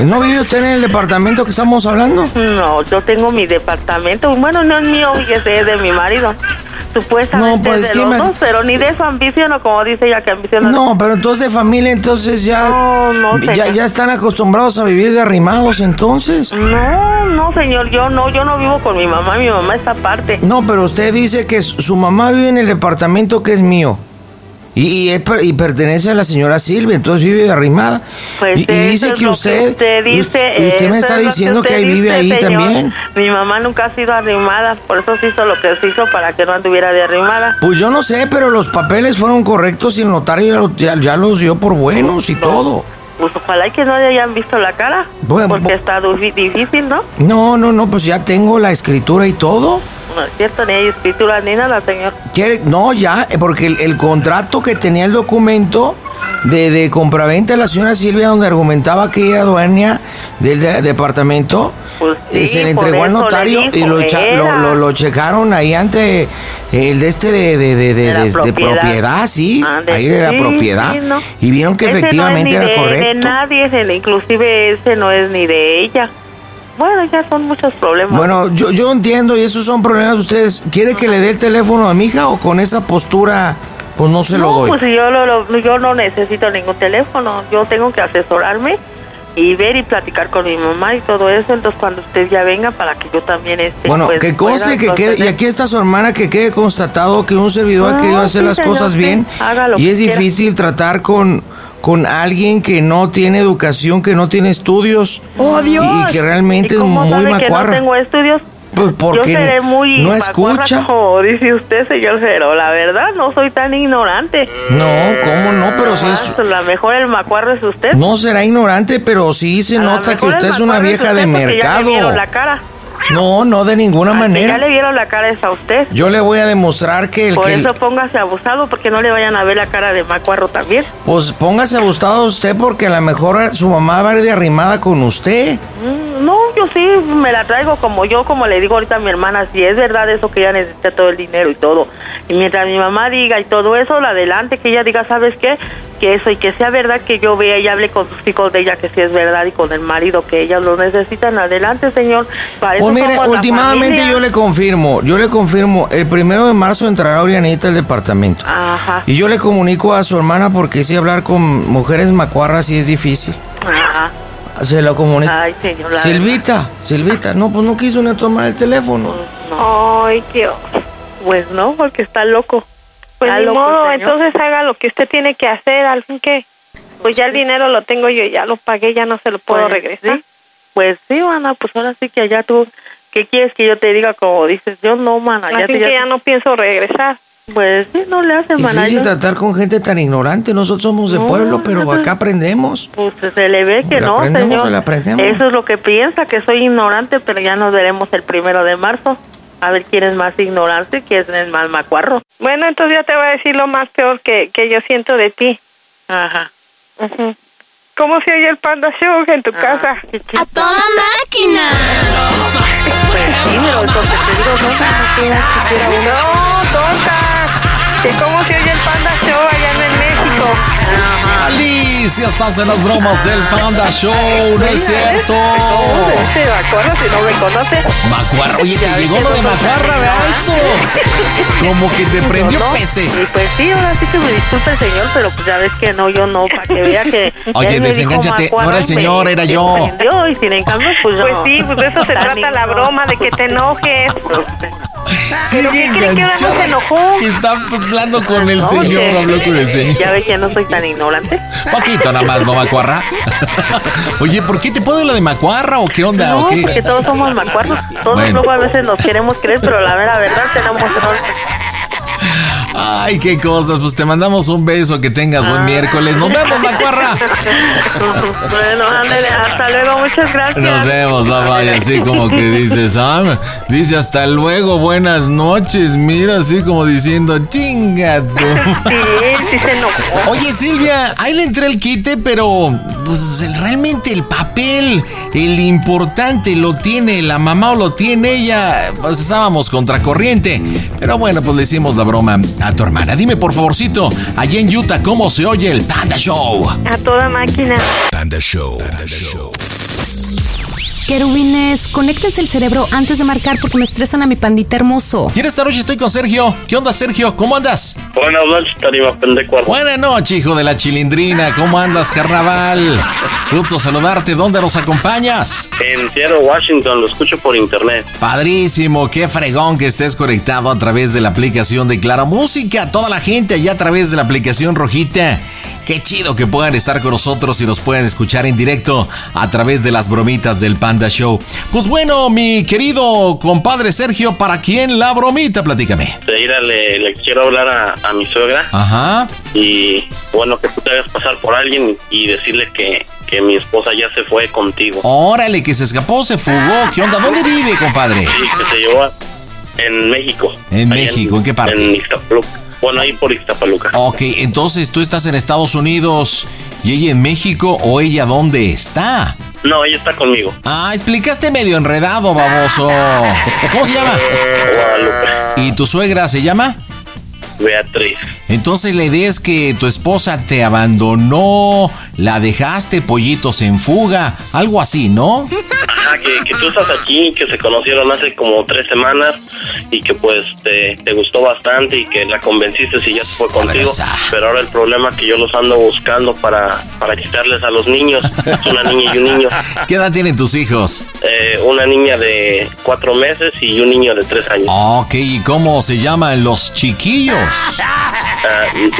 S28: ¿No vive usted en el departamento que estamos hablando?
S27: No, yo tengo mi departamento. Bueno, no es mío, fíjese, es de mi marido. Supuestamente
S28: No, pues,
S27: es de
S28: ¿qué
S27: los
S28: me-
S27: dos, pero ni de su ambición, o como dice ella que ambiciona.
S28: No, pero entonces familia, entonces ya, ya,
S27: señor.
S28: ya están acostumbrados a vivir de arrimados entonces.
S27: No, no, señor, yo no, yo no vivo con mi mamá, mi mamá está aparte.
S28: No, pero usted dice que su su mamá vive en el departamento que es mío. Y, y es per- y pertenece a la señora Silvia, entonces vive de arrimada.
S27: Pues
S28: y, y
S27: eso
S28: dice
S27: es
S28: que
S27: lo
S28: usted, y
S27: dice,
S28: y usted me
S27: eso
S28: está
S27: es lo
S28: diciendo que,
S27: usted
S28: ahí vive
S27: dice,
S28: ahí
S27: señor.
S28: también.
S27: Mi mamá nunca ha sido arrimada, por eso se hizo lo que se hizo para que no anduviera de arrimada.
S28: Pues yo no sé, pero los papeles fueron correctos y el notario ya, lo- ya- ya los dio por buenos y todo.
S27: Pues ojalá y que no le hayan visto la cara,
S28: Bueno,
S27: porque está du- difícil, ¿no?
S28: No, no, no, pues ya tengo la escritura y todo.
S27: No es cierto, ni hay escritura ni nada, señor.
S28: ¿Quiere? No, ya, eh, porque el, el contrato que tenía el documento de, de compraventa de la señora Silvia, donde argumentaba que ella era dueña del de- departamento, eh,
S27: Pues sí,
S28: se le
S27: por
S28: entregó al
S27: eso le
S28: notario y
S27: dijo,
S28: lo, echa-
S27: era.
S28: lo, lo- lo checaron ahí ante el de este de, de, de, de-
S27: De la
S28: de- de propiedad.
S27: propiedad,
S28: sí,
S27: Ande,
S28: ahí de la
S27: sí,
S28: propiedad.
S27: sí, no.
S28: Y vieron que
S27: Ese no es
S28: efectivamente
S27: ni
S28: era
S27: de- De
S28: correcto.
S27: nadie, ese, inclusive ese no es ni de ella. Bueno, ya son muchos problemas.
S28: Bueno, yo, yo entiendo y esos son problemas de ustedes. ¿Quiere que le dé el teléfono a mi hija o con esa postura, pues no se lo
S27: no,
S28: doy?
S27: pues yo, lo- lo- yo no necesito ningún teléfono. Yo tengo que asesorarme y ver y platicar con mi mamá y todo eso. Entonces, cuando usted ya venga, para que yo también esté.
S28: Bueno,
S27: pues,
S28: que conste
S27: pueda
S28: que quede, y
S27: proceder.
S28: aquí está su hermana, que quede constatado que un servidor ha
S27: No,
S28: querido
S27: Ah, sí,
S28: hacer las
S27: señor,
S28: cosas
S27: sí,
S28: bien
S27: haga lo
S28: y
S27: que
S28: es
S27: quiera.
S28: difícil tratar con, con alguien que no tiene educación, que no tiene estudios
S27: ¡Oh,
S28: y-
S27: Dios!
S28: y que realmente
S27: ¿Y
S28: es
S27: cómo
S28: muy
S27: sabe Que no
S28: macuarra.
S27: tengo estudios.
S28: Pues porque
S27: yo seré muy
S28: no
S27: macuarra,
S28: escucha.
S27: Como dice usted, señor, pero la verdad no soy tan ignorante.
S28: No, ¿cómo no? Pero sí es-
S27: Nomás, la mejor el macuarro es usted.
S28: No será ignorante, pero sí se
S27: A lo
S28: nota que
S27: mejor el
S28: usted es una
S27: macuarro
S28: vieja
S27: usted
S28: de
S27: porque Ya le
S28: mercado.
S27: vieron la cara.
S28: No, no de ninguna
S27: Que ya
S28: manera.
S27: le vieron la cara es a usted.
S28: Yo le voy a demostrar que el
S27: Por
S28: que el-
S27: eso póngase abusado, porque no le vayan a ver la cara de macuarro también.
S28: pues póngase gustado usted porque a lo mejor su mamá va a ir de arrimada con usted.
S27: Mm, No, yo sí me la traigo como yo, como le digo ahorita a mi hermana, si es verdad eso que ella necesita todo el dinero y todo. Y mientras mi mamá diga y todo eso, la adelante, que ella diga, ¿sabes qué? Que eso y que sea verdad que yo vea y hable con sus hijos de ella, que sí es verdad, y con el marido, que ellas lo necesitan. Adelante, señor. Para eso
S28: Pues mire,
S27: somos la
S28: últimamente
S27: familia.
S28: yo le confirmo, yo le confirmo, el primero de marzo entrará Orianita al departamento.
S27: Ajá.
S28: Y yo le comunico a su hermana porque si hablar con mujeres macuarras sí es difícil.
S27: Ajá.
S28: Se lo comunico.
S27: Ay, señor. la
S28: Silvita, Silvita, no, pues no quiso ni tomar el teléfono.
S27: Pues, Ay, qué. Pues no, porque está loco.
S16: Pues
S27: Está
S16: ni
S27: loco,
S16: modo,
S27: señor.
S16: entonces haga lo que usted tiene que hacer, al fin que pues ya el dinero lo tengo yo, ya lo pagué, ya no se lo puedo
S27: Pues
S16: regresar.
S27: sí. Pues sí, mana, pues ahora sí que allá tú, ¿qué quieres que yo te diga? Como dices, yo no, mana, ya
S16: Así
S27: te
S16: que ya no pienso regresar.
S27: Pues sí, no le hace, mana.
S28: Difícil
S27: yo-
S28: tratar con gente tan ignorante, nosotros somos de
S27: No,
S28: pueblo, pero
S27: nosotros-
S28: acá aprendemos.
S27: Pues se le ve que
S28: ¿La
S27: no,
S28: aprendemos
S27: señor.
S28: o la aprendemos?
S27: Eso es lo que piensa, que soy ignorante, pero ya nos veremos el primero de marzo. A ver quién es más ignorante y quién es el más macuarro.
S16: Bueno, entonces yo te voy a decir lo más peor que, que yo siento de ti.
S27: Ajá.
S16: Ujú. ¿Cómo se oye el Panda Show en
S15: Ah.
S16: tu casa?
S23: ¡A toda máquina!
S25: Pues
S16: No, tonta. ¿Que cómo se oye el Panda Show allá en el México?
S26: Alicia, estás en las bromas del Panda Show, ¿no
S27: ¿eh?
S26: es cierto?
S27: Se macuarro si no me conoce.
S26: Macuarra, oye,
S27: Ya
S26: te
S27: ves
S26: llegó
S27: que
S26: lo de
S27: no soy
S26: Macuarra,
S27: tan Pues
S26: ¿verdad? Eso. Como que te prendió
S27: No, no.
S26: pese.
S27: Y pues sí, ahora sí que me disculpe el señor, pero pues ya ves que no, yo no, para que vea que.
S26: Oye,
S27: él me
S26: desengánchate,
S27: dijo, "Macuarro",
S26: no era el
S27: y
S26: señor,
S27: me-
S26: era
S27: me
S26: yo.
S27: prendió, y sin en cambio, pues,
S16: Pues sí, pues de eso se trata la broma, de que te enojes.
S27: ¿Pero qué creen que ahora no se enojó?
S2: Está hablando con el
S27: No,
S2: señor,
S27: oye.
S2: habló con el señor.
S27: Ya ves, ya no soy tan ignorante.
S2: Poquito nada más, ¿no, Macuarra? Oye, ¿por qué te puedo lo de Macuarra o qué onda?
S27: No,
S2: ¿O qué?
S27: porque todos somos macuarros. Todos
S2: Bueno.
S27: luego a veces nos queremos creer, pero la verdad, la verdad tenemos error.
S2: Ay, qué cosas. Pues te mandamos un beso, que tengas
S27: Ah.
S2: buen miércoles. Nos vemos, Macuarra.
S27: bueno, ándale, hasta luego, muchas gracias.
S2: Nos vemos, papá. Y así como que dice Sam, dice hasta luego, buenas noches. Mira, así como diciendo, chinga tu
S27: Sí, sí se enojó.
S2: Oye Silvia, ahí le entré el quite, pero pues, el- realmente el papel, el importante, lo tiene la mamá o lo tiene ella. Pues estábamos contracorriente. Pero bueno, pues le hicimos la broma a tu hermana. Dime por favorcito, allá en Utah, ¿cómo se oye el Panda Show?
S27: A toda máquina.
S2: Panda Show.
S16: Querubines, conéctense el cerebro antes de marcar porque me estresan a mi pandita hermoso.
S2: Y en esta noche estoy con Sergio. ¿Qué onda, Sergio? ¿Cómo andas?
S11: Buenas noches, Tarima Pendejo.
S2: Buenas noches, hijo de la chilindrina. ¿Cómo andas, carnaval? Gusto saludarte. ¿Dónde nos acompañas?
S11: En Seattle, Washington, lo escucho por internet.
S2: Padrísimo, qué fregón que estés conectado a través de la aplicación de Claro Música. Toda la gente allá a través de la aplicación rojita. Qué chido que puedan estar con nosotros y nos puedan escuchar en directo a través de las bromitas del Panda Show. Pues bueno, mi querido compadre Sergio, ¿para quién la bromita? Platícame.
S11: De ir a le, le quiero hablar a, a mi suegra
S2: Ajá.
S11: y bueno, que tú te hagas pasar por alguien y decirle que, que mi esposa ya se fue contigo.
S2: Órale, que se escapó, se fugó. ¿Qué onda? ¿Dónde vive, compadre?
S11: Sí, que se llevó a- en México.
S2: En
S11: Ahí
S2: México, ¿en qué parte?
S11: En Ixtapaluca. Bueno, ahí por Ixtapaluca.
S2: Ok, entonces tú estás en Estados Unidos y ella en México o ella dónde está.
S11: No, ella está conmigo.
S2: Ah, explicaste medio enredado, baboso. ¿Cómo se llama? ¿Y tu suegra se llama?
S11: Beatriz.
S2: Entonces la idea es que tu esposa te abandonó, la dejaste pollitos en fuga, algo así, ¿no?
S11: Ajá, que, que tú estás aquí, que se conocieron hace como tres semanas y que pues te, te gustó bastante y que la convenciste si ya se fue contigo. Pero ahora el problema es que yo los ando buscando para, para quitarles a los niños. Es una niña y un niño.
S2: ¿Qué edad tienen tus hijos?
S11: Eh, una niña de cuatro meses y un niño de tres años.
S2: Ok, ¿y cómo se llaman los chiquillos?
S11: Ah,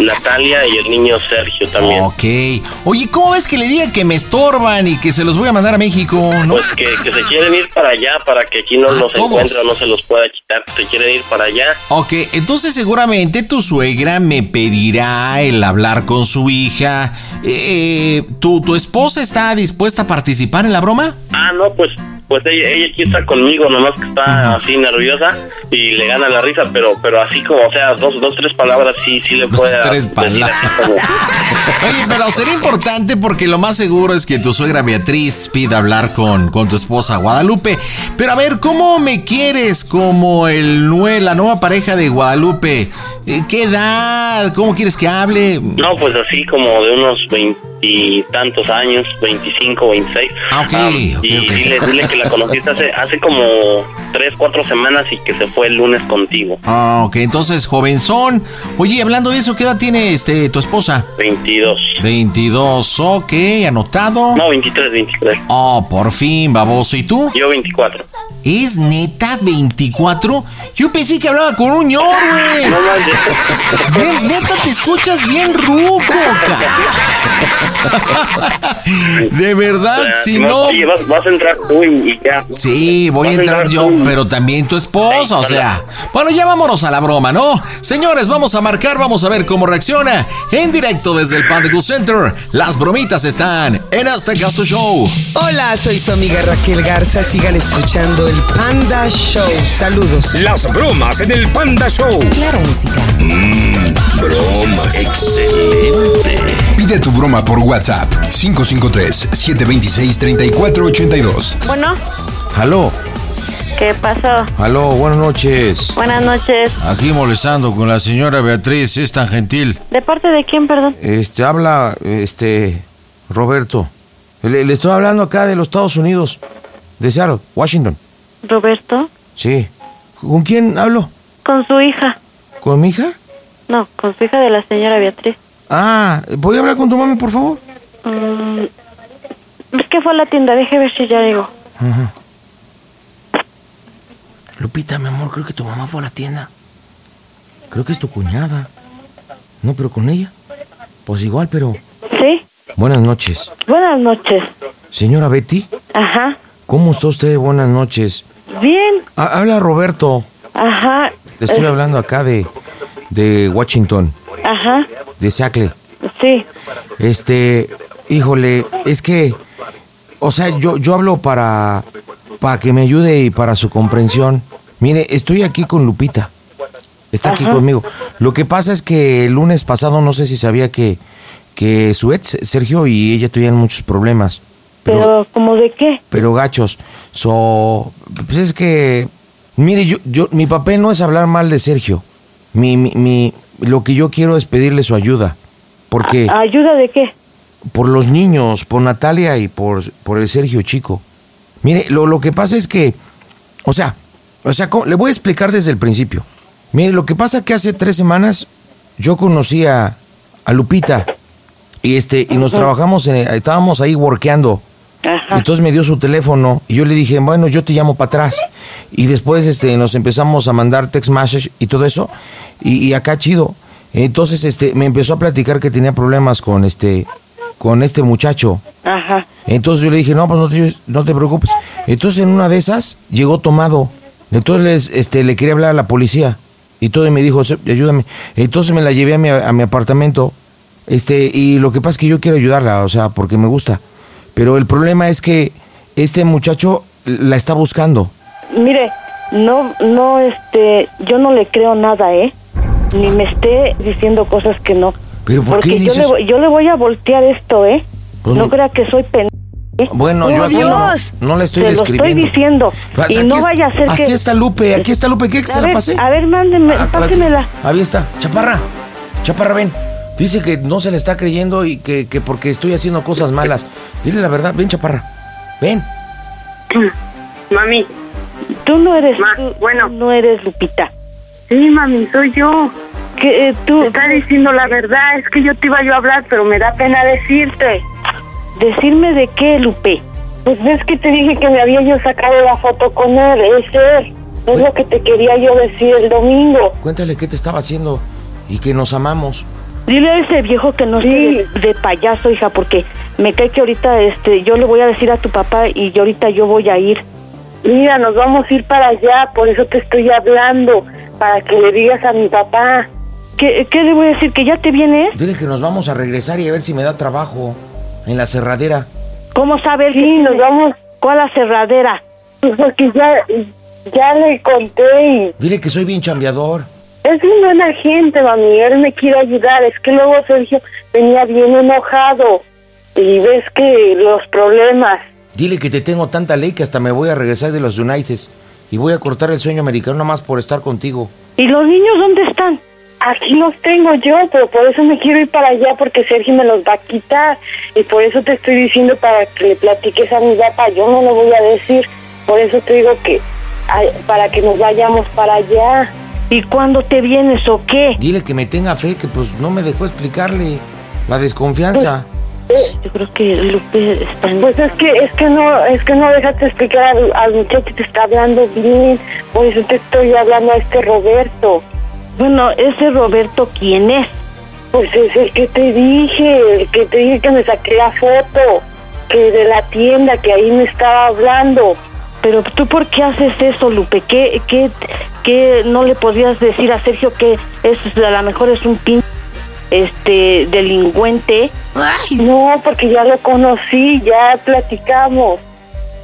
S11: Natalia y el niño Sergio también.
S2: Ok. Oye, ¿cómo ves que le diga que me estorban y que se los voy a mandar a México? ¿no?
S11: Pues que, que se quieren ir para allá para que aquí no los
S2: Ah, todos.
S11: encuentre o no se los pueda quitar. Se quieren ir para allá.
S2: Ok, entonces seguramente tu suegra me pedirá el hablar con su hija. Eh, ¿tu, ¿Tu esposa está dispuesta a participar en la broma?
S11: Ah, no, pues pues ella, ella aquí está conmigo, nomás que está así nerviosa y le gana la risa, pero pero así como, o sea, dos, dos tres palabras sí, sí le puede decir
S2: tres
S11: así
S2: palabras.
S11: como,
S2: Oye, pero sería importante porque lo más seguro es que tu suegra Beatriz pida hablar con, con tu esposa Guadalupe. Pero a ver, ¿cómo me quieres como el nue- la nueva pareja de Guadalupe? Eh, ¿Qué edad? ¿Cómo quieres que hable?
S11: No, pues así como de unos veintitantos años, veinticinco, veintiséis.
S2: Ah, ok, ok,
S11: y
S2: ok.
S11: dile, dile que la conociste hace, hace como tres, cuatro semanas y que se fue el lunes contigo.
S2: Ah, ok, entonces jovenzón. Oye, hablando de eso, ¿qué edad tiene este tu esposa?
S11: 22.
S2: 22, ok, anotado.
S11: No, 23, 23.
S2: Oh, por fin, baboso. ¿Y tú?
S11: Yo 24.
S2: ¿Es neta 24? Yo pensé que hablaba con un ñor, güey.
S11: No
S2: Bien, neta, te escuchas bien ruco, ca- De verdad,
S11: Eh,
S2: si
S11: vas-
S2: no.
S11: Oye, vas, vas a entrar tú y, y ya.
S2: Sí, voy a entrar yo, pero también tu esposa, o sea. Bueno, ya vámonos a la broma, ¿no? Señores, vamos a marcar, vamos a ver cómo reacciona. En directo desde el Pantecus Center, las bromitas están en Aztecas Tu Show.
S5: Hola, soy su amiga Raquel Garza. Sigan escuchando el Panda Show. Saludos.
S29: Las bromas en el Panda Show.
S5: Claro, música.
S29: Mm, Broma, excelente.
S1: Pide tu broma por WhatsApp 553-726-3482.
S17: Bueno,
S2: Aló,
S17: ¿qué pasó?
S2: aló, buenas noches.
S17: Buenas noches.
S2: Aquí molestando con la señora Beatriz, es tan gentil.
S17: ¿De parte de quién, perdón?
S28: Este, habla, este, Roberto. Le, le estoy hablando acá de los Estados Unidos, de Seattle, Washington.
S17: ¿Roberto?
S28: Sí. ¿Con quién hablo?
S17: Con su hija.
S28: ¿Con mi hija?
S17: No, con su hija de la señora Beatriz.
S28: Ah, ¿voy a hablar con tu mami, por favor?
S17: Mm, es que fue a la tienda, deje ver si ya llegó.
S28: Ajá. Lupita, mi amor, creo que tu mamá fue a la tienda. Creo que es tu cuñada. No, pero con ella. Pues igual, pero.
S17: Sí,
S28: Buenas noches.
S17: buenas noches.
S28: Señora Betty,
S17: Ajá,
S28: ¿cómo está usted? Buenas noches.
S17: bien,
S28: Ha- habla Roberto.
S17: ajá.
S28: Le estoy
S17: eh,
S28: hablando acá de. de Washington,
S17: Ajá,
S28: de Sacle.
S17: sí,
S28: Este, híjole, es que, o sea, yo, yo hablo para, para que me ayude y para su comprensión. Mire, estoy aquí con Lupita. Está aquí
S17: Ajá.
S28: conmigo. Lo que pasa es que el lunes pasado no sé si sabía que, que su ex, Sergio, y ella tuvieron muchos problemas.
S17: pero, ¿como de qué?
S28: Pero gachos, so, pues es que, mire, yo, yo, mi papel no es hablar mal de Sergio. Mi, mi, mi, lo que yo quiero es pedirle su ayuda. Porque
S17: ¿Ayuda de qué?
S28: por los niños, por Natalia y por, por el Sergio Chico. Mire, lo, lo que pasa es que, o sea, o sea, ¿cómo? le voy a explicar desde el principio. Mire, lo que pasa es que hace tres semanas yo conocí a, a Lupita y este y nos trabajamos, en, estábamos ahí workeando. Entonces me dio su teléfono y yo le dije, bueno, yo te llamo para atrás. Y después este, nos empezamos a mandar text message y todo eso. Y, y acá chido. Entonces este, me empezó a platicar que tenía problemas con este, con este muchacho.
S17: Ajá,
S28: Entonces yo le dije, no, pues no te, no te preocupes. Entonces en una de esas llegó tomado. Entonces este, le quería hablar a la policía. Y todo y me dijo, "Sí, ayúdame. Entonces me la llevé a mi, a mi apartamento. Este, y lo que pasa es que yo quiero ayudarla, o sea, porque me gusta. Pero el problema es que este muchacho la está buscando.
S17: mire, no, no, este, yo no le creo nada, ¿eh? Ni me esté diciendo cosas que no.
S28: Pero ¿por
S17: Porque
S28: qué
S17: yo le,
S28: dices?
S17: voy- yo le voy a voltear esto, ¿eh?
S28: Pues
S17: no
S28: no-
S17: crea que soy ¿eh? pendejo.
S28: Bueno, yo aquí no, no la estoy
S17: Te
S28: describiendo.
S17: Lo estoy diciendo.
S28: Pues
S17: y
S28: aquí
S17: no
S28: es-
S17: vaya a ser
S28: así
S17: que.
S28: está Lupe, aquí está Lupe, ¿qué?
S17: A
S28: ¿Que se la
S17: ver,
S28: pasé?
S17: A ver, mándeme,
S28: Ah,
S17: pásemela.
S28: Ahí está, chaparra. Chaparra, ven. Dice que no se le está creyendo y que, que porque estoy haciendo cosas malas. Dile la verdad, ven, chaparra. Ven.
S17: Mami. Tú no eres. tú no eres Lupita. Sí, mami, soy yo. Que eh, tú. Está diciendo la verdad. Es que yo te iba yo a hablar, pero me da pena decirte. ¿Decirme de qué, Lupe? Pues ves que te dije que me había yo sacado la foto con él. Es él. Es lo que te quería yo decir el domingo.
S28: Cuéntale qué te estaba haciendo y que nos amamos.
S17: Dile a ese viejo que no esté de, de payaso, hija, porque me cae que ahorita este, yo le voy a decir a tu papá y yo ahorita yo voy a ir. Mira, nos vamos a ir para allá, por eso te estoy hablando, para que le digas a mi papá. ¿Qué, qué le voy a decir? ¿Que ya te vienes?
S28: Dile que nos vamos a regresar y a ver si me da trabajo en la cerradera.
S17: ¿Cómo sabes? Sí, nos vamos. ¿Cuál la cerradera? Pues porque ya, ya le conté y
S28: Dile que soy bien chambeador.
S17: Es un buena gente, mami. Él me quiere ayudar. Es que luego Sergio venía bien enojado. Y ves que los problemas.
S28: Dile que te tengo tanta ley que hasta me voy a regresar de los United y voy a cortar el sueño americano nomás por estar contigo.
S17: ¿Y los niños dónde están? Aquí los tengo yo, pero por eso me quiero ir para allá, porque Sergio me los va a quitar. Y por eso te estoy diciendo para que le platiques a mi papá. Yo no lo voy a decir. Por eso te digo que ay, para que nos vayamos para allá. ¿Y cuándo te vienes o qué?
S28: Dile que me tenga fe, que pues no me dejó explicarle la desconfianza.
S17: Yo creo que Lupe está en... Pues es que es que no es que no dejaste explicar al, al muchacho que te está hablando bien, por eso te estoy hablando a este Roberto. Bueno, ese Roberto quién es? Pues es el que te dije, el que te dije que me saqué la foto, que de la tienda que ahí me estaba hablando. Pero tú por qué haces eso, Lupe? ¿Qué qué qué no le podrías decir a Sergio que es a lo mejor es un pin este delincuente. No, porque ya lo conocí, ya platicamos.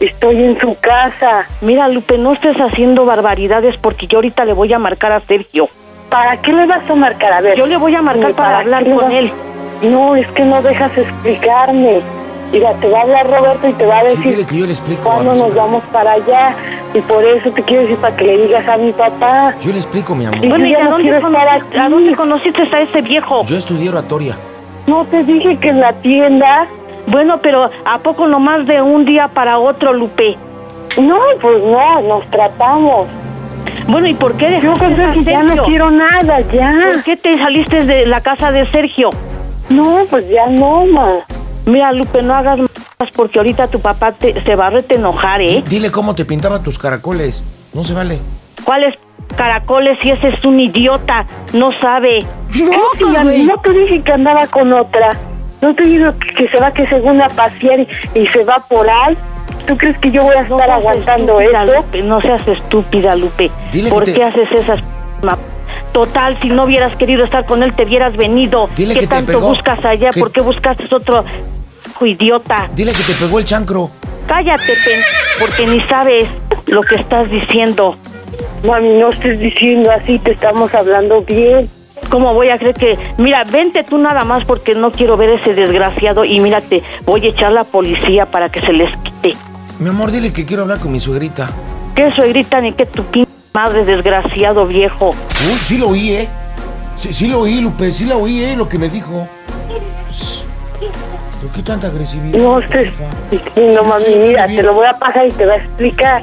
S17: Estoy en su casa. Mira, Lupe, no estés haciendo barbaridades porque yo ahorita le voy a marcar a Sergio. ¿Para qué le vas a marcar? A ver. Yo le voy a marcar para, hablar con él. No, es que no dejas explicarme. Mira, te va a hablar Roberto y te va a
S28: Sí,
S17: decir
S28: dile que yo le explico.
S17: cuándo
S28: vamos.
S17: nos vamos para allá. Y por eso te quiero decir para que le digas a mi papá.
S28: Yo le explico, mi amor.
S17: Pues, Bueno, ¿y a dónde, cono- a dónde conociste a ese viejo?
S28: Yo estudié oratoria.
S17: No te dije que en la tienda. Bueno, pero ¿a poco nomás de un día para otro, Lupe? No, pues no, nos tratamos. Bueno, ¿y por qué dejaste creo que ya no quiero nada, ya. ¿Por qué te saliste de la casa de Sergio? No, pues ya no, ma. Mira, Lupe, no hagas más porque ahorita tu papá te- se va a rete enojar, ¿eh?
S28: Dile cómo te pintaba tus caracoles. No se vale.
S17: cuáles caracoles y ese es un idiota, no sabe.
S18: Mocos, güey.
S17: no te dije que andaba con otra. No te digo que, que se va que según a pasear y, y se va por ahí. ¿Tú crees que yo voy a estar aguantando eso? no seas estúpida, Lupe.
S19: Dile
S17: ¿Por
S19: que te-
S17: qué haces esas ma- Total, si no hubieras querido estar con él, te hubieras venido.
S19: Dile
S17: ¿Qué
S19: que te
S17: tanto
S19: pegó,
S17: buscas allá?
S19: que-
S17: ¿Por qué buscaste otro hijo idiota?
S19: Dile que te pegó el chancro.
S17: Cállate, Pen, porque ni sabes lo que estás diciendo. Mami, no estés diciendo así, te estamos hablando bien. ¿Cómo voy a creer que.? Mira, vente tú nada más porque no quiero ver ese desgraciado y mírate, voy a echar la policía para que se les quite.
S19: Mi amor, dile que quiero hablar con mi suegrita.
S17: Que eso gritan y que tu pin madre desgraciado viejo.
S19: Uy, sí lo oí, ¿eh? Sí, sí lo oí, Lupe, sí la oí, ¿eh? Lo que me dijo. ¿Por qué tanta agresividad?
S17: No estés. No, mami, mira, te lo voy a pasar y te va a explicar.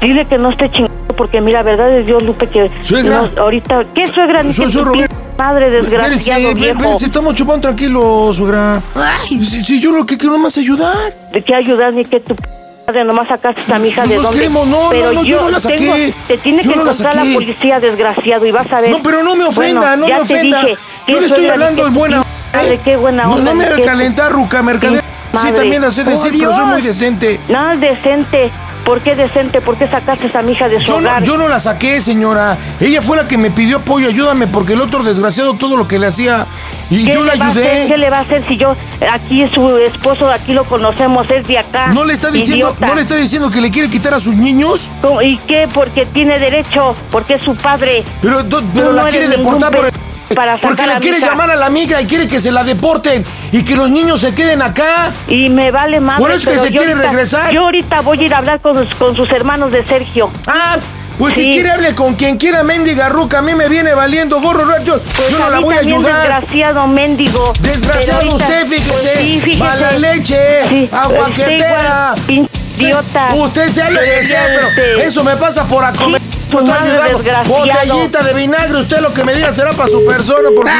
S17: Dile que no esté chingando porque mira, verdad es Dios, Lupe, que.
S19: Suegra.
S17: no, ahorita. ¿Qué suegra? Ni
S19: Soy-
S17: que
S19: soy
S17: tu pin
S19: Roberto.
S17: Madre
S19: Espérese,
S17: desgraciado viejo.
S19: espérese, estamos chupando tranquilos, suegra. Si, si yo lo que quiero nomás es ayudar.
S17: ¿De qué ayudas ni que tu p- madre nomás sacaste a mi hija
S19: No
S17: de
S19: nos
S17: dónde?
S19: queremos, no, no,
S17: pero
S19: no, yo no la saqué.
S17: te tiene
S19: Yo
S17: que
S19: no la
S17: encontrar
S19: saqué.
S17: la policía, desgraciado, y vas a ver.
S19: No, pero no me ofenda,
S17: Bueno,
S19: no
S17: ya
S19: me
S17: te
S19: ofenda.
S17: dije,
S19: Yo le
S17: eso
S19: estoy
S17: era de
S19: hablando
S17: que
S19: en buena. ¿eh?
S17: p- madre, qué buena
S19: No,
S17: onda.
S19: no me
S17: ni
S19: haga
S17: qué-
S19: calentar, Ruca, mercader. Sí,
S17: madre.
S19: también la sé decir, pero soy muy
S17: Dios.
S19: decente.
S17: No, decente. ¿Por qué decente? ¿Por qué sacaste a mi hija de su
S19: Yo no,
S17: hogar?
S19: yo no la saqué, señora. Ella fue la que me pidió apoyo, ayúdame, porque el otro desgraciado todo lo que le hacía. Y
S17: ¿Qué
S19: yo la
S17: le va a hacer? ¿Qué
S19: ayudé.
S17: le va a hacer si yo aquí es su esposo, aquí lo conocemos, es de acá?
S19: ¿No le está diciendo,
S17: idiota.
S19: no le está diciendo que le quiere quitar a sus niños?
S17: ¿Cómo? ¿Y qué? Porque tiene derecho, porque es su padre.
S19: Pero, do- pero
S17: Tú
S19: la
S17: no
S19: quiere
S17: eres ningún
S19: deportar por el-
S17: pe- para sacar
S19: Porque
S17: a
S19: la
S17: mi
S19: quiere
S17: hija.
S19: llamar a la migra y quiere que se la deporten y que los niños se queden acá.
S17: Y me vale más.
S19: Por eso que se quiere regresar.
S17: Yo ahorita voy a ir a hablar con, sus- con sus hermanos de Sergio.
S19: Ah, Pues si quiere hable con quien quiera, mendiga ruca, a mí me viene valiendo gorro, yo,
S17: Pues
S19: yo no la voy a ayudar.
S17: desgraciado mendigo.
S19: Desgraciado
S17: Pero ahorita-
S19: usted, fíjese,
S17: Pues sí, fíjese.
S19: mala leche,
S17: Sí,
S19: aguaquetera.
S17: está igual, Idiota.
S19: Usted se lo que sea, pero
S17: Este,
S19: eso me pasa por acomer.
S17: su
S19: estoy
S17: madre
S19: ayudando.
S17: desgraciado.
S19: Botellita de vinagre, usted lo que me diga será para su persona, porque...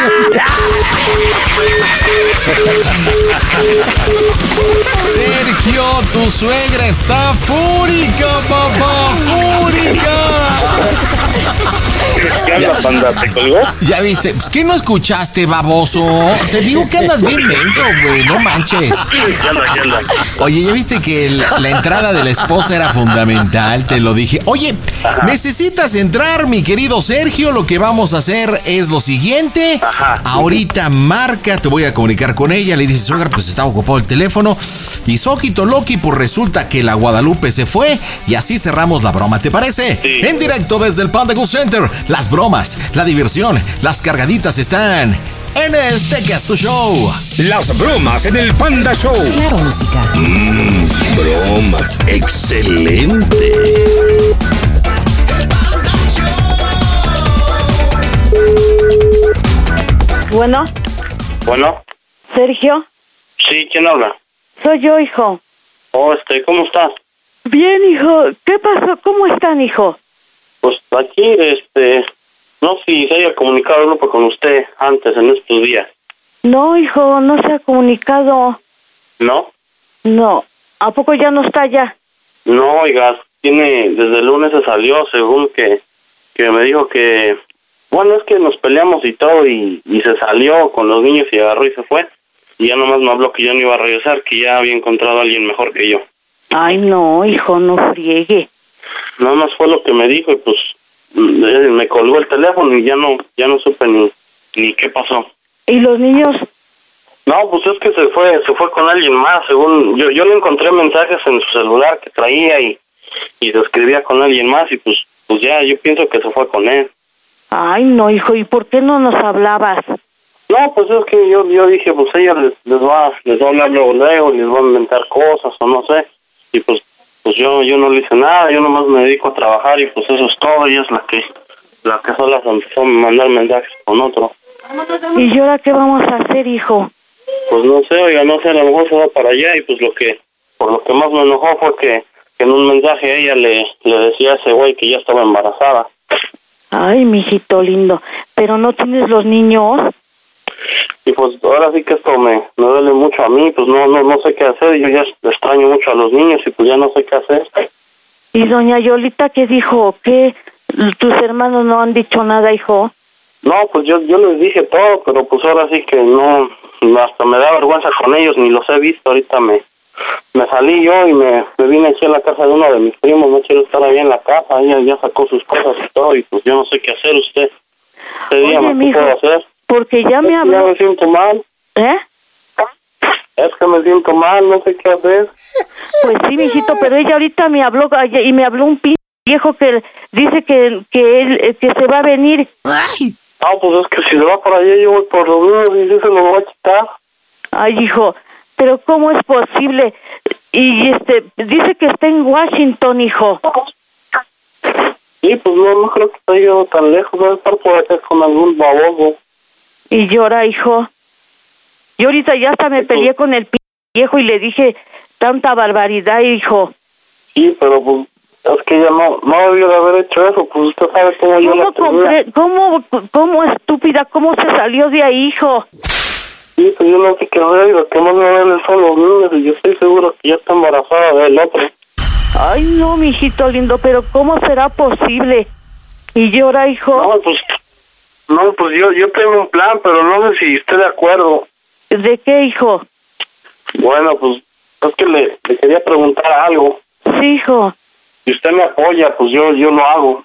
S2: Sergio, tu suegra está fúrica, papá, fúrica.
S11: ¿Qué onda, panda? ¿Te colgó?
S2: Ya viste, pues que no escuchaste, baboso. Te digo que andas bien menso, güey, no manches.
S11: ¿Qué onda, qué onda?
S2: Oye, ya viste que el- la entrada de la esposa era fundamental, te lo dije. Oye, necesitas entrar, mi querido Sergio. Lo que vamos a hacer es lo siguiente. Ahorita marca, te voy a comunicar con ella. Le dices, oiga, pues estaba ocupado el teléfono. Y Sojito Loki, pues resulta que la Guadalupe se fue. Y así cerramos la broma, ¿te parece? En directo desde el Panda Cool Center. Las bromas, la diversión, las cargaditas están en este Casto Show.
S6: Las bromas en el Panda Show.
S12: Claro, música.
S6: Mm, bromas. Excelente.
S17: Bueno,
S11: Bueno,
S17: Sergio,
S11: sí, ¿quién habla?
S17: soy yo, hijo.
S11: Oh, este, ¿cómo estás?
S17: Bien, hijo. ¿Qué pasó? ¿Cómo están, hijo?
S11: Pues aquí, este, no sé si se haya comunicado uno con usted antes en estos días,
S17: No, hijo, no se ha comunicado.
S11: ¿no?
S17: No. ¿A poco ya no está ya?
S11: No, oigas, tiene, desde el lunes se salió, según que, que me dijo que, bueno, es que nos peleamos y todo, y, y se salió con los niños y agarró y se fue. Y ya nomás me habló que yo no iba a regresar, que ya había encontrado a alguien mejor que yo.
S17: Ay, no, hijo, no friegue.
S11: Nada más fue lo que me dijo y pues mm, eh, me colgó el teléfono y ya no, ya no supe ni, ni qué pasó.
S17: ¿Y los niños?
S11: No, pues es que se fue, se fue con alguien más, según yo, yo le encontré mensajes en su celular que traía y, y se escribía con alguien más y pues, pues ya yo pienso que se fue con él.
S17: Ay, no, hijo, ¿y por qué no nos hablabas?
S11: No, pues es que yo, yo dije, pues ella les, les va, les va a hablar luego, luego, les va a inventar cosas o no sé. Y pues, pues yo, yo no le hice nada, yo nomás me dedico a trabajar y pues eso es todo, y es la que, la que sola se empezó a mandar mensajes con otro.
S17: ¿Y ahora qué vamos a hacer, hijo?
S11: Pues no sé, oiga, no sé, a lo mejor se va para allá y pues lo que, por lo que más me enojó fue que, que en un mensaje ella le, le decía a ese güey que ya estaba embarazada.
S17: Ay, mijito lindo, pero no tienes los niños.
S11: Y pues ahora sí que esto me, me duele mucho a mí, pues no, no, no sé qué hacer, yo ya extraño mucho a los niños y pues ya no sé qué hacer.
S17: ¿Y doña Yolita qué dijo? ¿Qué? Tus hermanos no han dicho nada, hijo.
S13: No, pues yo, yo les dije todo, pero pues ahora sí que no, hasta me da vergüenza con ellos, ni los he visto, ahorita me, me salí yo y me, me vine aquí a la casa de uno de mis primos, no quiero estar ahí en la casa, ella ya sacó sus cosas y todo, y pues yo no sé qué hacer usted, usted
S17: Oye,
S13: dígame qué
S17: mijo,
S13: puedo hacer.
S17: Porque ya me
S13: Es que Ya
S17: habló.
S13: me siento mal,
S17: ¿Eh?
S13: es que me siento mal, no sé qué hacer.
S17: Pues sí, mijito, pero ella ahorita me habló ayer- y me habló un pinche viejo que dice que, que él eh, que se va a venir.
S13: Ah, pues es que si se va para allá, yo voy por los míos y yo se lo voy a quitar.
S17: Ay, hijo, pero ¿cómo es posible? Y este dice que está en Washington, hijo.
S13: Sí, pues no, no creo que esté yo tan lejos, debe estar por acá con algún baboso.
S17: Y llora, hijo. Yo ahorita ya hasta me peleé con el pinche viejo y le dije tanta barbaridad, hijo.
S13: Sí, pero pues es que ya no, no debió de haber hecho eso, pues usted sabe cómo yo la
S17: ¿Cómo,
S13: tenía.
S17: compre- cómo, cómo estúpida, cómo se salió de ahí, hijo?
S13: Sí, pues yo no sé qué ver y lo que más me duele son los niños y yo estoy seguro que ya está embarazada del otro.
S17: Ay, no, mijito lindo, pero ¿cómo será posible? Y llora, hijo.
S13: No, pues, no, pues yo, yo tengo un plan, pero no sé si esté de acuerdo.
S17: ¿De qué, hijo?
S13: Bueno, pues es que le, le quería preguntar algo.
S17: Sí, hijo.
S13: Si usted me apoya, pues yo, yo lo hago.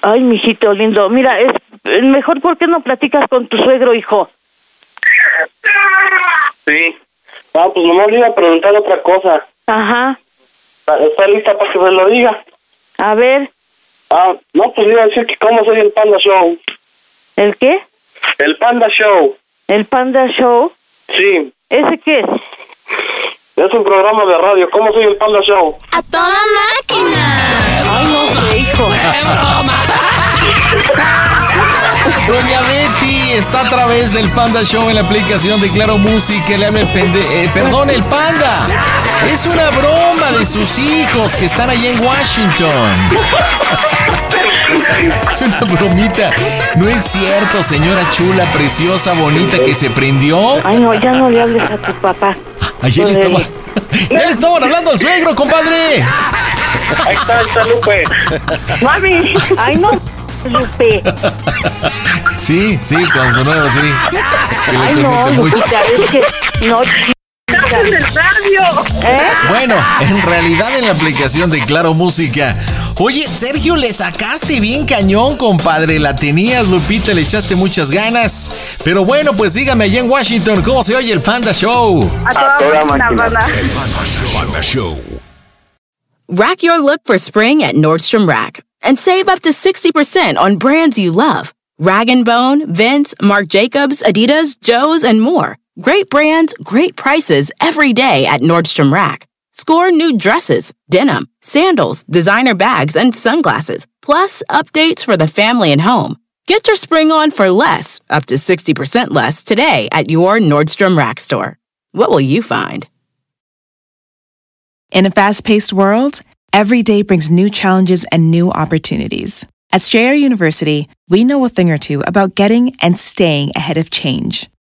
S17: Ay, mijito lindo. Mira, es eh, mejor porque no platicas con tu suegro, hijo.
S13: Sí. Ah, pues nomás le iba a preguntar otra cosa.
S17: Ajá.
S13: ¿Está- ¿Está lista para que se lo diga?
S17: A ver,
S13: Ah, no, pues le iba a decir que cómo soy el Panda Show.
S17: ¿el qué?
S13: El Panda Show,
S17: El Panda Show.
S13: sí.
S17: ¿Ese qué es?
S13: Es un programa de radio. ¿Cómo soy el Panda Show?
S15: ¡A toda máquina!
S17: ¡Ay, no sé, hijo!
S2: Doña Betty está a través del Panda Show en la aplicación de Claro Música. Le habla el pende... eh, perdón, el Panda. Es una broma de sus hijos que están allá en Washington. Es una bromita. No es cierto, señora chula, preciosa, bonita, que se prendió.
S17: Ay, no, ya no le hables a tu papá.
S2: Ayer le estaba... Ya le estaban hablando al suegro, compadre.
S13: Ahí está, ahí está Lupe.
S17: ¡Mami! ¡Ay, no, Lupe!
S2: Sí, sí, con su nuevo, sí. Que le
S17: ¡Ay, no,
S2: consiente mucho.
S17: Lupita! Es que... ¡No, ¿Eh?
S2: Bueno, en realidad en la aplicación de Claro Música. Oye, Sergio, le sacaste bien cañón, compadre. La tenías, Lupita, le echaste muchas ganas. Pero bueno, pues dígame allá en Washington, ¿cómo se oye el Panda Show?
S19: A toda A toda máquina, máquina. banda.
S6: El Panda Show. Panda Show.
S19: Rack your look for spring at Nordstrom Rack and save up to 60% on brands you love. Rag & Bone, Vince, Marc Jacobs, Adidas, Joe's, and more. Great brands, great prices every day at Nordstrom Rack. Score new dresses, denim, sandals, designer bags, and sunglasses, plus updates for the family and home. Get your spring on for less, up to 60% less today at your Nordstrom Rack store. What will you find?
S30: In a fast paced world, every day brings new challenges and new opportunities. At Strayer University, we know a thing or two about getting and staying ahead of change.